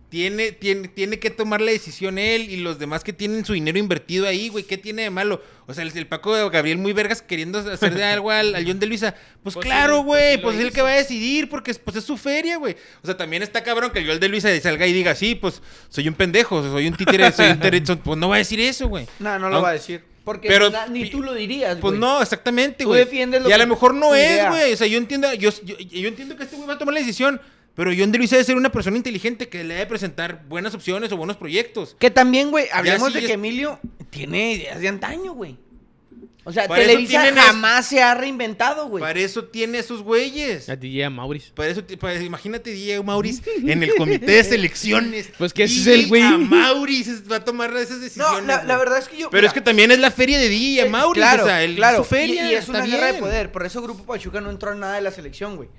B: Tiene, tiene, tiene que tomar la decisión él y los demás que tienen su dinero invertido ahí, güey. ¿Qué tiene de malo? O sea, el, el Paco de Gabriel muy vergas queriendo hacer de algo al, al John de Luisa. Pues,
A: Pues
B: claro,
A: sí, pues sí lo
B: güey. Pues, es el
A: hizo.
B: que va a decidir porque es- pues, es su feria, güey. O sea, también está cabrón que el John de Luisa salga y diga, sí, pues soy un pendejo, soy un títere, soy un títere. Pues no va a decir eso, güey.
C: No, no
B: Aun-
C: lo va a decir. Porque
B: Pero-
C: na- ni tú lo dirías,
B: Pues
C: güey.
B: no, exactamente,
C: Tú
B: güey.
C: defiendes lo
B: Y a
C: que-
B: lo mejor no
C: tu
B: es,
C: idea.
B: güey. O sea, yo entiendo, yo, yo, yo entiendo que este güey va a tomar la decisión. Pero John de Luis debe ser una persona inteligente que le debe presentar buenas opciones o buenos proyectos.
C: Que también, güey, hablemos
B: sí
C: de
B: es-
C: que Emilio tiene ideas de antaño, güey. O sea,
B: Para eso
C: Televisa
B: tienen es-
C: jamás se ha reinventado, güey.
B: Para eso tiene a esos güeyes.
A: A DJ a Maurice.
B: Para eso, ti- para- imagínate Diego Mauriz en el comité de selecciones.
A: Pues, ¿qué es
B: DJ
A: el güey?
B: Amaury se va a tomar esas
C: No,
B: decisiones.
C: la, la
B: güey.
C: verdad es que yo.
B: Pero es que también es la feria de DJ Amaury. o sea, él- su feria.
C: Eh, Y, y es
B: está
C: una guerra de
B: bien.
C: poder. Por eso Grupo Pachuca no entró en nada de la selección, güey.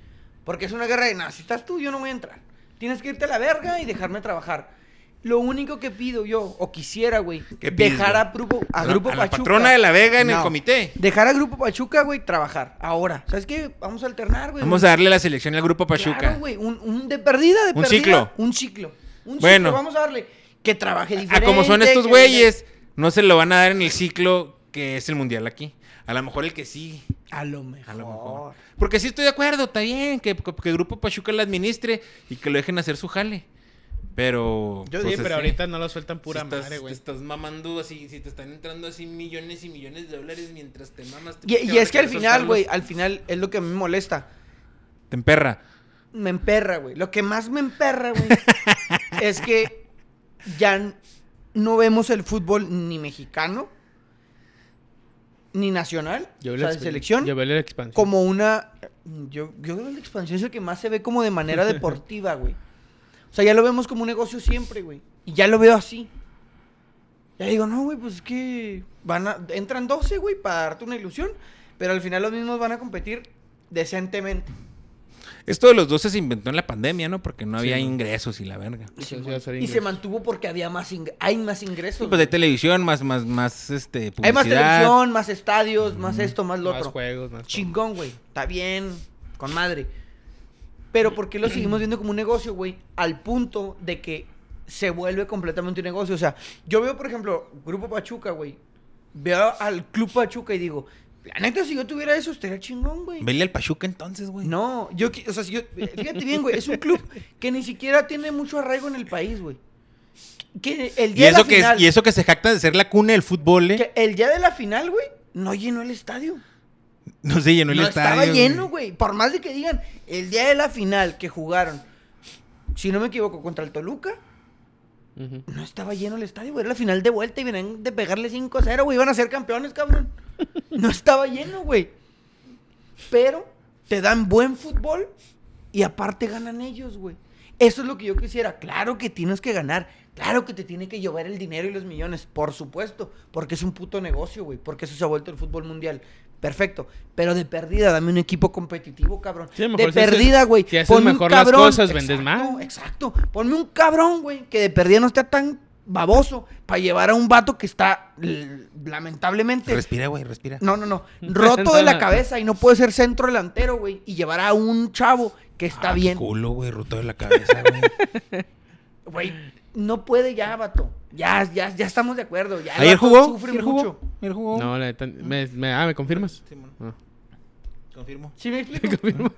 C: Porque es una guerra de, nada, si estás tú, yo no voy a entrar. Tienes que irte a la verga y dejarme trabajar. Lo único que pido yo, o quisiera, güey,
B: ¿Qué pides,
C: dejar
B: güey?
C: a Grupo, a
B: No,
C: Grupo
B: a la
C: Pachuca.
B: patrona de la Vega en el
C: No.
B: comité.
C: Dejar a Grupo Pachuca, güey, trabajar. Ahora. ¿Sabes qué? Vamos a alternar, güey.
B: Vamos a darle la selección al grupo Pachuca.
C: Claro, güey. Un, un de perdida, de
B: Un
C: perdida.
B: ciclo.
C: Un ciclo. Un
B: Bueno.
C: ciclo. Vamos a darle. Que trabaje
B: a
C: diferente.
B: como son estos
C: que-
B: güeyes, no se lo van a dar en el ciclo que es el mundial aquí. A lo mejor el que sigue.
C: A lo mejor.
B: A lo mejor. Porque sí estoy de acuerdo, está bien, que, que el Grupo Pachuca la administre y que lo dejen hacer su jale. Pero.
A: Yo
B: pues,
A: dije, pero
B: así,
A: ahorita no lo sueltan
B: si
A: pura
B: estás-
A: madre, güey.
B: Te estás mamando así, si te están entrando así millones y millones de dólares mientras te mamas. te-
C: Y,
B: te
C: y
B: van a
C: es que al
B: querer
C: final, güey,
B: soltarlos.
C: al final es lo que a mí me molesta.
B: Te emperra.
C: Me emperra, güey. Lo que más me emperra, güey, es que ya n- no vemos el fútbol ni mexicano, ni nacional,
A: Yo
C: o
A: veo
C: sea,
A: la
C: de
A: expan-
C: selección,
A: Yo veo la expansión.
C: como una... Yo, yo creo que la expansión es el que más se ve como de manera deportiva, güey. O sea, ya lo vemos como un negocio siempre, güey. Y ya lo veo así. Ya digo, no, güey, pues es que van a, entran 12, güey, para darte una ilusión, pero al final los mismos van a competir decentemente.
B: Esto de los 12 se inventó en la pandemia, ¿no? Porque no
A: Sí,
B: había
A: ¿no?
B: ingresos y la verga.
A: Sí, sí,
C: Y
A: va a ser
C: se
A: ingresos.
C: mantuvo porque había más ing- hay más ingresos.
B: Sí, pues de
C: güey.
B: televisión, más, más, más, este,
C: hay más
B: publicidad.
C: televisión, más estadios, más esto, más lo
A: Más
C: otro.
A: juegos, más
C: Chingón, güey. Está bien, con madre. Pero ¿por qué lo seguimos viendo como un negocio, güey? Al punto de que se vuelve completamente un negocio. O sea, yo veo, por ejemplo, Grupo Pachuca, güey. Veo al Club Pachuca y digo, la neta, si yo tuviera eso, estaría chingón, güey.
B: Vele al Pachuca entonces, güey.
C: No, yo, qui- o sea, si yo, fíjate bien, güey, es un club que ni siquiera tiene mucho arraigo en el país, güey. Que el
B: Y
C: día
B: eso,
C: de la
B: que,
C: final,
B: y eso que se jacta de ser la cuna del fútbol, ¿eh?
C: que el día de la final, güey, no llenó el estadio.
B: No se llenó
C: No,
B: el estadio.
C: estaba
B: güey.
C: lleno, güey. Por más de que digan, el día de la final que jugaron, si no me equivoco, contra el Toluca,
A: Ujú.
C: no estaba lleno el estadio, güey. Era la final de vuelta y venían de pegarle 5-0, güey. Iban a ser campeones, cabrón. No estaba lleno, güey. Pero te dan buen fútbol y aparte ganan ellos, güey. Eso es lo que yo quisiera. Claro que tienes que ganar. Claro que te tiene que llover el dinero y los millones. Por supuesto. Porque es un puto negocio, güey. Porque eso se ha vuelto el fútbol mundial. Perfecto. Pero de perdida, dame un equipo competitivo, cabrón.
A: Sí, a lo
C: de
A: mejor si haces-
C: perdida, güey.
A: si haces
C: Ponme un
A: mejor las
C: cabrón.
A: cosas, vendes
C: Exacto,
A: más.
C: Exacto. Ponme un cabrón, güey, que de perdida no esté tan baboso para llevar a un vato que está l- lamentablemente
B: Respira, güey, respira.
C: no, no, no, roto
A: No,
C: de la
A: no.
C: cabeza y no puede ser centro delantero, güey, y llevar a un chavo que está
B: Ah, qué
C: bien.
B: culo, güey, roto de la cabeza, güey.
C: Güey, no puede ya, vato. Ya ya ya estamos de acuerdo, ya el
B: Ayer
C: vato
B: jugó.
C: sufre
B: Ayer
C: mucho.
B: jugó. Ayer jugó.
A: No, la neta, ¿Me, me, ah, ¿me confirmas?
B: Simón,
A: Ah.
B: confirmo.
C: ¿Sí me explico?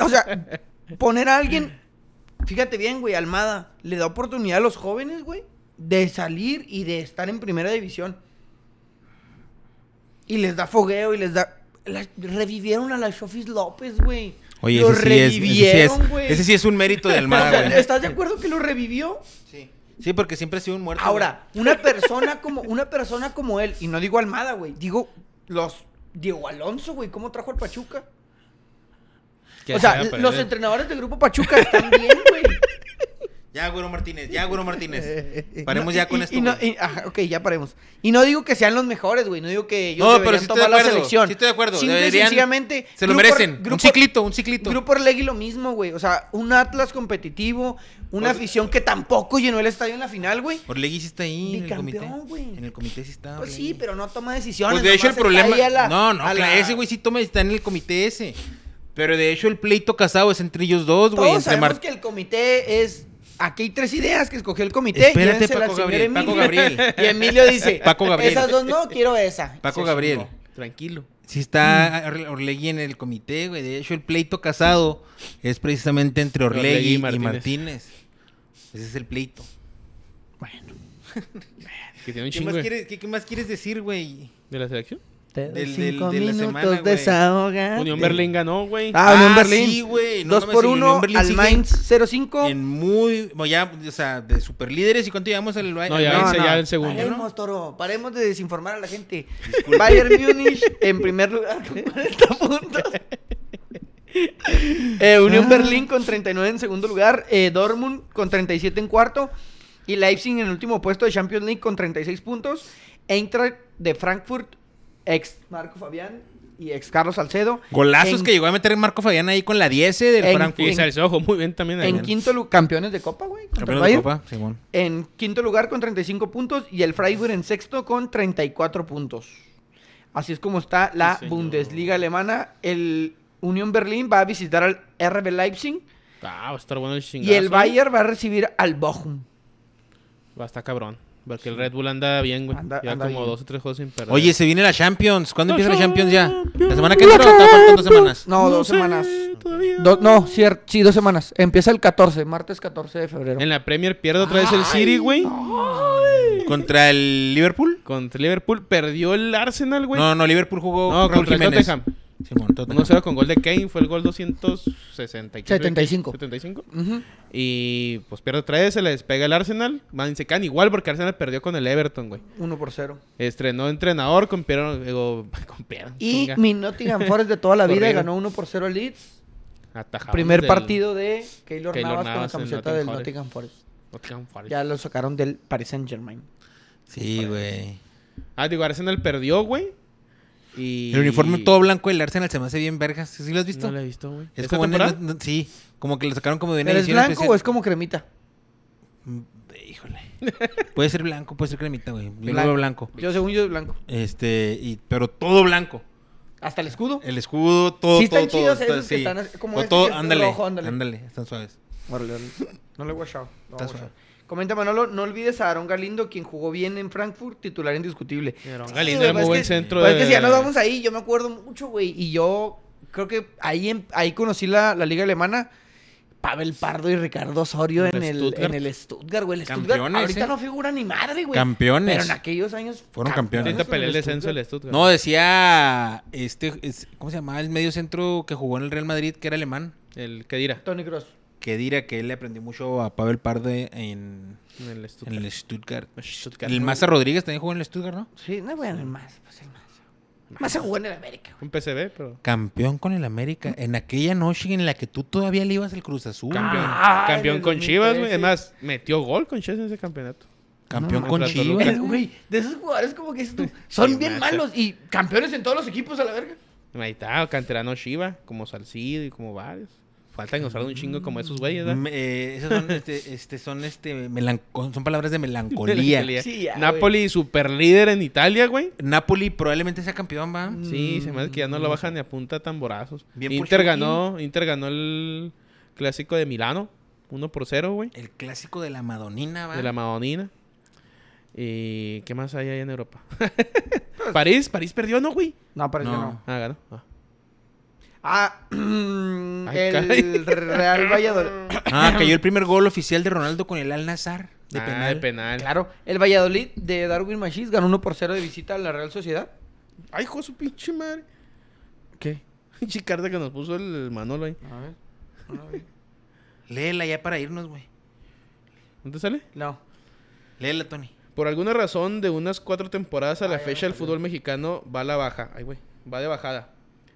C: o sea, poner a alguien, fíjate bien, güey, Almada, le da oportunidad a los jóvenes, güey, de salir y de estar en primera división. Y les da fogueo y les da... la- revivieron a la Chofis López, güey.
B: Oye,
C: Lo
B: ese sí, es, ese, sí es,
C: revivieron, güey.
B: ese sí es un mérito de
C: O sea,
B: Almada, güey.
C: ¿Estás de acuerdo que lo revivió?
B: Sí. Sí, porque siempre ha sido un muerto.
C: Ahora, una persona como una persona como él, y no digo Almada, güey, digo los Diego Alonso, güey, ¿cómo trajo al Pachuca?
A: Que
C: o sea,
A: sea, pero
C: los
A: él-
C: entrenadores del grupo Pachuca están bien, güey.
B: Ya, Güero Martínez, ya, Güero Martínez. Paremos ya con
C: y-
B: esto.
C: y no-
B: güey.
C: y- ajá, ok, ya paremos. Y no digo que sean los mejores, güey. No digo que ellos
B: No, pero
C: deberían
B: sí estoy de
C: tomar la
B: acuerdo,
C: selección.
B: sí estoy de acuerdo,
C: Simple y
B: deberían-
C: sencillamente,
B: Se lo
C: Grupo-
B: merecen.
C: Grupo-
B: un ciclito, un ciclito.
C: Grupo Orlegui lo mismo, güey. O sea, un Atlas competitivo, una
B: Por-
C: afición que tampoco llenó el estadio en la final, güey.
B: Orlegui sí está ahí en el
C: Bicampeón,
B: comité.
C: güey.
B: En el comité sí está.
C: Pues sí,
B: Orlegui.
C: pero no toma decisiones.
B: Ah, Pues de hecho el
C: nomás está ahí
B: problema.
C: a la-
B: no, no,
C: a
B: claro,
C: la-
B: ese güey sí toma, está en el comité ese. Pero de hecho el pleito casado es entre ellos dos, güey.
C: Todos
B: Entre
C: sabemos
B: Mar-
C: que el comité es... Aquí hay tres ideas que escogió el comité.
B: Espérate,
C: Llévensela
B: Paco
C: al señor
B: Gabriel, Paco Gabriel.
C: Y Emilio dice,
B: Paco Gabriel.
C: esas dos no, quiero esa.
B: Paco
A: Se
B: Gabriel.
A: chingó. Tranquilo.
B: Sí está Orle- Orlegui en el comité, güey. De hecho el pleito casado es precisamente entre Orlegui,
A: Orlegui y
B: y, Martínez.
A: Martínez.
B: Ese es el pleito.
C: Bueno.
A: Que tiene un
B: ¿Qué
A: chingo
B: más,
A: de-
B: quieres, qué- qué más quieres decir, güey?
A: de la selección.
C: Te doy
B: Del-
C: cinco
B: del- de la
C: minutos
B: semana, güey.
C: desahogate.
A: Unión Berlín ganó, güey.
C: Ah, Unión Berlín.
B: Sí, güey. No
C: Dos
B: mames,
C: por
B: el
C: uno
B: Unión Berlín
C: al
B: sigue
C: Mainz 05.
B: En muy. bueno, ya, o sea, de superlíderes. ¿Y cuánto llevamos al al
A: No, ya,
B: Mainz?
A: ese ya el segundo.
C: Paremos,
B: ¿no?
C: Toro. Paremos de desinformar a la gente. Bayern Múnich en primer lugar con 40 puntos. Eh, Unión
B: Ah.
C: Berlín con 39 en segundo lugar. eh, Dortmund con 37 en cuarto. Y Leipzig en el último puesto de Champions League con 36 puntos. Eintracht de Frankfurt, ex Marco Fabián y ex Carlos Salcedo.
B: Golazos
C: En-
B: que llegó a meter Marco Fabián ahí con la 10 del
C: En-
B: Frankfurt.
A: Y
C: en-
A: Salcedo jugó muy bien también.
C: En
A: ahí.
C: quinto lugar, campeones de Copa, güey. contra el
B: Campeón de
C: Bayern.
B: Copa, Simón.
C: En quinto lugar con 35 puntos y el Freiburg en sexto con 34 puntos. Así es como está la
A: Sí, señor.
C: Bundesliga alemana. El Unión Berlín va a visitar al RB Leipzig
A: Ah, va a estar bueno el chingazo.
C: y el Bayern va a recibir al Bochum.
A: Va a estar cabrón. Porque el Red Bull anda bien, güey.
C: Anda-
A: Lleva
C: anda
A: como
C: bien.
A: dos o tres juegos sin perder.
B: Oye, se viene la Champions. ¿Cuándo
A: La
B: empieza la Champions ya?
A: Champions.
B: ¿La semana que entra o está faltan dos semanas?
C: No, dos
A: sé
C: semanas.
A: todavía.
C: Do- no, cier- sí, dos semanas. Empieza el 14, martes 14 de febrero.
A: En la Premier pierde otra vez el City, güey.
B: ¿Contra el Liverpool?
A: Contra Liverpool. Perdió el Arsenal, güey.
B: No, no, Liverpool jugó
A: Pues- No,
B: Raúl
A: contra el
B: Jiménez.
A: Tottenham.
B: Simón, Tottenham.
A: 1-0 con gol de Kane. Fue el gol 260. y qué sé yo,
C: 75.
A: 75.
C: Ujú.
A: Y pues pierde otra vez. Se le despega el Arsenal. Man, se caen igual porque Arsenal perdió con el Everton, güey.
C: Uno por cero.
A: Estrenó entrenador con Piero. digo, con Piero.
C: Y
A: chinga.
C: mi Nottingham Forest de toda la vida
A: Corrieron.
C: ganó uno por cero al Leeds.
A: Atajadas
C: Primer
A: del
C: partido de Keylor,
A: Keylor
C: Navas, con la
A: Navas en
C: camiseta
A: Nottingham
C: del
A: Forest.
C: Nottingham Forest.
A: Nottingham Forest.
C: Ya lo sacaron del Paris Saint Germain.
B: Sí, güey.
A: Ah, digo, Arsenal perdió, güey. Y...
B: El uniforme todo blanco del Arsenal se me hace bien vergas. ¿Sí lo has visto?
A: No lo he visto, güey.
B: Es
A: ¿Esta
B: como en el-
A: temporada?
B: no- sí, como que lo sacaron como de una
C: ¿Pero es
B: edición
C: blanco
B: especial.
C: o es como cremita?
B: Mm, Híjole. Puede ser blanco, puede ser cremita, güey. Yo lo
C: Blanco.
B: veo blanco.
C: Yo, según yo, es blanco.
B: Este, y, pero todo blanco.
C: Hasta el escudo.
B: El escudo, todo,
C: Sí
B: todo,
C: están
B: todo,
C: chidos
B: está-
C: esos que
B: sí.
C: están así, como
B: O
C: ese
B: todo,
C: que es
B: ándale,
C: rojo, ándale.
B: ándale, están suaves.
C: Órale, órale. No lo he guachado. lo voy a
B: Está
C: guachar. Comenta Manolo, no olvides a Aaron Galindo, quien jugó bien en Frankfurt, titular indiscutible.
A: Aaron
C: Sí,
A: Galindo
C: güey,
A: era muy
C: pues
A: buen
C: es que-
A: centro
C: pues
A: de-
C: es que si ya nos vamos ahí, yo me acuerdo mucho, güey. Y yo creo que ahí, em- ahí conocí la, la liga alemana. Pavel Pardo y Ricardo Osorio
A: En
C: en
A: el
C: el,
A: Stuttgart.
C: en el Stuttgart, güey. El Stuttgart
B: Campeones,
C: ahorita
B: eh.
C: no figura ni madre, güey.
B: Campeones.
C: Pero en aquellos años...
B: Fueron campeones.
A: Ahorita
C: con
A: peleó el descenso
C: Stuttgart.
A: el Stuttgart.
B: No, decía este, es- ¿cómo se llamaba? El medio centro que jugó en el Real Madrid, que era alemán.
A: El que dirá.
C: Tony Cross.
B: Que dirá que él le aprendió mucho a Pavel Parde en,
A: En el
B: en
A: Stuttgart.
B: el Stuttgart.
A: Stuttgart.
B: El Maza Rodríguez también jugó en el Stuttgart, ¿no?
C: Sí, no, bueno, el más, pues el más. Más se jugó en el América, güey.
A: Un PCB, pero...
B: Campeón con el América. En aquella noche en la que tú todavía le ibas al Cruz Azul. güey.
A: Campeón,
C: Ah, en
A: campeón
C: el
A: con Chivas, güey.
C: 2013.
A: Es más, metió gol con Chivas en ese campeonato.
B: Campeón
A: No,
B: con
A: contra
B: Chivas.
A: Toluca.
C: Pero, güey, de esos jugadores como que es tú, son bien malos y campeones en todos los equipos a la verga.
A: Ahí está, canterano Chiva, como Salcido y como varios. Faltan usar un chingo como esos güeyes, ¿verdad?
B: Mm, eh, esas son, este, este, son, este, melanco- son palabras de melancolía.
C: Sí, ya,
A: Napoli, super líder en Italia, güey.
B: Napoli probablemente sea campeón, va.
A: Sí, se me hace que ya no lo bajan ni a punta tamborazos.
B: Bien por
A: Inter
B: Chucky.
A: ganó, Inter ganó el clásico de Milano, 1 por 0, güey,
B: El clásico de la Madonina, va.
A: de la Madonina. ¿Y qué más hay ahí en Europa? París, París perdió, ¿no, güey?
C: No, parece que no.
B: No.
A: Ah, ganó. Ah.
C: Ah,
A: Ay,
C: el
A: caray.
C: Real Valladolid.
B: Ah, cayó el primer gol oficial de Ronaldo con el Al Nazar de
A: Ah,
B: penal.
A: de penal.
C: Claro, el Valladolid de Darwin Machis ganó 1 por 0 de visita a la Real Sociedad.
A: Ay, hijo de su pinche madre.
C: ¿Qué?
A: Pinche carta que nos puso el, el Manolo ahí.
C: A ver.
B: Léela ya para irnos, güey.
A: ¿No te sale?
C: No.
B: Léela, Tony.
A: Por alguna razón, de unas cuatro temporadas a la
C: Ay, ya me
A: fecha, el
C: salió.
A: fútbol mexicano va a la baja. Ay, güey. Va de bajada.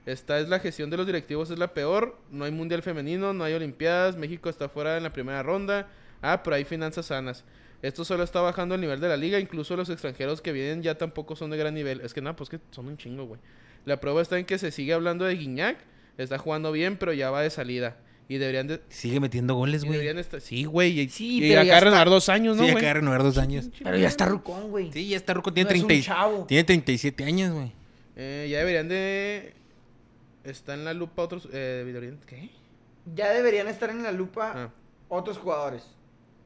A: Esta es la gestión de los directivos, es la peor. No hay mundial femenino, no hay olimpiadas. México está fuera en la primera ronda. Ah, pero hay finanzas sanas. Esto solo está bajando el nivel de la liga. Incluso los extranjeros que vienen ya tampoco son de gran nivel. Es que nada, pues que son un chingo, güey. La prueba está en que se sigue hablando de Guiñac. Está jugando bien, pero ya va de salida. Y deberían de...
B: Sigue metiendo goles,
A: y
B: güey.
A: deberían estar... Sí, güey. Y,
C: Sí,
A: y
C: pero ya
A: acá
C: está-
A: renovar dos años, ¿no,
B: Sí,
A: güey?
B: acaba de renovar dos años.
C: Pero ya está rucón, güey.
B: Sí, ya está ruco. Tiene,
C: No es un
B: 30 y-
C: chavo.
B: tiene 37 años, güey.
A: Eh, ya deberían de... Está en la lupa otros... Eh, deberían- ¿Qué?
C: Ya deberían estar en la lupa
A: Ah.
C: otros jugadores.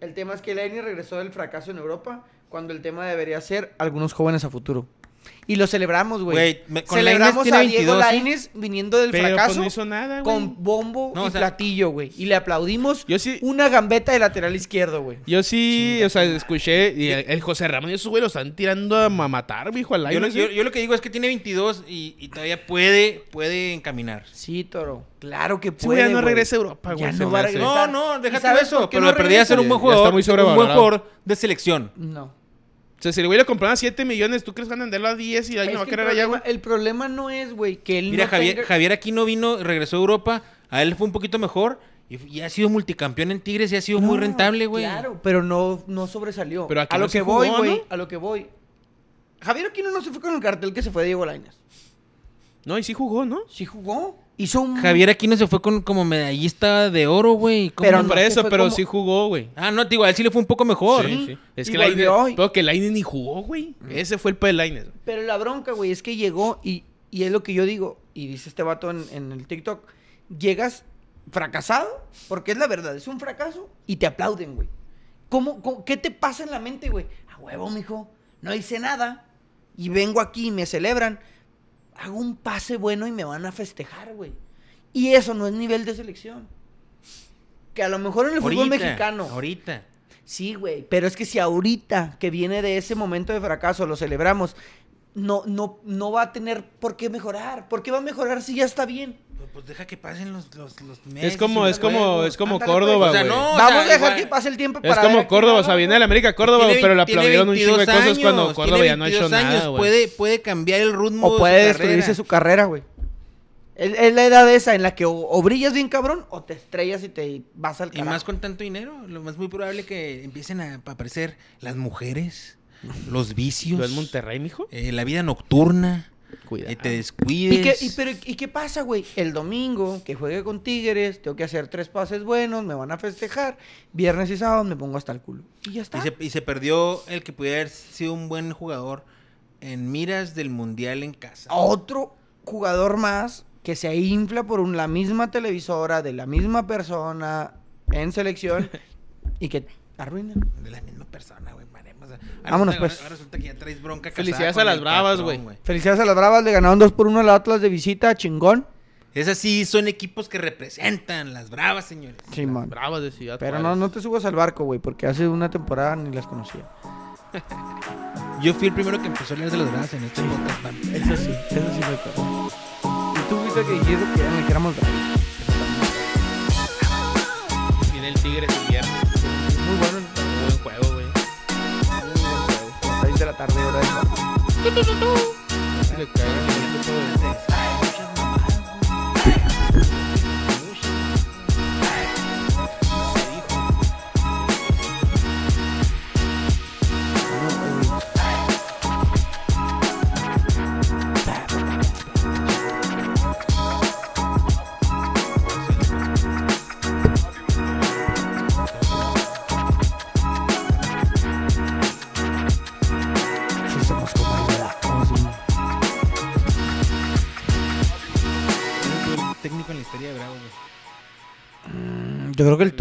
C: El tema es que Lenny regresó del fracaso en Europa cuando el tema debería ser algunos jóvenes a futuro. Y lo celebramos,
B: Güey,
C: güey.
B: me- con
C: Celebramos
B: Lainez tiene
C: a Diego
B: 22, ¿sí?
C: Lainez viniendo del
A: Pero pues
C: fracaso
A: no hizo nada, güey.
C: con bombo
B: No,
C: y
B: o sea-
C: platillo, güey. Y le aplaudimos
A: Yo sí-
C: una gambeta de lateral izquierdo, güey.
A: Yo sí, o sea, escuché y el, el José Ramón y esos güey lo están tirando a ma- matar, viejo, al
B: Yo lo,
A: aire.
B: yo- yo lo que digo es que tiene 22 y, y todavía puede, puede encaminar.
C: Sí, Toro. Claro que
A: Ese
C: puede,
A: güey ya no
C: güey.
A: regresa a Europa, güey.
C: Ya
A: se
C: no
A: me
C: va a
A: hace.
C: regresar.
B: No,
C: Pensar.
B: no,
C: ¿Y
B: déjate
C: sabes
B: eso.
C: por qué
B: Pero
C: no
B: de perdida ser un
A: regresa?
B: buen
A: Ya
B: jugador.
A: está muy
B: un buen
A: sobrevalorado.
B: jugador de selección.
C: No.
A: O sea, si el güey le compraron a 7 millones, ¿tú crees que van a venderlo a 10 y
C: Es
A: alguien lo va a
C: que el,
A: querer allá,
C: problema,
A: güey?
C: el problema no es, güey, que él
B: Mira,
C: no
B: Javier,
C: tenga-
B: Javier aquí no vino, regresó a Europa. A él fue un poquito mejor. Y, y ha sido multicampeón en Tigres y ha sido muy
C: No,
B: rentable, güey.
C: Claro, pero no, no sobresalió.
A: Pero aquí
C: a lo
A: no se
C: que voy,
A: jugó,
C: güey.
A: ¿no?
C: A lo que voy. Javier Aquino no se fue con el cartel que se fue de Diego Lainez.
A: No, y sí jugó, ¿no?
C: Sí jugó. Hizo un.
B: Javier aquí no se fue con, como medallista de oro, güey. ¿Cómo
C: Pero
B: no?
A: Por
C: se
A: eso,
C: fue
A: pero
C: como-
A: sí jugó, güey.
B: Ah, no, te digo, a él sí le fue un poco mejor.
A: Sí, sí. Es
C: Y
A: que Lainez,
C: volvió y- Mm.
A: pero que Lainez ni jugó, güey. Ese fue el pedo de Lainez.
C: Pero la bronca, güey, es que llegó y, y es lo que yo digo. Y dice este vato en, en el TikTok. Llegas fracasado, porque es la verdad, es un fracaso, y te aplauden, güey. ¿Cómo, cómo- qué te pasa en la mente, güey? A huevo, mijo. No hice nada. Y vengo aquí y me celebran. Hago un pase bueno y me van a festejar, güey. Y eso no es nivel de selección. Que a lo mejor en el fútbol mexicano.
B: Ahorita.
C: Sí, güey, pero es que si ahorita que viene de ese momento de fracaso lo celebramos, no, no, no va a tener por qué mejorar. ¿Por qué va a mejorar si ya está bien?
B: Pues, pues deja que pasen los, los, los meses.
A: Es como,
B: y
A: es
B: los
A: como,
B: juegos.
A: es como
C: Ándale, pues.
A: Córdoba,
B: O sea,
A: güey.
B: no,
C: Vamos a
B: sea,
C: dejar
B: igual-
C: que pase el tiempo para
A: Es
C: ver
A: como
C: a quién
A: Córdoba,
C: gana,
A: o sea, viene el
C: güey.
A: América a Córdoba,
B: Tiene
A: pero le
B: 22
A: aplaudieron un chingo de
B: años,
A: cosas cuando
B: tiene
A: Córdoba ya no ha hecho
B: 22
A: nada,
B: años,
A: güey.
B: puede, puede cambiar el rumbo
C: O
B: de
C: puede
B: su
C: destruirse
B: carrera.
C: su carrera, güey. Es, es la edad esa en la que o, o brillas bien cabrón o te estrellas y te vas al
B: Y
C: carajo.
B: más con tanto dinero, lo más muy probable que empiecen a aparecer las mujeres, los vicios,
A: ¿Lo del Monterrey, mijo?
B: eh, la vida nocturna,
A: Cuidado.
B: eh, te
C: ¿Y qué,
B: descuides.
C: y pero- ¿y qué pasa, güey? El domingo que juegue con Tigres, tengo que hacer tres pases buenos, me van a festejar. Viernes y sábado me pongo hasta el culo. Y ya está.
B: Y se, y se perdió el que pudiera haber sido un buen jugador en miras del mundial en casa.
A: Oh.
C: otro jugador más que se infla por un- la misma televisora de la misma persona en selección y que arruina.
B: De la misma persona, güey. mare, o sea, ahora
C: Vámonos,
B: resulta-
C: pues.
B: Ahora resulta que ya traes bronca. casada
A: Felicidades
B: con
A: a las
B: el
A: Bravas,
B: patrón,
A: güey.
C: Felicidades a las Bravas, le ganaron 2 por 1 al Atlas de visita, chingón.
B: Esas sí son equipos que representan las Bravas, señores.
C: Simón.
A: Bravas de Ciudad
C: Pero no,
A: Juárez.
C: no te subas al barco, güey, porque hace una temporada ni las conocía.
B: Yo fui el primero que empezó a leer de las Bravas en este podcast. man.
C: Eso sí, eso sí me pegó. Y tú fuiste el que dijiste que eran- que éramos bravos.
A: Viene el Tigre su viernes.
C: Muy bueno,
A: Muy buen juego, güey.
C: a las 6 de la tarde, hora de jugar.
A: Se le cae el viento, güey.
C: Sí, somos comunidad, somos una-
B: Yo fui el técnico en la historia de Bravos, güey.
C: Mm, Yo creo que el